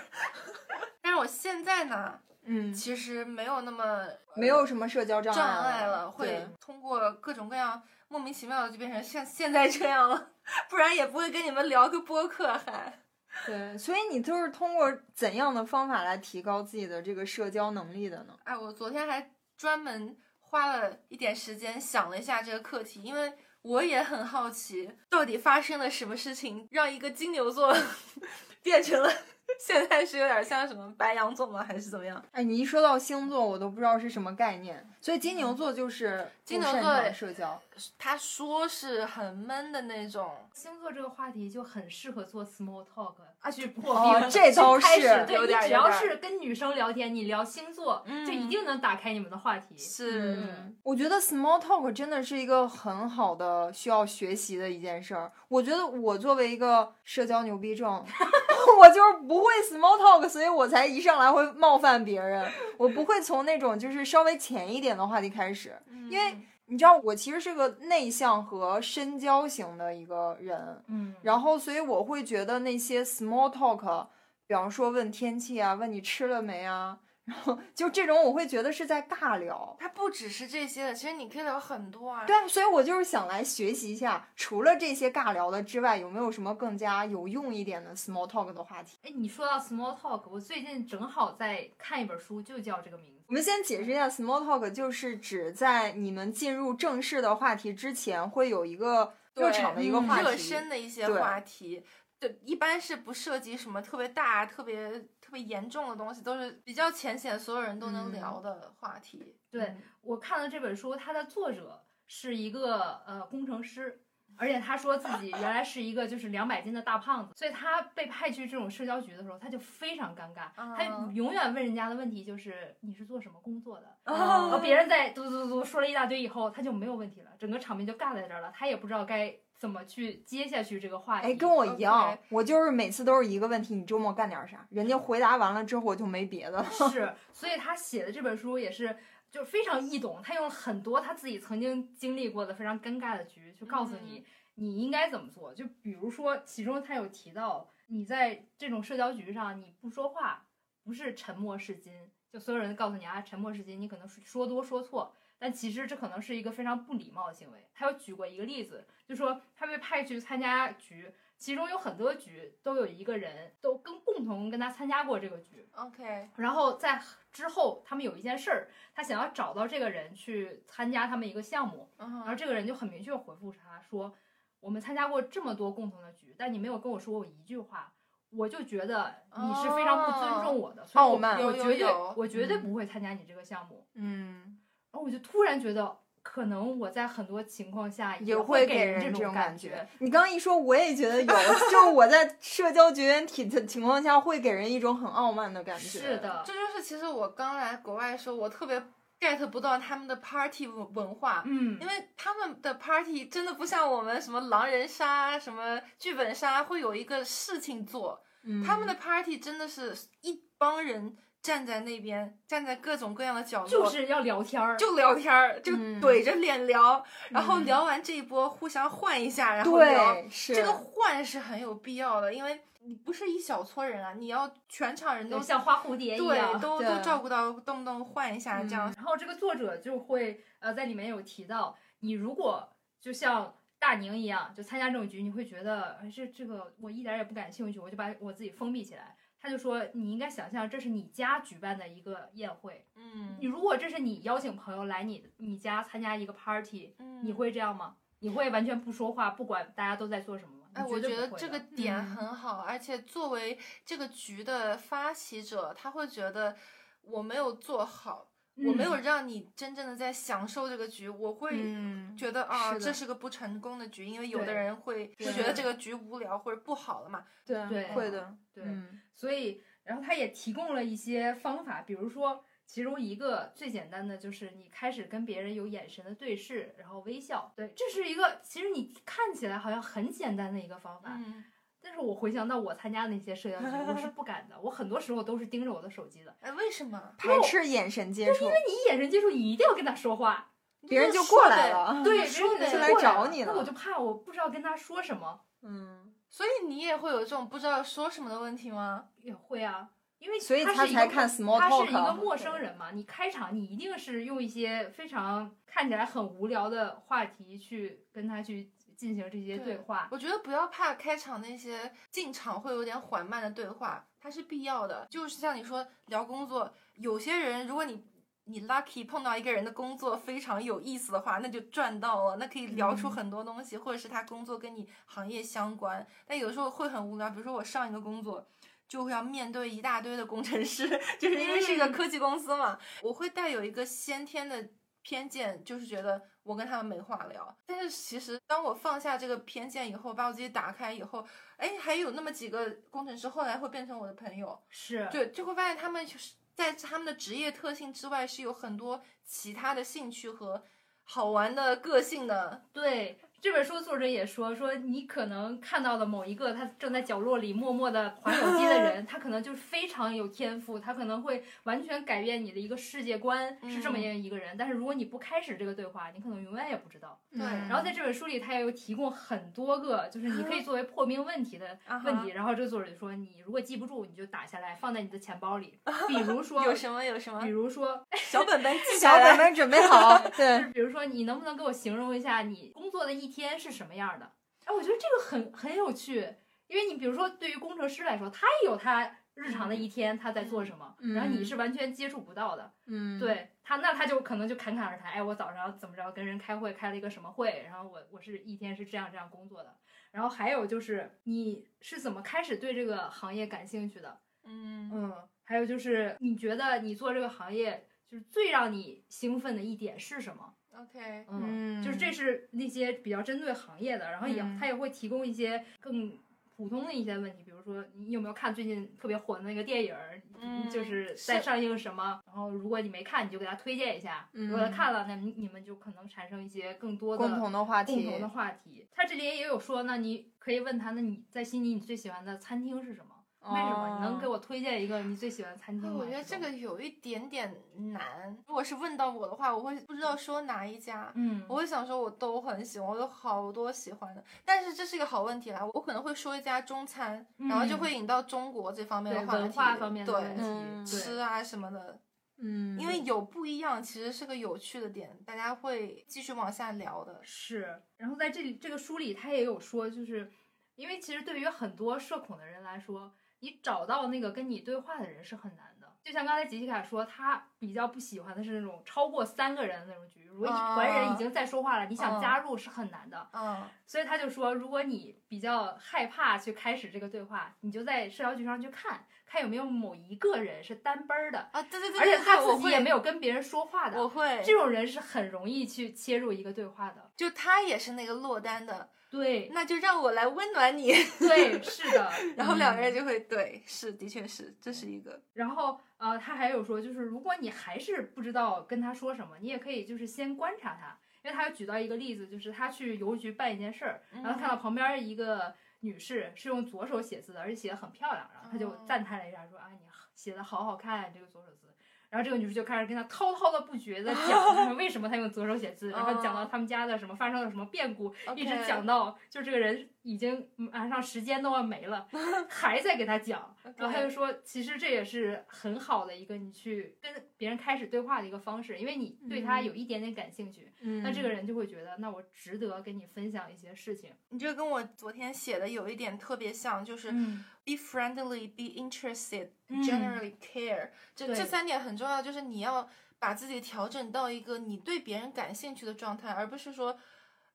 [SPEAKER 2] [laughs] 但是我现在呢，
[SPEAKER 3] 嗯，
[SPEAKER 2] 其实没有那么
[SPEAKER 3] 没有什么社交障
[SPEAKER 2] 障
[SPEAKER 3] 碍
[SPEAKER 2] 碍了，
[SPEAKER 3] 对
[SPEAKER 2] 会通过各种各样莫名其妙的就变成像现在这样了， [laughs] 不然也不会跟你们聊个播客还。
[SPEAKER 3] 对，所以你就是通过怎样的方法来提高自己的这个社交能力的呢？
[SPEAKER 2] 哎，我昨天还专门花了一点时间想了一下这个课题，因为我也很好奇，到底发生了什么事情，让一个金牛座 [laughs] 变成了现在是有点像什么白羊座吗，还是怎么样？
[SPEAKER 3] 哎，你一说到星座，我都不知道是什么概念。所以金牛座就是
[SPEAKER 2] 嗯金
[SPEAKER 3] 不
[SPEAKER 2] 牛
[SPEAKER 3] 擅
[SPEAKER 2] 座
[SPEAKER 3] 长社交，
[SPEAKER 2] 他说是很闷的那种，
[SPEAKER 4] 星座这个话题就很适合做 small talk
[SPEAKER 2] 啊
[SPEAKER 4] 去破冰。
[SPEAKER 3] 哦，这倒
[SPEAKER 2] 开始
[SPEAKER 3] 是
[SPEAKER 4] 对
[SPEAKER 2] 有
[SPEAKER 4] 你
[SPEAKER 2] 点
[SPEAKER 4] 只
[SPEAKER 2] 有
[SPEAKER 4] 要
[SPEAKER 2] 点
[SPEAKER 4] 是跟女生聊天，你聊星座，
[SPEAKER 2] 嗯
[SPEAKER 4] 就一定能打开你们的话题。
[SPEAKER 2] 是、
[SPEAKER 3] 嗯，我觉得 small talk 真的是一个很好的需要学习的一件事儿。我觉得我作为一个社交牛逼症， [laughs] 我就是不会 small talk，所以我才一上来会冒犯别人。我不会从那种就是稍微浅一点的话题开始，因为你知道，我其实是个内向和深交型的一个人，
[SPEAKER 4] 嗯，
[SPEAKER 3] 然后所以我会觉得那些 small talk，比方说问天气啊，问你吃了没啊，然后就这种，我会觉得是在尬聊。
[SPEAKER 2] 它不只是这些的，其实你可以聊很多啊。
[SPEAKER 3] 对，啊，所以我就是想来学习一下，除了这些尬聊的之外，有没有什么更加有用一点的 small talk 的话题？
[SPEAKER 4] 哎，你说到 small talk，我最近正好在看一本书，就叫这个名字。
[SPEAKER 3] 我们先解释一下，small talk 就是指在你们进入正式的话题之前，会有一个热场的一个
[SPEAKER 2] 嗯
[SPEAKER 3] 话题，
[SPEAKER 2] 热身的一些
[SPEAKER 3] 对
[SPEAKER 2] 话题，就一般是不涉及什么特别大、特别特别严重的东西，都是比较浅显，所有人都能
[SPEAKER 3] 嗯
[SPEAKER 2] 聊的话题。
[SPEAKER 4] 对我看了这本书，它的作者是一个呃工程师，而且他说自己原来是一个就是两百斤的大胖子，所以他被派去这种社交局的时候，他就非常尴尬。他
[SPEAKER 2] 嗯
[SPEAKER 4] 永远问人家的问题就是你是做什么工作的，然后
[SPEAKER 2] 哦
[SPEAKER 4] 别人在嘟嘟嘟说了一大堆以后，他就没有问题了，整个场面就尬在这儿了，他也不知道该怎么去接下去这个话题。
[SPEAKER 3] 哎，跟我一样
[SPEAKER 2] OK
[SPEAKER 3] 我就是每次都是一个问题，你周末干点啥？人家回答完了之后我就没别的了。
[SPEAKER 4] 是，所以他写的这本书也是。就是非常易懂，他用很多他自己曾经经历过的非常尴尬的局，去告诉你、你应该怎么做。就比如说，其中他有提到，你在这种社交局上你不说话，不是沉默是金，就所有人告诉你啊，沉默是金，你可能说说多说错，但其实这可能是一个非常不礼貌的行为。他又举过一个例子，就说他被派去参加局，其中有很多局都有一个人都跟共同跟他参加过这个局，
[SPEAKER 2] OK，
[SPEAKER 4] 然后在之后他们有一件事儿，他想要找到这个人去参加他们一个项目，
[SPEAKER 2] 嗯
[SPEAKER 4] 然后
[SPEAKER 2] 哼，
[SPEAKER 4] 这个人就很明确回复他说：“我们参加过这么多共同的局，但你没有跟我说过一句话，我就觉得你是非常不尊重我的，所以
[SPEAKER 3] 傲慢
[SPEAKER 4] 我我
[SPEAKER 2] 有有
[SPEAKER 4] 绝对
[SPEAKER 2] 有
[SPEAKER 4] 我绝对不会参加你这个项目。
[SPEAKER 3] 嗯，
[SPEAKER 4] 然后我就突然觉得，可能我在很多情况下
[SPEAKER 3] 也
[SPEAKER 4] 会
[SPEAKER 3] 会
[SPEAKER 4] 给
[SPEAKER 3] 给
[SPEAKER 4] 人
[SPEAKER 3] 人这
[SPEAKER 4] 种
[SPEAKER 3] 种感
[SPEAKER 4] 觉
[SPEAKER 3] 觉。。你刚刚一说，我也觉
[SPEAKER 4] [laughs]
[SPEAKER 3] 得有，就是我在社交绝缘体的情况下，会给人一种很傲慢的感觉。
[SPEAKER 4] 是，的，
[SPEAKER 2] 这就是其实我刚来国外的时候，我特别 get 不到他们的 party 文文化。
[SPEAKER 4] 嗯
[SPEAKER 2] 因，为他们的 party 真的不像我们什么狼人杀、什么剧本杀，会有一个事情做。
[SPEAKER 3] 嗯、
[SPEAKER 2] 他们的 party 真的是一帮人站在那边，站在各种各样的角落，
[SPEAKER 4] 就是要聊天儿。
[SPEAKER 2] 就聊天儿，就
[SPEAKER 3] 嗯
[SPEAKER 2] 怼着脸聊，然
[SPEAKER 4] 嗯
[SPEAKER 2] 后聊完这一波互相换一下，然后聊。
[SPEAKER 3] 对是
[SPEAKER 2] 这个换是很有必要的，因为你不是一小撮人啊，你要全场人都
[SPEAKER 4] 都像花蝴蝶一样
[SPEAKER 2] 对，，都
[SPEAKER 3] 对
[SPEAKER 2] 都照顾到，动不动换一下这样。
[SPEAKER 4] 然后这个作者就会呃在里面有提到，你如果就像大宁一样，就参加这种局，你会觉得哎这这个我一点儿也不感兴趣，我就把我自己封闭起来。他就说，你应该想象这是你家举办的一个宴会，你
[SPEAKER 2] 嗯，
[SPEAKER 4] 如果这是你邀请朋友来你你家参加一个 party，你
[SPEAKER 2] 嗯
[SPEAKER 4] 会这样吗？你会完全不说话，不管大家都在做什么吗？
[SPEAKER 2] 哎，
[SPEAKER 4] 你
[SPEAKER 2] 我
[SPEAKER 4] 绝
[SPEAKER 2] 觉
[SPEAKER 4] 对
[SPEAKER 2] 得
[SPEAKER 4] 不会
[SPEAKER 2] 这个
[SPEAKER 4] 的
[SPEAKER 2] 点
[SPEAKER 3] 嗯
[SPEAKER 2] 很好，而且作为这个局的发起者，他会觉得我没有做好，我没有
[SPEAKER 4] 嗯
[SPEAKER 2] 让你真正的在享受这个局，我会
[SPEAKER 3] 嗯
[SPEAKER 2] 觉得啊，
[SPEAKER 3] 是的
[SPEAKER 2] 这是个不成功的局，因为有的
[SPEAKER 4] 对
[SPEAKER 2] 人会会
[SPEAKER 3] 是
[SPEAKER 2] 觉得这个局无聊或者不好了嘛。
[SPEAKER 3] 对
[SPEAKER 4] 对
[SPEAKER 3] 会的，
[SPEAKER 4] 对。
[SPEAKER 3] 嗯
[SPEAKER 4] 所以，然后他也提供了一些方法，比如说，其中一个最简单的就是你开始跟别人有眼神的对视，然后微笑。对，这是一个其实你看起来好像很简单的一个方法，
[SPEAKER 2] 嗯，
[SPEAKER 4] 但是我回想到我参加那些社交局，我是不敢的，我很多时候都是盯着我的手机的。
[SPEAKER 2] 哎，为什么？
[SPEAKER 3] 排斥眼神接触，
[SPEAKER 4] 你眼神接触，你一定要跟他说话，
[SPEAKER 3] 别人就过来。了。
[SPEAKER 4] 对，别
[SPEAKER 2] 说
[SPEAKER 4] 人
[SPEAKER 2] 呗
[SPEAKER 4] 就
[SPEAKER 2] 就
[SPEAKER 3] 来
[SPEAKER 4] 过
[SPEAKER 3] 找
[SPEAKER 4] 了
[SPEAKER 3] 你
[SPEAKER 4] 那
[SPEAKER 3] 了
[SPEAKER 4] 我就怕我不知道跟他说什么。
[SPEAKER 3] 嗯，
[SPEAKER 2] 所以你也会有这种不知道说什么的问题吗？
[SPEAKER 4] 也会啊，因为
[SPEAKER 3] 所以
[SPEAKER 4] 他
[SPEAKER 3] 他
[SPEAKER 4] 是一
[SPEAKER 3] 才
[SPEAKER 4] 个
[SPEAKER 3] 看
[SPEAKER 4] 陌
[SPEAKER 3] small
[SPEAKER 4] 他是一
[SPEAKER 3] talk
[SPEAKER 4] 个
[SPEAKER 3] 啊
[SPEAKER 4] 陌生人嘛，你开场你一定是用一些非常看起来很无聊的话题去跟他去进行这些对话。
[SPEAKER 2] 我觉得不要怕开场那些进场会有点缓慢的对话，它是必要的。就是像你说聊工作，有些人如果你你 lucky 碰到一个人的工作非常有意思的话，那就赚到了，那可以聊
[SPEAKER 3] 嗯
[SPEAKER 2] 出很多东西，或者是他工作跟你行业相关。但有时候会很无聊，比如说我上一个工作。就会要面对一大堆的工程师，就是因为是一个科技公司嘛，我会带有一个先天的偏见，就是觉得我跟他们没话聊。但是其实当我放下这个偏见以后，把我自己打开以后，哎，还有那么几个工程师后来会变成我的朋友，
[SPEAKER 4] 是，
[SPEAKER 2] 对，就会发现他们就是在他们的职业特性之外，是有很多其他的兴趣和好玩的个性的。
[SPEAKER 4] 对。这本书作者也说，说你可能看到了某一个他正在角落里默默的划手机
[SPEAKER 3] [laughs]
[SPEAKER 4] 的人，他可能就是非常有天赋，他可能会完全改变你的一个世界观，是
[SPEAKER 3] 嗯
[SPEAKER 4] 这么样一个人。但是如果你不开始这个对话，你可能永远也不知道。
[SPEAKER 2] 对
[SPEAKER 3] 嗯
[SPEAKER 4] 然后在这本书里，他也有提供很多个，就是你可以作为破冰问题的
[SPEAKER 2] 啊啊哈
[SPEAKER 4] 问题。然后这个作者就说，你如果记不住，你就打下来放在你的钱包里。比如说，
[SPEAKER 2] 啊有什么有嗯什
[SPEAKER 4] 比
[SPEAKER 2] 么
[SPEAKER 4] 如说，
[SPEAKER 2] 小本本记
[SPEAKER 3] 小
[SPEAKER 2] 下
[SPEAKER 3] 本
[SPEAKER 2] 来。
[SPEAKER 3] 本准备
[SPEAKER 2] [laughs]
[SPEAKER 3] 好，
[SPEAKER 4] 就
[SPEAKER 3] 对
[SPEAKER 4] 是比如说，你能不能给我形容一下你工作的一天是什么样的？哎，我觉得这个很很有趣，因为你比如说，对于工程师来说，他也有他日常
[SPEAKER 2] 嗯
[SPEAKER 4] 的一天他在做什么，
[SPEAKER 3] 嗯
[SPEAKER 4] 然后你是完全接触不到的。
[SPEAKER 3] 嗯，
[SPEAKER 4] 对他，那他就可能就侃侃而谈，哎，我早上怎么着跟人开会，开了一个什么会，然后我我是一天是这样这样工作的。然后还有就是你是怎么开始对这个行业感兴趣的？
[SPEAKER 2] 嗯，
[SPEAKER 4] 嗯，还有就是你觉得你做这个行业就是最让你兴奋的一点是什么？
[SPEAKER 2] OK，
[SPEAKER 4] 嗯，就是这是那些比较针对行业的，然后也
[SPEAKER 3] 嗯
[SPEAKER 4] 他也会提供一些更。普通的一些问题，比如说你有没有看最近特别火的那个电影儿，
[SPEAKER 2] 嗯
[SPEAKER 4] 就是在
[SPEAKER 2] 是
[SPEAKER 4] 上映什么？然后如果你没看，你就给他推荐一下；
[SPEAKER 3] 嗯
[SPEAKER 4] 如果他看了，那你你们就可能产生一些更多的
[SPEAKER 3] 共同的话题，
[SPEAKER 4] 共同的话题。他这里也有说，那你可以问他，那你在悉尼你最喜欢的餐厅是什么？
[SPEAKER 3] 哦
[SPEAKER 4] 为什么？你能给
[SPEAKER 3] 我？
[SPEAKER 4] 我推荐一个你最喜欢的餐厅吗？
[SPEAKER 2] 我觉得这个，有一点点难。如果是问到我的话，我会不知道说哪一家。
[SPEAKER 4] 嗯，
[SPEAKER 2] 我会想说，我都很喜欢，我有好多喜欢的，但是这是一个好问题啦。我可能会说一家中餐，然后就
[SPEAKER 4] 嗯
[SPEAKER 2] 会引到中国这方面
[SPEAKER 4] 对
[SPEAKER 2] 的话题，
[SPEAKER 4] 文化方面的
[SPEAKER 2] 对
[SPEAKER 4] 问题，
[SPEAKER 3] 嗯
[SPEAKER 4] 对
[SPEAKER 2] 吃啊什么的。
[SPEAKER 4] 嗯，
[SPEAKER 2] 因为有不一样，其实是个有趣的点，大家会继续往下聊的。
[SPEAKER 4] 是，然后在这里这个书里，他也有说，就是因为其实对于很多社恐的人来说，你找到那个跟你对话的人是很难的。就像刚才杰西卡说，他比较不喜欢的是那种超过三个人的那种局，如果一
[SPEAKER 2] 哦
[SPEAKER 4] 团人已经在说话了，你想加入是很难的。
[SPEAKER 2] 嗯，
[SPEAKER 4] 所以他就说，如果你比较害怕去开始这个对话，你就在社交局上去看看有没有某一个人是单班儿的，
[SPEAKER 2] 啊，对对对，
[SPEAKER 4] 而且他
[SPEAKER 2] 对对
[SPEAKER 4] 自己也没有跟别人说话的
[SPEAKER 2] 我，会，我会，
[SPEAKER 4] 这种人是很容易去切入一个对话的。
[SPEAKER 2] 就他也是那个落单的，
[SPEAKER 4] 对，
[SPEAKER 2] 那就让我来温暖你，。
[SPEAKER 4] 对，是的
[SPEAKER 2] 然后两
[SPEAKER 4] 嗯
[SPEAKER 2] 个人，就会，对，是，的确是，这是一个，
[SPEAKER 4] 然后呃，他还有说，就是如果你还是不知道跟他说什么，你也可以就是先观察他，因为他举到一个例子，就是他去邮局办一件事儿，然后看到旁边一个女士是用左手写字的，而且写的很漂亮，然后他就
[SPEAKER 2] 哦
[SPEAKER 4] 赞叹了一下，说啊，你写的好好看，这个左手字。然后这个女士就开始跟他滔滔的不绝的讲他们为什么他用左手写字，然后讲到他们家的什么发生了什么变故，一直
[SPEAKER 2] OK
[SPEAKER 4] 讲到就这个人已经马上时间都要没了，还在给他讲，然后他就说，其实这也是很好的一个你去跟别人开始对话的一个方式，因为你对他有一点点感兴趣，
[SPEAKER 3] 嗯
[SPEAKER 4] 那这个人就会觉得，那我值得跟你分享一些事情。
[SPEAKER 2] 你这跟我昨天写的有一点特别像，就是
[SPEAKER 4] 嗯
[SPEAKER 2] be friendly, be interested,
[SPEAKER 4] 嗯
[SPEAKER 2] generally care、这
[SPEAKER 4] 对
[SPEAKER 2] 这三点很重要，就是你要把自己调整到一个你对别人感兴趣的状态，而不是说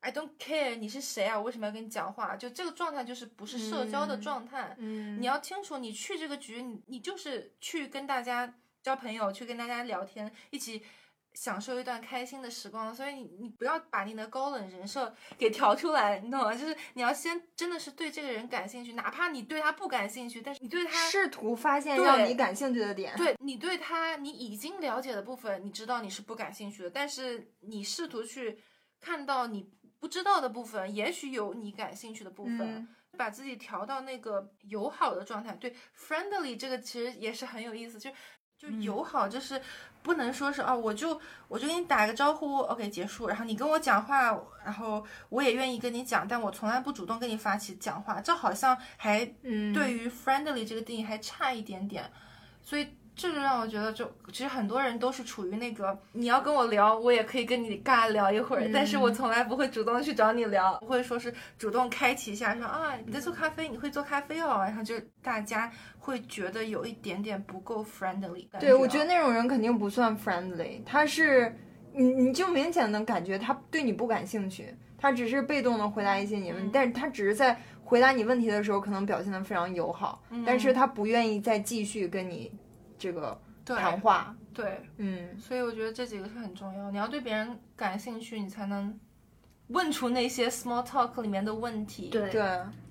[SPEAKER 2] I don't care 你是谁啊，我为什么要跟你讲话？就这个状态就是不是社交的
[SPEAKER 3] 嗯
[SPEAKER 2] 状态。
[SPEAKER 3] 嗯
[SPEAKER 2] 你要清楚，你去这个局，你你就是去跟大家交朋友，去跟大家聊天，一起享受一段开心的时光。所以你你不要把你的高冷人设给调出来，你懂吗？就是你要先真的是对这个人感兴趣，哪怕你对他不感兴趣，但是你对他。
[SPEAKER 3] 试图发现
[SPEAKER 2] 对
[SPEAKER 3] 让你感兴趣的点。
[SPEAKER 2] 对你对他，你已经了解的部分，你知道你是不感兴趣的，但是你试图去看到你不知道的部分，也许有你感兴趣的部分，
[SPEAKER 3] 嗯
[SPEAKER 2] 把自己调到那个友好的状态。对，friendly 这个其实也是很有意思，就就友好，就是不能说是啊、我就我就给你打个招呼，OK 结束，然后你跟我讲话，然后我也愿意跟你讲，但我从来不主动跟你发起讲话，这好像还
[SPEAKER 3] 嗯，
[SPEAKER 2] 对于 friendly 这个定义还差一点点，所以。这就让我觉得就，其实很多人都是处于那个，你要跟我聊，我也可以跟你尬聊一会儿，但
[SPEAKER 3] 嗯
[SPEAKER 2] 是我从来不会主动去找你聊，不会说是主动开启一下，说啊你在做咖啡，你会做咖啡哦，然后就大家会觉得有一点点不够 friendly 感
[SPEAKER 3] 对，我
[SPEAKER 2] 啊
[SPEAKER 3] 觉得那种人肯定不算 friendly，他是你你就明显能感觉他对你不感兴趣，他只是被动的回答一些你问题，
[SPEAKER 2] 嗯
[SPEAKER 3] 但是他只是在回答你问题的时候可能表现的非常友
[SPEAKER 2] 哦
[SPEAKER 3] 好，
[SPEAKER 4] 嗯
[SPEAKER 3] 但是他不愿意再继续跟你这个谈
[SPEAKER 2] 嗯对
[SPEAKER 3] 话。
[SPEAKER 2] 对，
[SPEAKER 3] 嗯，
[SPEAKER 2] 所以我觉得这几个是很重要，你要对别人感兴趣，你才能问出那些 small talk 里面的问题。
[SPEAKER 4] 对嗯
[SPEAKER 3] 对，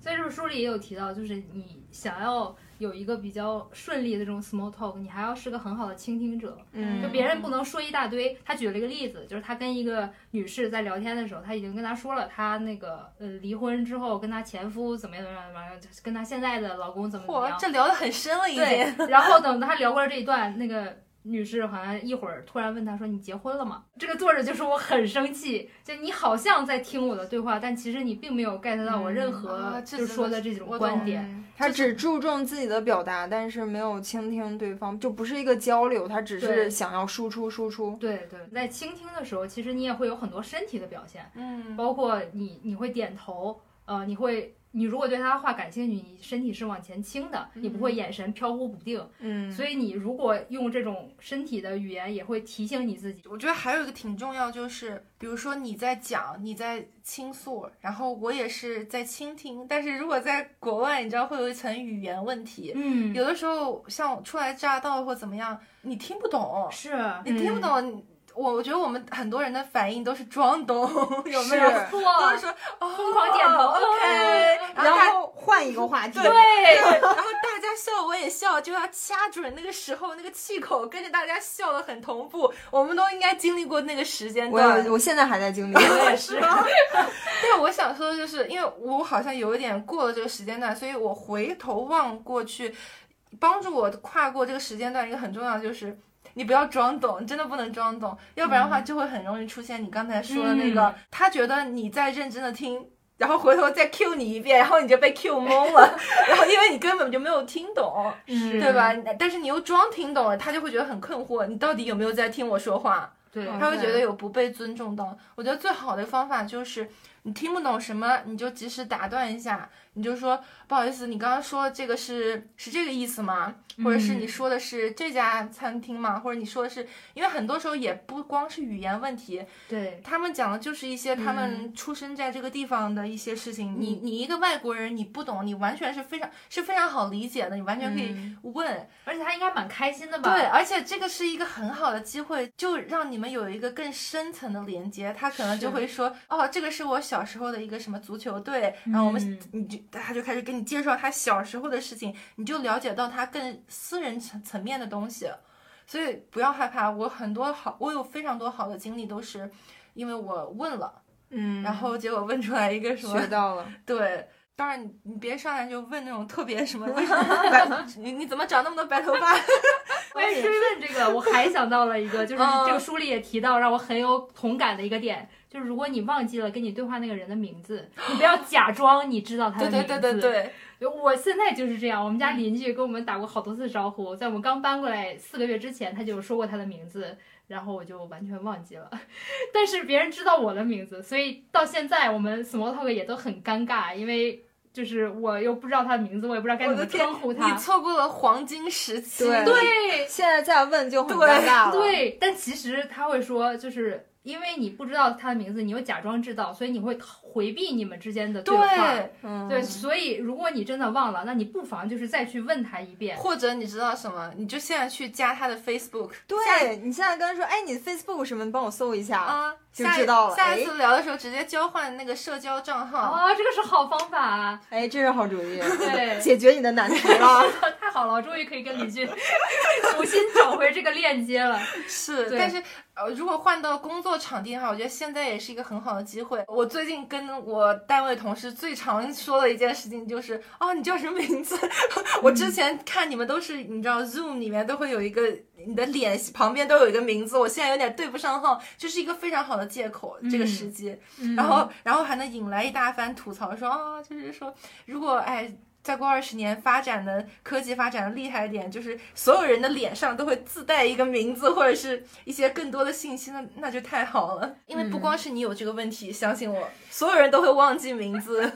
[SPEAKER 4] 在这本书里也有提到，就是你想要有一个比较顺利的这种 small talk，你还要是个很好的倾听者。
[SPEAKER 3] 嗯，
[SPEAKER 4] 就
[SPEAKER 2] 就
[SPEAKER 4] 别人不能说一大堆。他举了一个例子，就是他跟一个女士在聊天的时候，他已经跟她说了他那个呃离婚之后跟她前夫怎么样怎么样怎么样，跟她现在的老公怎么怎么
[SPEAKER 2] 嚯，
[SPEAKER 4] 样。
[SPEAKER 2] 这聊得很深了已经。
[SPEAKER 4] 对，然后等他聊过了这一段，那个女士好像一会儿突然问他说：“你结婚了吗？”这个作者就说我很生气，就你好像在听我的对话，但其实你并没有 get 到我任何
[SPEAKER 2] 啊这
[SPEAKER 4] 就
[SPEAKER 2] 真
[SPEAKER 4] 说
[SPEAKER 2] 的
[SPEAKER 4] 的
[SPEAKER 2] 是
[SPEAKER 4] 这种
[SPEAKER 2] 我
[SPEAKER 4] 观
[SPEAKER 2] 懂
[SPEAKER 4] 点。
[SPEAKER 3] 嗯他只注重自己的表达，但是没有倾听对方，就不是一个交流，他只
[SPEAKER 4] 对
[SPEAKER 3] 是想要输出输出。
[SPEAKER 4] 对对，在倾听的时候，其实你也会有很多身体的表现。
[SPEAKER 2] 嗯，
[SPEAKER 4] 包括你你会点头，呃，你会你如果对他的话感兴趣，你身体是往前倾的，
[SPEAKER 2] 嗯
[SPEAKER 4] 你不会眼神飘忽不定。
[SPEAKER 3] 嗯，
[SPEAKER 4] 所以你如果用这种身体的语言，也会提醒你自己。
[SPEAKER 2] 我觉得还有一个挺重要，就是比如说你在讲，你在倾诉，然后我也是在倾听，但是如果在国外，你知道会有一层语言问题，
[SPEAKER 4] 嗯，
[SPEAKER 2] 有的时候像初来乍到或怎么样，你听不懂，
[SPEAKER 4] 是嗯
[SPEAKER 2] 你听不懂。你我我觉得我们很多人的反应都是装懂， [laughs] 有没有？
[SPEAKER 3] 是
[SPEAKER 4] 错，
[SPEAKER 2] 都是说哦
[SPEAKER 4] 疯狂点头哦
[SPEAKER 2] ，OK，
[SPEAKER 3] 然
[SPEAKER 2] 然后
[SPEAKER 3] 后换一个话题，
[SPEAKER 4] 对，
[SPEAKER 2] 然后大家笑我也笑，就要掐准那个时候那个气口，跟着大家笑的很同步。我们都应该经历过那个时间
[SPEAKER 3] 我
[SPEAKER 2] 段。
[SPEAKER 3] 有，我现在还在经历。嗯
[SPEAKER 4] 我
[SPEAKER 3] [laughs]
[SPEAKER 4] 也是。
[SPEAKER 2] [laughs] 但我想说的就是，因为我好像有一点过了这个时间段，所以我回头望过去，帮助我跨过这个时间段一个很重要的就是。你不要装懂，真的不能装懂，要不然的话就会很容易出现你刚才说的那个，
[SPEAKER 4] 嗯
[SPEAKER 2] 他觉得你在认真的听，然后回头再 Q 你一遍，然后你就被 Q 懵了，然后因为你根本就没有听懂，
[SPEAKER 4] 是
[SPEAKER 2] 对吧？但是你又装听懂了，他就会觉得很困惑，你到底有没有在听我说话？
[SPEAKER 4] 哦对，
[SPEAKER 3] 嗯
[SPEAKER 2] 他会觉得有不被尊重到。我觉得最好的方法就是，你听不懂什么，你就及时打断一下，你就说不好意思，你刚刚说的这个是是这个意思吗？或者是你
[SPEAKER 4] 嗯
[SPEAKER 2] 说的是这家餐厅吗？或者你说的是，因为很多时候也不光是语言问题，
[SPEAKER 4] 对，
[SPEAKER 2] 他们讲的就是一些他
[SPEAKER 4] 嗯
[SPEAKER 2] 们出生在这个地方的一些事情。你你一个外国人，你不懂，你完全是非常是非常好理解的，你完全可
[SPEAKER 4] 嗯
[SPEAKER 2] 以问。
[SPEAKER 4] 而且他应该蛮开心的吧？
[SPEAKER 2] 对，，而且这个是一个很好的机会，就让你们有一个更深层的连接。他可能就是会说，哦，这个是我小时候的一个什么足球队，然后我们、
[SPEAKER 4] 嗯
[SPEAKER 2] 你就他就开始跟你介绍他小时候的事情，你就了解到他更私人层层面的东西。所以不要害怕，我很多好，我有非常多好的经历都是因为我问了，
[SPEAKER 3] 嗯
[SPEAKER 2] 然后结果问出来一个什么
[SPEAKER 3] 学到了，
[SPEAKER 2] 对，当然你你别上来就问那种特别什么，为什么 [laughs] 白你你怎么长那么多白头发？
[SPEAKER 4] 关于追问这个，我还想到了一个，就是
[SPEAKER 2] 嗯
[SPEAKER 4] 这个书里也提到，让我很有同感的一个点，就是如果你忘记了跟你对话那个人的名字，你不要假装你知道他的
[SPEAKER 2] 对
[SPEAKER 4] 名
[SPEAKER 2] 对
[SPEAKER 4] 字。
[SPEAKER 2] 对对嗯对，
[SPEAKER 4] 我现在就是这样，我们家邻居跟我们打过好多次招呼，在我们刚搬过来四个月之前，他就说过他的名字，然后我就完全忘记了， [laughs] 但是别人知道我的名字，所以到现在我们 small talk 也都很尴尬，因为就是我又不知道他的名字，我也不知道该
[SPEAKER 2] 我
[SPEAKER 4] 怎
[SPEAKER 2] 的
[SPEAKER 4] 么
[SPEAKER 2] 天
[SPEAKER 4] 称呼
[SPEAKER 2] 你
[SPEAKER 4] 他。
[SPEAKER 2] 错过了黄金时期。
[SPEAKER 3] 对
[SPEAKER 4] 对，
[SPEAKER 3] 现在再问就很
[SPEAKER 2] 对
[SPEAKER 3] 尴尬了。，
[SPEAKER 4] 对，但其实他会说，就是因为你不知道他的名字，你又假装知道，所以你会逃回避你们之间的话。
[SPEAKER 2] 对
[SPEAKER 3] 嗯，
[SPEAKER 4] 对，所以如果你真的忘了，那你不妨就是再去问他一遍。
[SPEAKER 2] 或者你知道什么，你就现在去加他的 Facebook
[SPEAKER 3] 对，你现在跟他说，哎，你 Facebook 什么，你帮我搜一下。
[SPEAKER 2] 啊，
[SPEAKER 3] 就
[SPEAKER 2] 下一
[SPEAKER 3] 知道了
[SPEAKER 2] 下一
[SPEAKER 3] 哎
[SPEAKER 2] 次聊的时候直接交换那个社交账号。
[SPEAKER 4] 啊、这个是好方法、啊， [laughs]
[SPEAKER 3] 哎，这是好主意，
[SPEAKER 4] 对，
[SPEAKER 3] 解决你的难题
[SPEAKER 4] [laughs]
[SPEAKER 3] 了。
[SPEAKER 4] 太好了，我终于可以跟李俊 [laughs] 重新找回这个链接了。
[SPEAKER 2] 是，
[SPEAKER 4] 对
[SPEAKER 2] 但是呃，如果换到工作场地的话，我觉得现在也是一个很好的机会。我最近跟我单位同事最常说的一件事情就是，哦，你叫什么名字？ [laughs] 我
[SPEAKER 4] 嗯
[SPEAKER 2] 之前看你们都是，你知道 Zoom 里面都会有一个你的脸旁边都有一个名字，我现在有点对不上号，就是一个非常好的借口。这个
[SPEAKER 4] 嗯
[SPEAKER 2] 时机，
[SPEAKER 4] 嗯
[SPEAKER 2] 然后然后还能引来一大番吐槽说，啊，就是说如果哎。再过二十年，发展的科技发展的厉害一点，就是所有人的脸上都会自带一个名字或者是一些更多的信息，那那就太好了。因为不
[SPEAKER 4] 嗯
[SPEAKER 2] 光是你有这个问题，相信我，所有人都会忘记名字。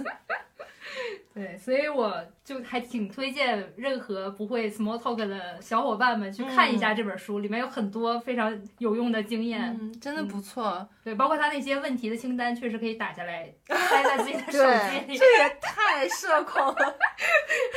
[SPEAKER 4] 对，所以我就还挺推荐任何不会 small talk 的小伙伴们去看一下这本书，里面有很多非常有用的经验。
[SPEAKER 2] 嗯，真的不错，
[SPEAKER 4] 对，包括他那些问题的清单，确实可以打下来，塞在自己的手机
[SPEAKER 3] 对
[SPEAKER 4] 里。
[SPEAKER 2] 这也太社恐了。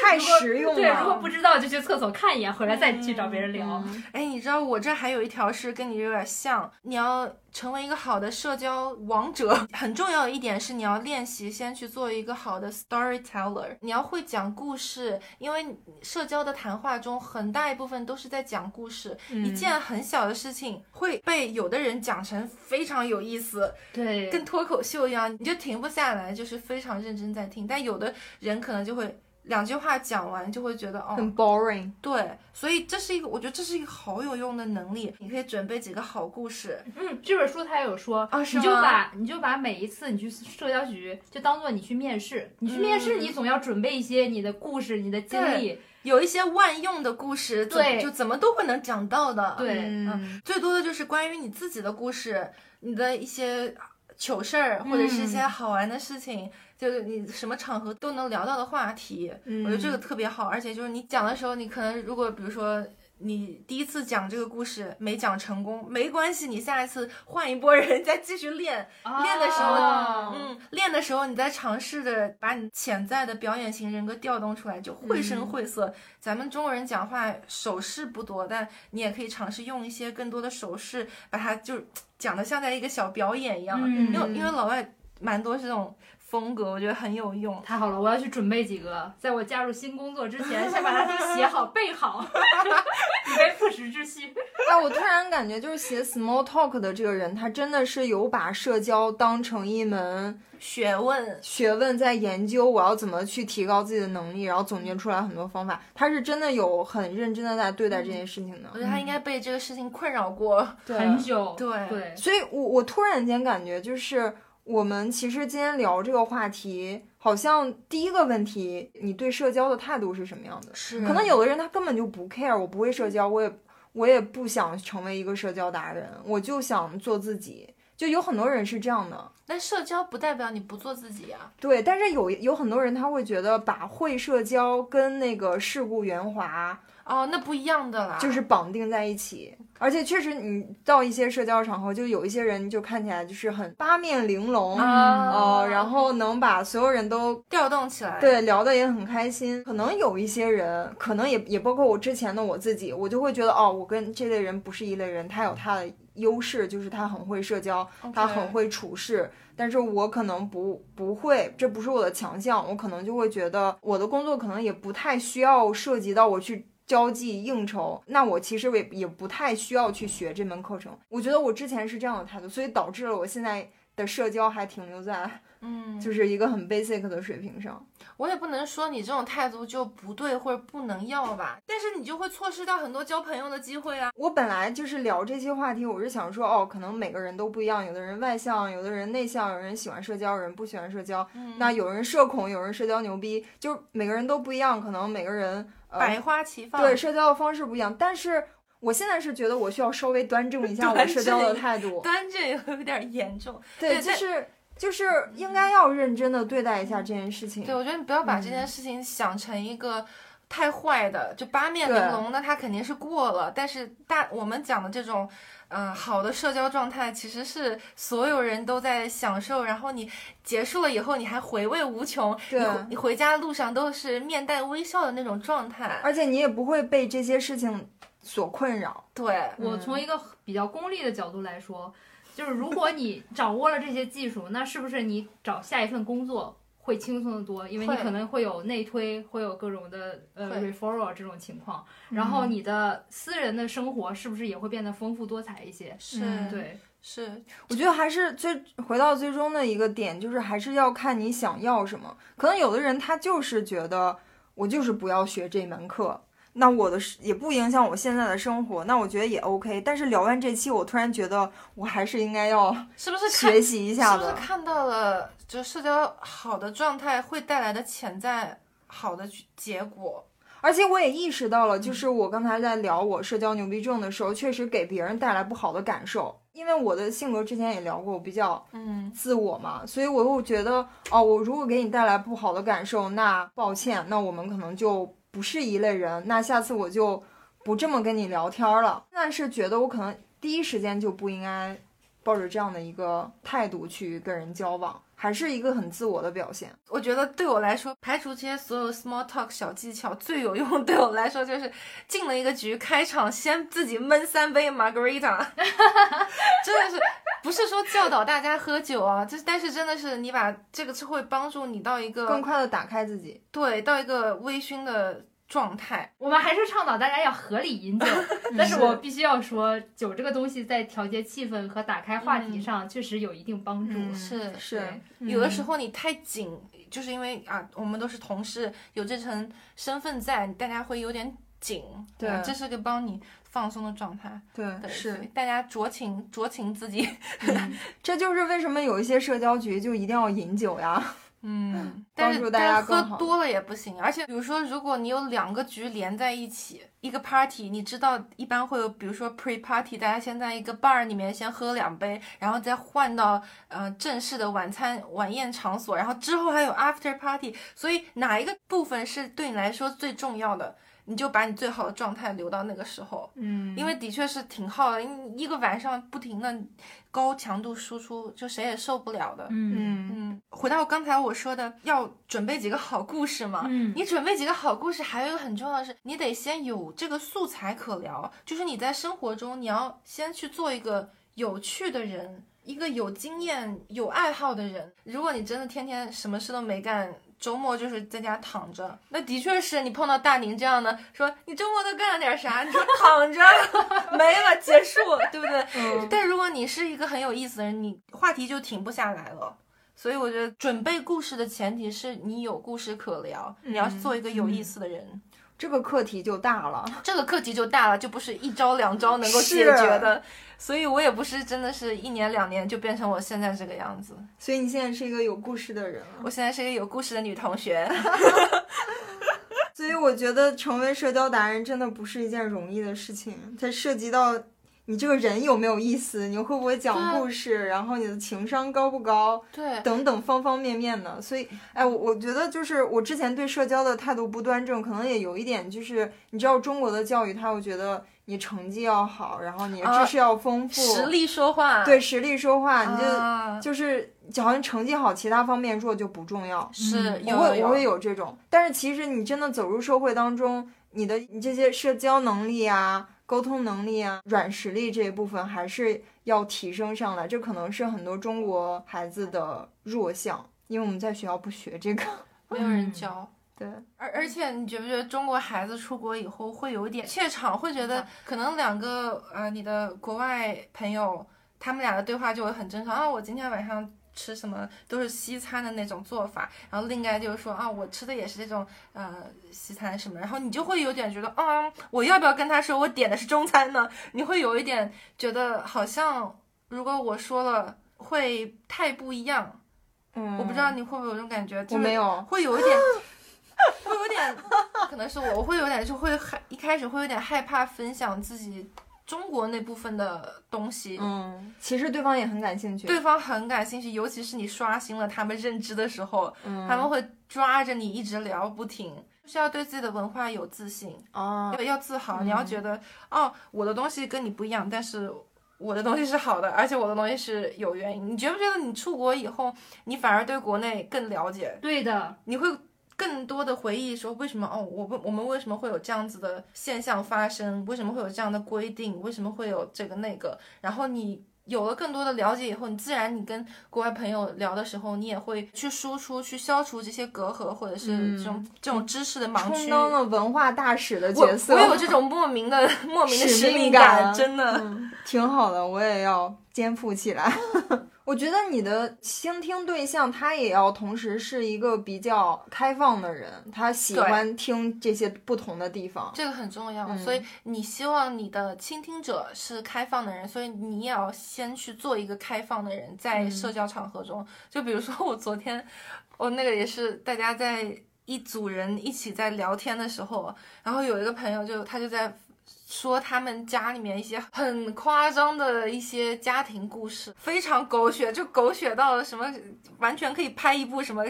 [SPEAKER 3] 太实用
[SPEAKER 4] 对，如果
[SPEAKER 3] 了。
[SPEAKER 4] 不知道就去厕所看一眼，回来再去找别人聊。
[SPEAKER 3] 嗯
[SPEAKER 2] 哎，你知道我这还有一条是跟你有点像，你要成为一个好的社交王者， [laughs] 很重要的一点是你要练习先去做一个好的 storyteller，你要会讲故事，因为社交的谈话中很大一部分都是在讲故事，
[SPEAKER 3] 嗯
[SPEAKER 2] 一件很小的事情会被有的人讲成非常有意思，
[SPEAKER 4] 对，
[SPEAKER 2] 跟脱口秀一样，你就停不下来，就是非常认真在听，但有的人可能就会两句话讲完就会觉得哦，
[SPEAKER 3] 嗯很 boring，
[SPEAKER 2] 对，所以这是一个，我觉得这是一个好有用的能力。你可以准备几个好故事，
[SPEAKER 4] 嗯，这本书他也有说，
[SPEAKER 2] 啊是
[SPEAKER 4] 你就
[SPEAKER 2] 吗
[SPEAKER 4] 把你就把每一次你去社交局，就当做你去面试，你去面试，
[SPEAKER 2] 嗯
[SPEAKER 4] 你总要准备一些你的故事、你的经
[SPEAKER 2] 对
[SPEAKER 4] 历。
[SPEAKER 2] 有一些万用的故事，怎
[SPEAKER 4] 对
[SPEAKER 2] 就怎么都会能讲到的。
[SPEAKER 4] 对
[SPEAKER 3] 嗯，
[SPEAKER 2] 最多的就是关于你自己的故事，你的一些糗事儿，或者是一些
[SPEAKER 4] 嗯
[SPEAKER 2] 好玩的事情，就是你什么场合都能聊到的话题。
[SPEAKER 3] 嗯
[SPEAKER 2] 我觉得这
[SPEAKER 4] 嗯
[SPEAKER 2] 个特别好，而且就是你讲的时候，你可能如果比如说。你第一次讲这个故事没讲成功，没关系，你下一次换一波人 [laughs] 再继续练，练的时候
[SPEAKER 4] 啊
[SPEAKER 2] 嗯，练的时候你在尝试着把你潜在的表演型人格调动出来，就绘声绘
[SPEAKER 3] 嗯
[SPEAKER 2] 色。咱们中国人讲话手势不多，但你也可以尝试用一些更多的手势，把它就讲的像在一个小表演一样。
[SPEAKER 4] 嗯
[SPEAKER 2] 因为因为老外蛮多是这种风格，我觉得很有用。
[SPEAKER 4] 太好了，我要去准备几个，在我加入新工作之前，先把它都写好、背好， [laughs] 以备不时之需。
[SPEAKER 3] [laughs] 哎，我突然感觉就是写 small talk 的这个人，他真的是有把社交当成一门
[SPEAKER 2] 学问，
[SPEAKER 3] 学问在研究，我要怎么去提高自己的能力，然后总结出来很多方法。他是真的有很认真的在对待这件事情的嗯
[SPEAKER 2] 我。觉得他应该被这个事情困扰过。
[SPEAKER 3] 对
[SPEAKER 4] 很久，
[SPEAKER 2] 对
[SPEAKER 4] 对，
[SPEAKER 3] 所以我我突然间感觉，就是我们其实今天聊这个话题，好像第一个问题，你对社交的态度是什么样的？
[SPEAKER 2] 是
[SPEAKER 3] 可能有的人他根本就不 care，我不会社交，我也我也不想成为一个社交达人，我就想做自己。就有很多人是这样的，
[SPEAKER 2] 但社交不代表你不做自己啊。
[SPEAKER 3] 对。但是有有很多人他会觉得把会社交跟那个世故圆滑
[SPEAKER 2] 哦，那不一样的啦，
[SPEAKER 3] 就是绑定在一起，而且确实你到一些社交场合，就有一些人就看起来就是很八面玲
[SPEAKER 4] 嗯
[SPEAKER 3] 珑，
[SPEAKER 2] 啊、
[SPEAKER 3] 呃，然后能把所有人都
[SPEAKER 2] 调动起来，，
[SPEAKER 3] 对，聊得也很开心。可能有一些人，可能也也包括我之前的我自己，我就会觉得哦，我跟这类人不是一类人，他有他的优势，就是他很会社交，他很。会处事，但是我可能不不会，这不是我的强项，我可能就会觉得我的工作可能也不太需要涉及到我去。交际应酬，那我其实也也不太需要去学这门课程。我觉得我之前是这样的态度，所以导致了我现在的社交还停留在 [laughs]
[SPEAKER 2] 嗯，
[SPEAKER 3] 就是一个很 basic 的水平上。
[SPEAKER 2] 我也不能说你这种态度就不对或者不能要吧，但是你就会错失到很多交朋友的机会啊。
[SPEAKER 3] 我本来就是聊这些话题，我是想说，哦，可能每个人都不一样，有的人外向，有的人内向，有人喜欢社交，有人不喜欢社交。
[SPEAKER 2] 嗯
[SPEAKER 3] 那有人社恐，有人社交牛逼，就是每个人都不一样，可能每个人呃
[SPEAKER 2] 百花齐放，
[SPEAKER 3] 对社交的方式不一样。但是我现在是觉得我需要稍微端正一下我
[SPEAKER 2] 端
[SPEAKER 3] 社交的
[SPEAKER 2] 正
[SPEAKER 3] 态度，
[SPEAKER 2] 端着也会有点严重。
[SPEAKER 3] 对，
[SPEAKER 2] 对
[SPEAKER 3] 就
[SPEAKER 2] 但
[SPEAKER 3] 是就是应该要认真的对待一下这件事情
[SPEAKER 2] 对，。我觉得你不要把这
[SPEAKER 3] 嗯
[SPEAKER 2] 件事情想成一个太坏的，就八面玲珑的，他肯定是过了。但是大我们讲的这种，嗯、好的社交状态，其实是所有人都在享受，然后你结束了以后，你还回味无穷。
[SPEAKER 3] 对
[SPEAKER 2] 你回你回家路上都是面带微笑的那种状态。
[SPEAKER 3] 而且你也不会被这些事情所困扰。
[SPEAKER 2] 对，
[SPEAKER 4] 我
[SPEAKER 3] 嗯
[SPEAKER 4] 从一个比较功利的角度来说，就是如果你掌握了这些技术，那是不是你找下一份工作会轻松的多？因为你
[SPEAKER 2] 会
[SPEAKER 4] 可能会有内推，会有各种的呃
[SPEAKER 2] 会
[SPEAKER 4] referral 这种情况，然后你的私人的生活是不是也会变得丰富多彩一些？
[SPEAKER 2] 是、
[SPEAKER 3] 嗯
[SPEAKER 4] 对，
[SPEAKER 2] 是，
[SPEAKER 3] 我觉得还是最回到最终的一个点，就是还是要看你想要什么。可能有的人他就是觉得我就是不要学这门课，那我的是也不影响我现在的生活，那我觉得也 OK。但是聊完这期，我突然觉得我还是应该要
[SPEAKER 2] 是不是看
[SPEAKER 3] 学习一下
[SPEAKER 2] 是不是
[SPEAKER 3] 的。
[SPEAKER 2] 看到了就社交好的状态会带来的潜在好的结果？
[SPEAKER 3] 而且我也意识到了，
[SPEAKER 2] 嗯
[SPEAKER 3] 就是我刚才在聊我社交牛逼症的时候，确实给别人带来不好的感受。因为我的性格之前也聊过，我比较
[SPEAKER 2] 嗯，
[SPEAKER 3] 自我嘛，所以我又觉得，哦，我如果给你带来不好的感受，那抱歉，那我们可能就不是一类人，那下次我就不这么跟你聊天了。现在是觉得我可能第一时间就不应该抱着这样的一个态度去跟人交往，还是一个很自我的表现。
[SPEAKER 2] 我觉得对我来说，排除这些所有 small talk 小技巧，最有用对我来说就是进了一个局，开场先自己闷三杯 margarita，真的是不是说教导大家喝酒啊，就是但是真的是你把这个是会帮助你到一
[SPEAKER 3] 更
[SPEAKER 2] 个
[SPEAKER 3] 快的打开自己，
[SPEAKER 2] 对到一个微醺的状态。
[SPEAKER 4] 我们还是倡导大家要合理饮酒，但是
[SPEAKER 3] 是
[SPEAKER 4] 我必须要说，酒这个东西在调节气氛和打开话题上确实有一定帮助。
[SPEAKER 3] 嗯
[SPEAKER 2] 是
[SPEAKER 3] 是嗯
[SPEAKER 2] 有的时候你太紧，就是因为啊，我们都是同事，有这层身份在，大家会有点紧。
[SPEAKER 3] 对
[SPEAKER 2] 啊这是个帮你放松的状态。
[SPEAKER 3] 对
[SPEAKER 2] 对，所以
[SPEAKER 3] 是，
[SPEAKER 2] 大家酌情酌情自己。
[SPEAKER 3] 这就是为什么有一些社交局就一定要饮酒呀。
[SPEAKER 2] 嗯，
[SPEAKER 3] 帮
[SPEAKER 2] 但是
[SPEAKER 3] 助大
[SPEAKER 2] 但
[SPEAKER 3] 家
[SPEAKER 2] 是
[SPEAKER 3] 更
[SPEAKER 2] 喝
[SPEAKER 3] 好
[SPEAKER 2] 多了也不行，而且比如说，如果你有两个局连在一起，一个 party，你知道一般会有，比如说 pre party，大家先在一个 bar 里面先喝两杯，然后再换到呃正式的晚餐晚宴场所，然后之后还有 after party，所以哪一个部分是对你来说最重要的，你就把你最好的状态留到那个时候。
[SPEAKER 3] 嗯
[SPEAKER 2] 因为的确是挺耗的，因为一个晚上不停的高强度输出，就谁也受不了的。
[SPEAKER 4] 嗯
[SPEAKER 3] 嗯，
[SPEAKER 2] 嗯，回到刚才我说的，要准备几个好故事嘛。
[SPEAKER 4] 嗯
[SPEAKER 2] 你准备几个好故事，还有一个很重要的是，你得先有这个素材可聊，就是你在生活中，你要先去做一个有趣的人，一个有经验、有爱好的人。如果你真的天天什么事都没干，周末就是在家躺着，那的确是你碰到大宁这样的，说你周末都干了点啥？你说躺着 [laughs] 没了，结束，对不对？
[SPEAKER 3] 嗯
[SPEAKER 2] 但如果你是一个很有意思的人，你话题就停不下来了。所以我
[SPEAKER 3] 嗯
[SPEAKER 2] 觉得准备故事的前提是你有故事可聊，你要做一个有意思的人。
[SPEAKER 3] 这个课题就大了。
[SPEAKER 2] 这个课题就大了，就不是一招两招能够解决的。所以我也不是真的是一年两年就变成我现在这个样子。
[SPEAKER 3] 所以你现在是一个有故事的人了。
[SPEAKER 2] 我现在是一个有故事的女同
[SPEAKER 3] [laughs]
[SPEAKER 2] 学。
[SPEAKER 3] 所以我觉得成为社交达人真的不是一件容易的事情，它涉及到你这个人有没有意思，你会不会
[SPEAKER 2] 对
[SPEAKER 3] 讲
[SPEAKER 2] 啊
[SPEAKER 3] 故事，然后你的情商高不高，
[SPEAKER 2] 对，
[SPEAKER 3] 等等方方面面的。所以，哎，我我觉得就是我之前对社交的态度不端正，可能也有一点就是，你知道中国的教育，他会觉得你成绩要好，然后你的知识要丰富，
[SPEAKER 2] 啊实力说话。
[SPEAKER 3] 对实力说话，你就、
[SPEAKER 2] 啊，
[SPEAKER 3] 就是好像成绩好，其他方面弱就不重要。
[SPEAKER 2] 是
[SPEAKER 3] 嗯我
[SPEAKER 2] 有
[SPEAKER 3] 会
[SPEAKER 2] 有
[SPEAKER 3] 我会有这种，但是其实你真的走入社会当中，你的你这些社交能力啊、沟通能力啊、软实力这一部分还是要提升上来，这可能是很多中国孩子的弱项，因为我们在学校不学这个。 [laughs]
[SPEAKER 2] 没有人教。
[SPEAKER 3] 对，
[SPEAKER 2] 而
[SPEAKER 3] 嗯
[SPEAKER 2] 而且你觉不觉得中国孩子出国以后会有一点怯场，会觉得可能两个呃你的国外朋友他们俩的对话就会很正常啊，我今天晚上。吃什么都是西餐的那种做法，然后另外就是说啊，我吃的也是这种呃西餐什么，然后你就会有点觉得啊，我要不要跟他说我点的是中餐呢？你会有一点觉得好像如果我说了会太不一样，
[SPEAKER 3] 嗯，
[SPEAKER 2] 我不知道，你会不会有这种感觉？就
[SPEAKER 3] 我
[SPEAKER 2] 是
[SPEAKER 3] 没有。
[SPEAKER 2] 会有一点，会有点， [laughs] 可能是我，我会有点就会害，一开始会有点害怕分享自己中国那部分的东西。
[SPEAKER 3] 嗯，其实对方也很感兴趣。
[SPEAKER 2] 对，方很感兴趣，尤其是你刷新了他们认知的时候，
[SPEAKER 3] 嗯、
[SPEAKER 2] 他们会抓着你一直聊不停。就是要对自己的文化有自信，
[SPEAKER 3] 啊
[SPEAKER 2] 要，要自豪。
[SPEAKER 3] 嗯
[SPEAKER 2] 你要觉得，哦，我的东西跟你不一样，但是我的东西是好的，而且我的东西是有原因。你觉不觉得你出国以后，你反而对国内更了解？
[SPEAKER 4] 对的，
[SPEAKER 2] 你会更多的回忆说为什么哦，我们我们为什么会有这样子的现象发生？为什么会有这样的规定？为什么会有这个那个？然后你。有了更多的了解以后，你自然你跟国外朋友聊的时候，你也会去输出、去消除这些隔阂，或者
[SPEAKER 3] 嗯
[SPEAKER 2] 是这种、这种知识的盲
[SPEAKER 3] 充
[SPEAKER 2] 区。
[SPEAKER 3] 当了文化大使的
[SPEAKER 2] 我
[SPEAKER 3] 角色。
[SPEAKER 2] 我有这种莫名的 [laughs] 莫名的
[SPEAKER 3] 使
[SPEAKER 2] 使
[SPEAKER 3] 命
[SPEAKER 2] 命
[SPEAKER 3] 感
[SPEAKER 2] 真的。
[SPEAKER 3] 嗯，挺好的，我也要肩负起来。 [laughs] 我觉得你的倾听对象，他也要同时是一个比较开放的人，他喜欢听这些不同的地方。
[SPEAKER 2] 这个很重要，
[SPEAKER 3] 嗯
[SPEAKER 2] 所以你希望你的倾听者是开放的人，所以你也要先去做一个开放的人，在
[SPEAKER 3] 嗯
[SPEAKER 2] 社交场合中。就比如说我昨天，我那个也是大家在一组人一起在聊天的时候，然后有一个朋友就他就在。说他们家里面一些很夸张的一些家庭故事，非常狗血，就狗血到了什么，完全可以拍一部什么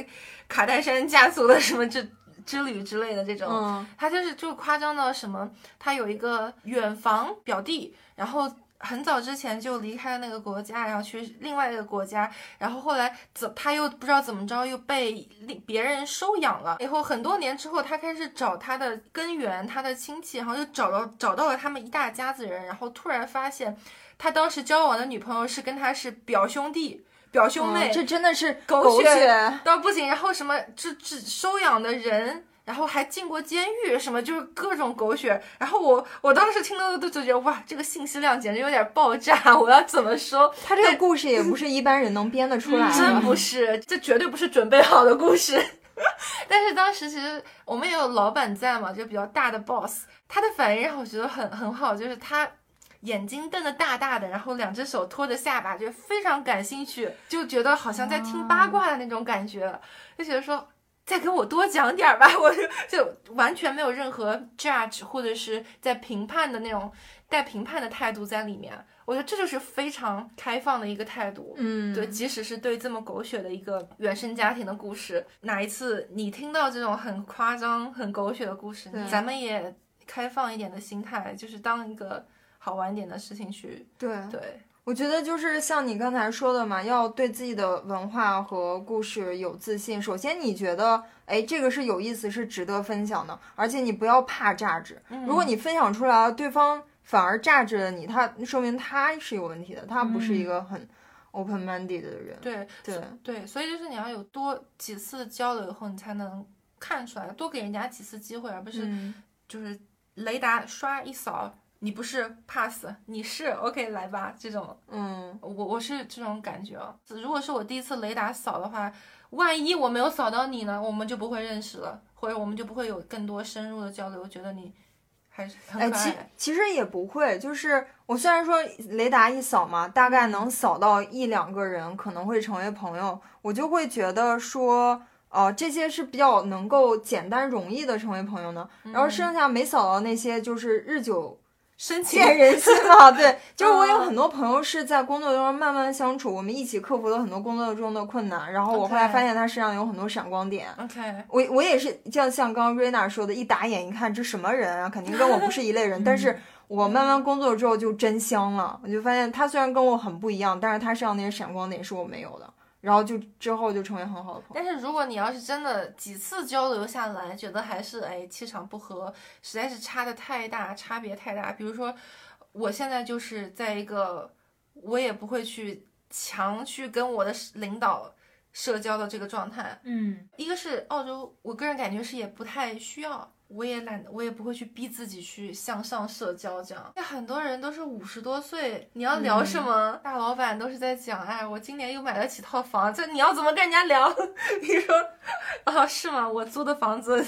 [SPEAKER 2] 卡戴珊家族的什么之之旅之类的这种。
[SPEAKER 3] 嗯，
[SPEAKER 2] 他就是就夸张到什么，他有一个远房表弟，然后。很早之前就离开了那个国家，然后去另外一个国家，然后后来怎他又不知道怎么着又被另别人收养了。以后很多年之后，他开始找他的根源，他的亲戚，然后就找到找到了他们一大家子人，然后突然发现，他当时交往的女朋友是跟他是表兄弟、表兄妹，
[SPEAKER 3] 嗯这真的是
[SPEAKER 2] 狗
[SPEAKER 3] 狗
[SPEAKER 2] 血到不行，然后什么这这收养的人，然后还进过监狱，什么就是各种狗血。然后我我当时听到都就觉得哇，这个信息量简直有点爆炸，我要怎么说？
[SPEAKER 3] 他这个故事也不是一般人能编得出来的。
[SPEAKER 2] 嗯真不是，这绝对不是准备好的故事。 [laughs] 但是当时其实我们也有老板在嘛，就比较大的 boss，他的反应让我觉得很很好，就是他眼睛瞪得大大的，然后两只手托着下巴，就非常感兴趣，就觉得好像在听八卦的那种感觉，就觉得说。再给我多讲点儿吧，我就就完全没有任何 judge 或者是在评判的那种带评判的态度在里面，我觉得这就是非常开放的一个态度。
[SPEAKER 3] 嗯，
[SPEAKER 2] 对，即使是对这么狗血的一个原生家庭的故事，哪一次你听到这种很夸张、很狗血的故事
[SPEAKER 3] 对，
[SPEAKER 2] 咱们也开放一点的心态，就是当一个好玩一点的事情去
[SPEAKER 3] 对
[SPEAKER 2] 对。
[SPEAKER 3] 我觉得就是像你刚才说的嘛，要对自己的文化和故事有自信。首先，你觉得，哎，这个是有意思，是值得分享的，而且你不要怕价值。如果你分享出来了，对方反而价值了你，他说明他是有问题的，他不是一个很 open minded 的人。
[SPEAKER 2] 对
[SPEAKER 3] 对，
[SPEAKER 2] 对，所以就是你要有多几次交流以后，你才能看出来，多给人家几次机会，而不是
[SPEAKER 3] 嗯，
[SPEAKER 2] 就是雷达刷一扫，你不是 pass，你是 OK 来吧这种，
[SPEAKER 3] 嗯，
[SPEAKER 2] 我我是这种感觉。哦如果是我第一次雷达扫的话，万一我没有扫到你呢，我们就不会认识了，或者我们就不会有更多深入的交流。我觉得你还是很
[SPEAKER 3] 哎，
[SPEAKER 2] 可
[SPEAKER 3] 其
[SPEAKER 2] 爱。
[SPEAKER 3] 其实也不会，就是我虽然说雷达一扫嘛，大概能扫到一两个人，可能会成为朋友，我就会觉得说，呃，这些是比较能够简单容易的成为朋友呢。
[SPEAKER 2] 嗯
[SPEAKER 3] 然后剩下没扫到那些，就是日久
[SPEAKER 2] 深 [laughs] 情
[SPEAKER 3] 见人心嘛。对，就是我有很多朋友是在工作中慢慢相处，我们一起克服了很多工作中的困难，然后我后来
[SPEAKER 2] OK
[SPEAKER 3] 发现他身上有很多闪光点。
[SPEAKER 2] [laughs] OK，
[SPEAKER 3] 我我也是，像像刚刚 Rena 说的，一打眼一看这什么人啊，肯定跟我不是一类
[SPEAKER 4] 嗯
[SPEAKER 3] 人。但是我慢慢工作之后就真香了，我就发现他虽然跟我很不一样，但是他身上那些闪光点是我没有的，然后就之后就成为很好的朋友。
[SPEAKER 2] 但是如果你要是真的几次交流下来，觉得还是哎气场不合，实在是差的太大，差别太大。比如说，我现在就是在一个，我也不会去强去跟我的领导社交的这个状态。
[SPEAKER 4] 嗯，
[SPEAKER 2] 一个是澳洲，我个人感觉是也不太需要，我也懒，我也不会去逼自己去向上社交这样。那很多人都是五十多岁，你要聊
[SPEAKER 3] 嗯
[SPEAKER 2] 什么？大老板都是在讲，哎，我今年又买了几套房，这你要怎么跟人家聊？ [laughs] 你说啊，是吗？我租的房子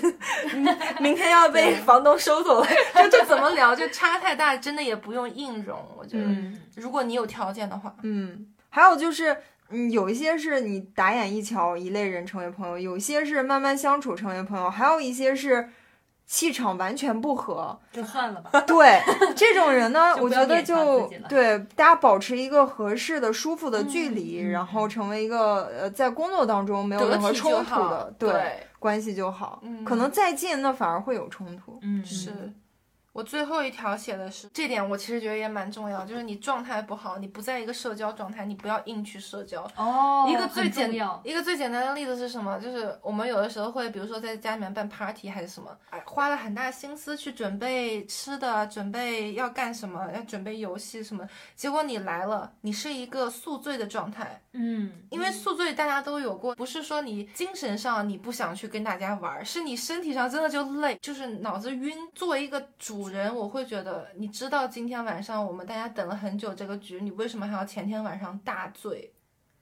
[SPEAKER 2] 明天要被房东收走了，这这怎么聊？就差太大，真的也不用硬融，我觉得，
[SPEAKER 3] 嗯
[SPEAKER 2] 如果你有条件的话，
[SPEAKER 3] 嗯，还有就是。嗯，有一些是你打眼一瞧一类人成为朋友，有一些是慢慢相处成为朋友，还有一些是气场完全不合，
[SPEAKER 4] [laughs] 嗯就算了吧。
[SPEAKER 3] 对这种人呢，
[SPEAKER 4] 就
[SPEAKER 3] 我
[SPEAKER 4] 不要
[SPEAKER 3] 觉得
[SPEAKER 4] 勉强
[SPEAKER 3] 就
[SPEAKER 4] 自己了
[SPEAKER 3] 对大家保持一个合适的、舒服的距
[SPEAKER 2] 嗯
[SPEAKER 3] 离，
[SPEAKER 4] 嗯
[SPEAKER 3] 然后成为一个呃，在工作当中没有
[SPEAKER 2] 得
[SPEAKER 3] 任何
[SPEAKER 2] 体就
[SPEAKER 3] 冲突
[SPEAKER 2] 好
[SPEAKER 3] 的。关系就好。
[SPEAKER 2] 嗯
[SPEAKER 3] 可能再近那反而会有冲突。
[SPEAKER 4] 嗯，
[SPEAKER 2] 是我最后一条写的是这点，我其实觉得也蛮重要，就是你状态不好，你不在一个社交状态，你不要硬去社交。
[SPEAKER 4] 哦，
[SPEAKER 2] 一个最
[SPEAKER 4] 很重
[SPEAKER 2] 简
[SPEAKER 4] 要，
[SPEAKER 2] 一个最简单的例子是什么？就是我们有的时候会，比如说在家里面办 party 还是什么，哎花了很大心思去准备吃的，准备要干什么，要准备游戏什么，结果你来了，你是一个宿醉的状态，
[SPEAKER 4] 嗯，
[SPEAKER 2] 因为宿醉大家都有过，不是说你精神上你不想去跟大家玩儿，是你身体上真的就累，就是脑子晕。作为一个主人，我会觉得，你知道今天晚上我们大家等了很久这个局，你为什么还要前天晚上大醉？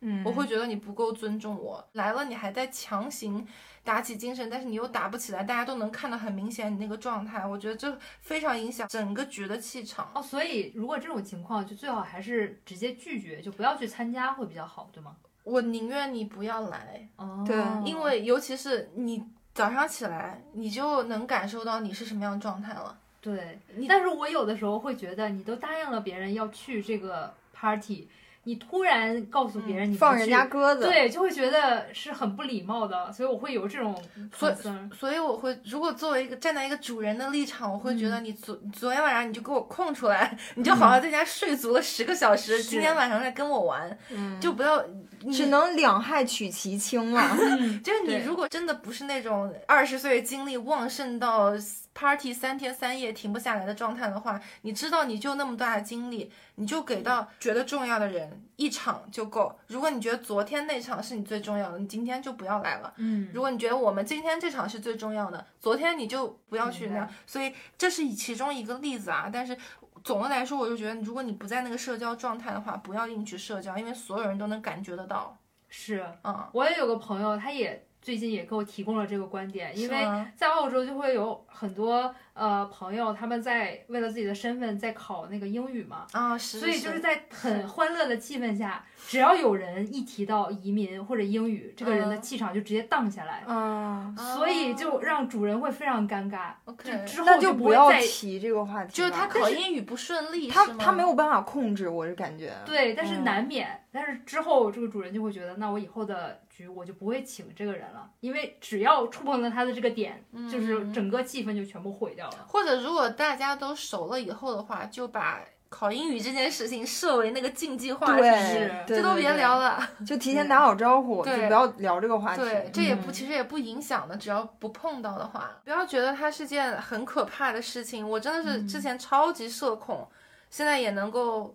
[SPEAKER 3] 嗯
[SPEAKER 2] 我会觉得你不够尊重我。来了，你还在强行打起精神，但是你又打不起来，大家都能看得很明显你那个状态。我觉得这非常影响整个局的气场。
[SPEAKER 4] 哦，所以如果这种情况，就最好还是直接拒绝，就不要去参加会比较好，对吗？
[SPEAKER 2] 我宁愿你不要来，
[SPEAKER 4] 哦，
[SPEAKER 3] 对
[SPEAKER 2] 因为尤其是你早上起来，你就能感受到你是什么样的状态了。
[SPEAKER 4] 对
[SPEAKER 2] 你，
[SPEAKER 4] 但是我有的时候会觉得，你都答应了别人要去这个 party，你突然告诉别人你不
[SPEAKER 3] 放人
[SPEAKER 4] 去
[SPEAKER 3] 家鸽子。
[SPEAKER 4] 对，就会觉得是很不礼貌的，所以我会有这种
[SPEAKER 2] 所以
[SPEAKER 4] concern
[SPEAKER 2] 所以我会，如果作为一个站在一个主人的立场，我会觉得你昨、昨天晚上你就给我空出来， [laughs] 你就好好在家睡足了十个小时，
[SPEAKER 4] 是
[SPEAKER 2] 今天晚上再跟我玩，
[SPEAKER 3] 嗯，
[SPEAKER 2] 就不要你
[SPEAKER 3] 只能两害取其轻
[SPEAKER 4] [laughs]
[SPEAKER 3] 了。
[SPEAKER 4] 嗯
[SPEAKER 2] 就是你
[SPEAKER 4] 对
[SPEAKER 2] 如果真的不是那种二十岁精力旺盛到 party 三天三夜停不下来的状态的话，你知道你就那么大的精力，你就给
[SPEAKER 4] 嗯
[SPEAKER 2] 到觉得重要的人一场就够。如果你觉得昨天那场是你最重要的，你今天就不要来了。
[SPEAKER 4] 嗯
[SPEAKER 2] 如果你觉得我们今天这场是最重要的，昨天你就不要去那
[SPEAKER 4] 明
[SPEAKER 2] 样。所以这是其中一个例子啊，但是。总的来说，我就觉得，如果你不在那个社交状态的话，不要硬去社交，因为所有人都能感觉得到。
[SPEAKER 4] 是
[SPEAKER 2] 嗯，
[SPEAKER 4] 我也有个朋友，他也最近也给我提供了这个观点，因
[SPEAKER 2] 是
[SPEAKER 4] 为
[SPEAKER 2] 吗
[SPEAKER 4] 在澳洲就会有很多呃朋友，他们在为了自己的身份在考那个英语嘛。
[SPEAKER 2] 啊，是
[SPEAKER 4] 所以就是在很欢乐的气氛下，只要有人一提到移民或者英语，这个人的
[SPEAKER 2] 嗯哦
[SPEAKER 4] 气场就直接荡下来，
[SPEAKER 3] 嗯，
[SPEAKER 4] 所以就让主人会非让尴尬。
[SPEAKER 2] OK，
[SPEAKER 4] 之后
[SPEAKER 3] 那
[SPEAKER 4] 就
[SPEAKER 3] 不
[SPEAKER 4] 会
[SPEAKER 3] 要
[SPEAKER 4] 再
[SPEAKER 3] 提这个话题了。
[SPEAKER 2] 就是他考英语不顺利，
[SPEAKER 3] 他
[SPEAKER 2] 是吗
[SPEAKER 3] 他没有办法控制，我是感觉。
[SPEAKER 4] 对，但是
[SPEAKER 3] 嗯
[SPEAKER 4] 难免，但是之后这个主人就会觉得，那我以后的局我就不会请这个人了，因为只要触碰到他的这个点，就是整个气氛就全部毁掉了。
[SPEAKER 2] 或者如果大家都熟了以后的话，就把考英语这件事情设为那个竞技话
[SPEAKER 3] 对
[SPEAKER 2] 题，
[SPEAKER 4] 是，
[SPEAKER 3] 对
[SPEAKER 2] 啊这都别
[SPEAKER 3] 对
[SPEAKER 2] 聊了。嗯
[SPEAKER 3] 就提前打好招呼，就
[SPEAKER 2] 对
[SPEAKER 3] 不要聊这个话题。
[SPEAKER 2] 对，这也不
[SPEAKER 4] 嗯
[SPEAKER 2] 其实也不影响的，只要不碰到的话，不要觉得它是件很可怕的事情。我真的是
[SPEAKER 3] 嗯
[SPEAKER 2] 之前超级社恐，现在也能够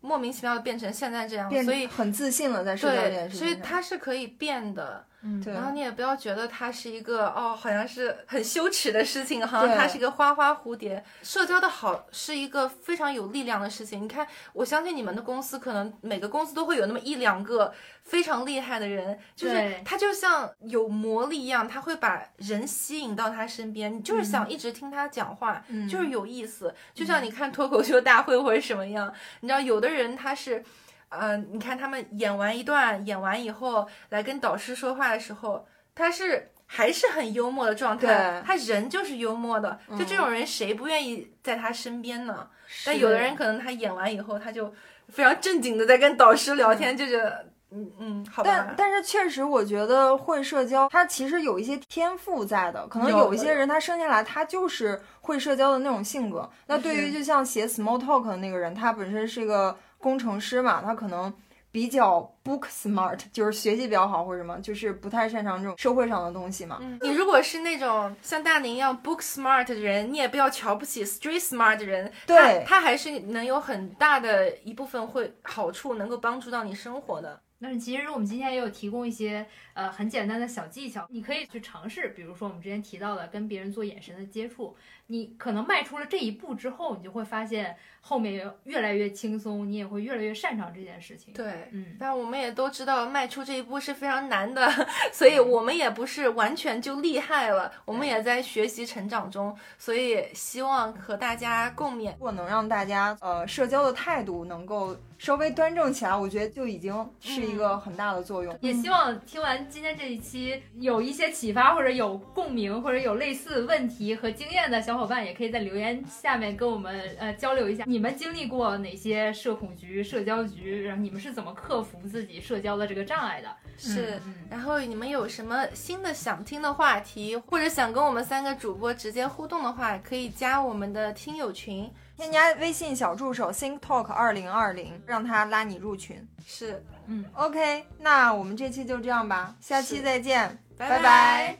[SPEAKER 2] 莫名其妙的变成现在这样，
[SPEAKER 3] 变
[SPEAKER 2] 所以
[SPEAKER 3] 很自信了，在社交这
[SPEAKER 2] 对，
[SPEAKER 3] 件事
[SPEAKER 2] 所以
[SPEAKER 3] 情上。
[SPEAKER 2] 它是可以变的。
[SPEAKER 4] 嗯
[SPEAKER 3] 对
[SPEAKER 2] 然后你也不要觉得它是一个哦，好像是很羞耻的事情，好像
[SPEAKER 3] 对
[SPEAKER 2] 它是一个花花蝴蝶。社交的好是一个非常有力量的事情。你看，我相信你们的公司可能每个公司都会有那么一两个非常厉害的人，就是
[SPEAKER 4] 对
[SPEAKER 2] 他就像有魔力一样，他会把人吸引到他身边，你就是想一直听他讲话，
[SPEAKER 3] 嗯
[SPEAKER 2] 就是有意思。就像你看脱口秀大会或者什么样，你知道有的人他是。呃，你看他们演完一段，演完以后来跟导师说话的时候，他是还是很幽默的状态，
[SPEAKER 3] 对
[SPEAKER 2] 他人就是幽默的，就这
[SPEAKER 3] 嗯
[SPEAKER 2] 种人谁不愿意在他身边呢？但
[SPEAKER 3] 是
[SPEAKER 2] 有的人可能他演完以后，他就非常正经的在跟导师聊天，就觉得嗯嗯，好
[SPEAKER 3] 但
[SPEAKER 2] 吧，
[SPEAKER 3] 但是确实，我觉得会社交，他其实有一些天赋在的。可能
[SPEAKER 2] 有
[SPEAKER 3] 有一些
[SPEAKER 2] 的
[SPEAKER 3] 人他生下来他就是会社交的那种性格。那对于
[SPEAKER 2] 是
[SPEAKER 3] 就像写 small talk 的那个人，他本身是一个工程师嘛，他可能比较 book smart，就是学习比较好或者什么，就是不太擅长这种社会上的东西嘛。
[SPEAKER 2] 嗯，你如果是那种像大宁一样 book smart 的人，你也不要瞧不起 street smart 的人，
[SPEAKER 3] 对
[SPEAKER 2] 他他还是能有很大的一部分会好处，能够帮助到你生活的。
[SPEAKER 4] 但是其实我们今天也有提供一些呃很简单的小技巧，你可以去尝试，比如说我们之前提到的跟别人做眼神的接触，你可能迈出了这一步之后，你就会发现后面越来越轻松，你也会越来越擅长这件事情。，
[SPEAKER 2] 对，
[SPEAKER 4] 嗯，
[SPEAKER 2] 但我们也都知道，迈出这一步是非常难的，所以我们也不是完全就厉害了，我们也在学习成长中，所以希望和大家共勉
[SPEAKER 3] 如。果能让大家呃社交的态度能够稍微端正起来，我觉得就已经是
[SPEAKER 2] 嗯
[SPEAKER 3] 一个很大的作用。
[SPEAKER 4] 也希望听完今天这一期有一些启发，或者有共鸣，或者有类似问题和经验的小伙伴，也可以在留言下面跟我们呃交流一下，你们经历过哪些社恐局、社交局，然后你们是怎么克服自己社交的这个障碍的？
[SPEAKER 2] 是，
[SPEAKER 4] 嗯
[SPEAKER 2] 然后你们有什么新的想听的话题，或者想跟我们三个主播直接互动的话，可以加我们的听友群。
[SPEAKER 3] 添加微信小助手 Think Talk 二零二
[SPEAKER 2] 嗯
[SPEAKER 3] 零，让他拉你入群。
[SPEAKER 2] 是，
[SPEAKER 4] 嗯。
[SPEAKER 3] OK，那我们这期就这样吧，下期
[SPEAKER 2] 是
[SPEAKER 3] 再见，
[SPEAKER 2] 拜
[SPEAKER 3] 拜拜
[SPEAKER 2] 拜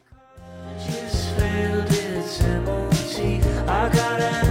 [SPEAKER 5] Just failed its MOT. I got an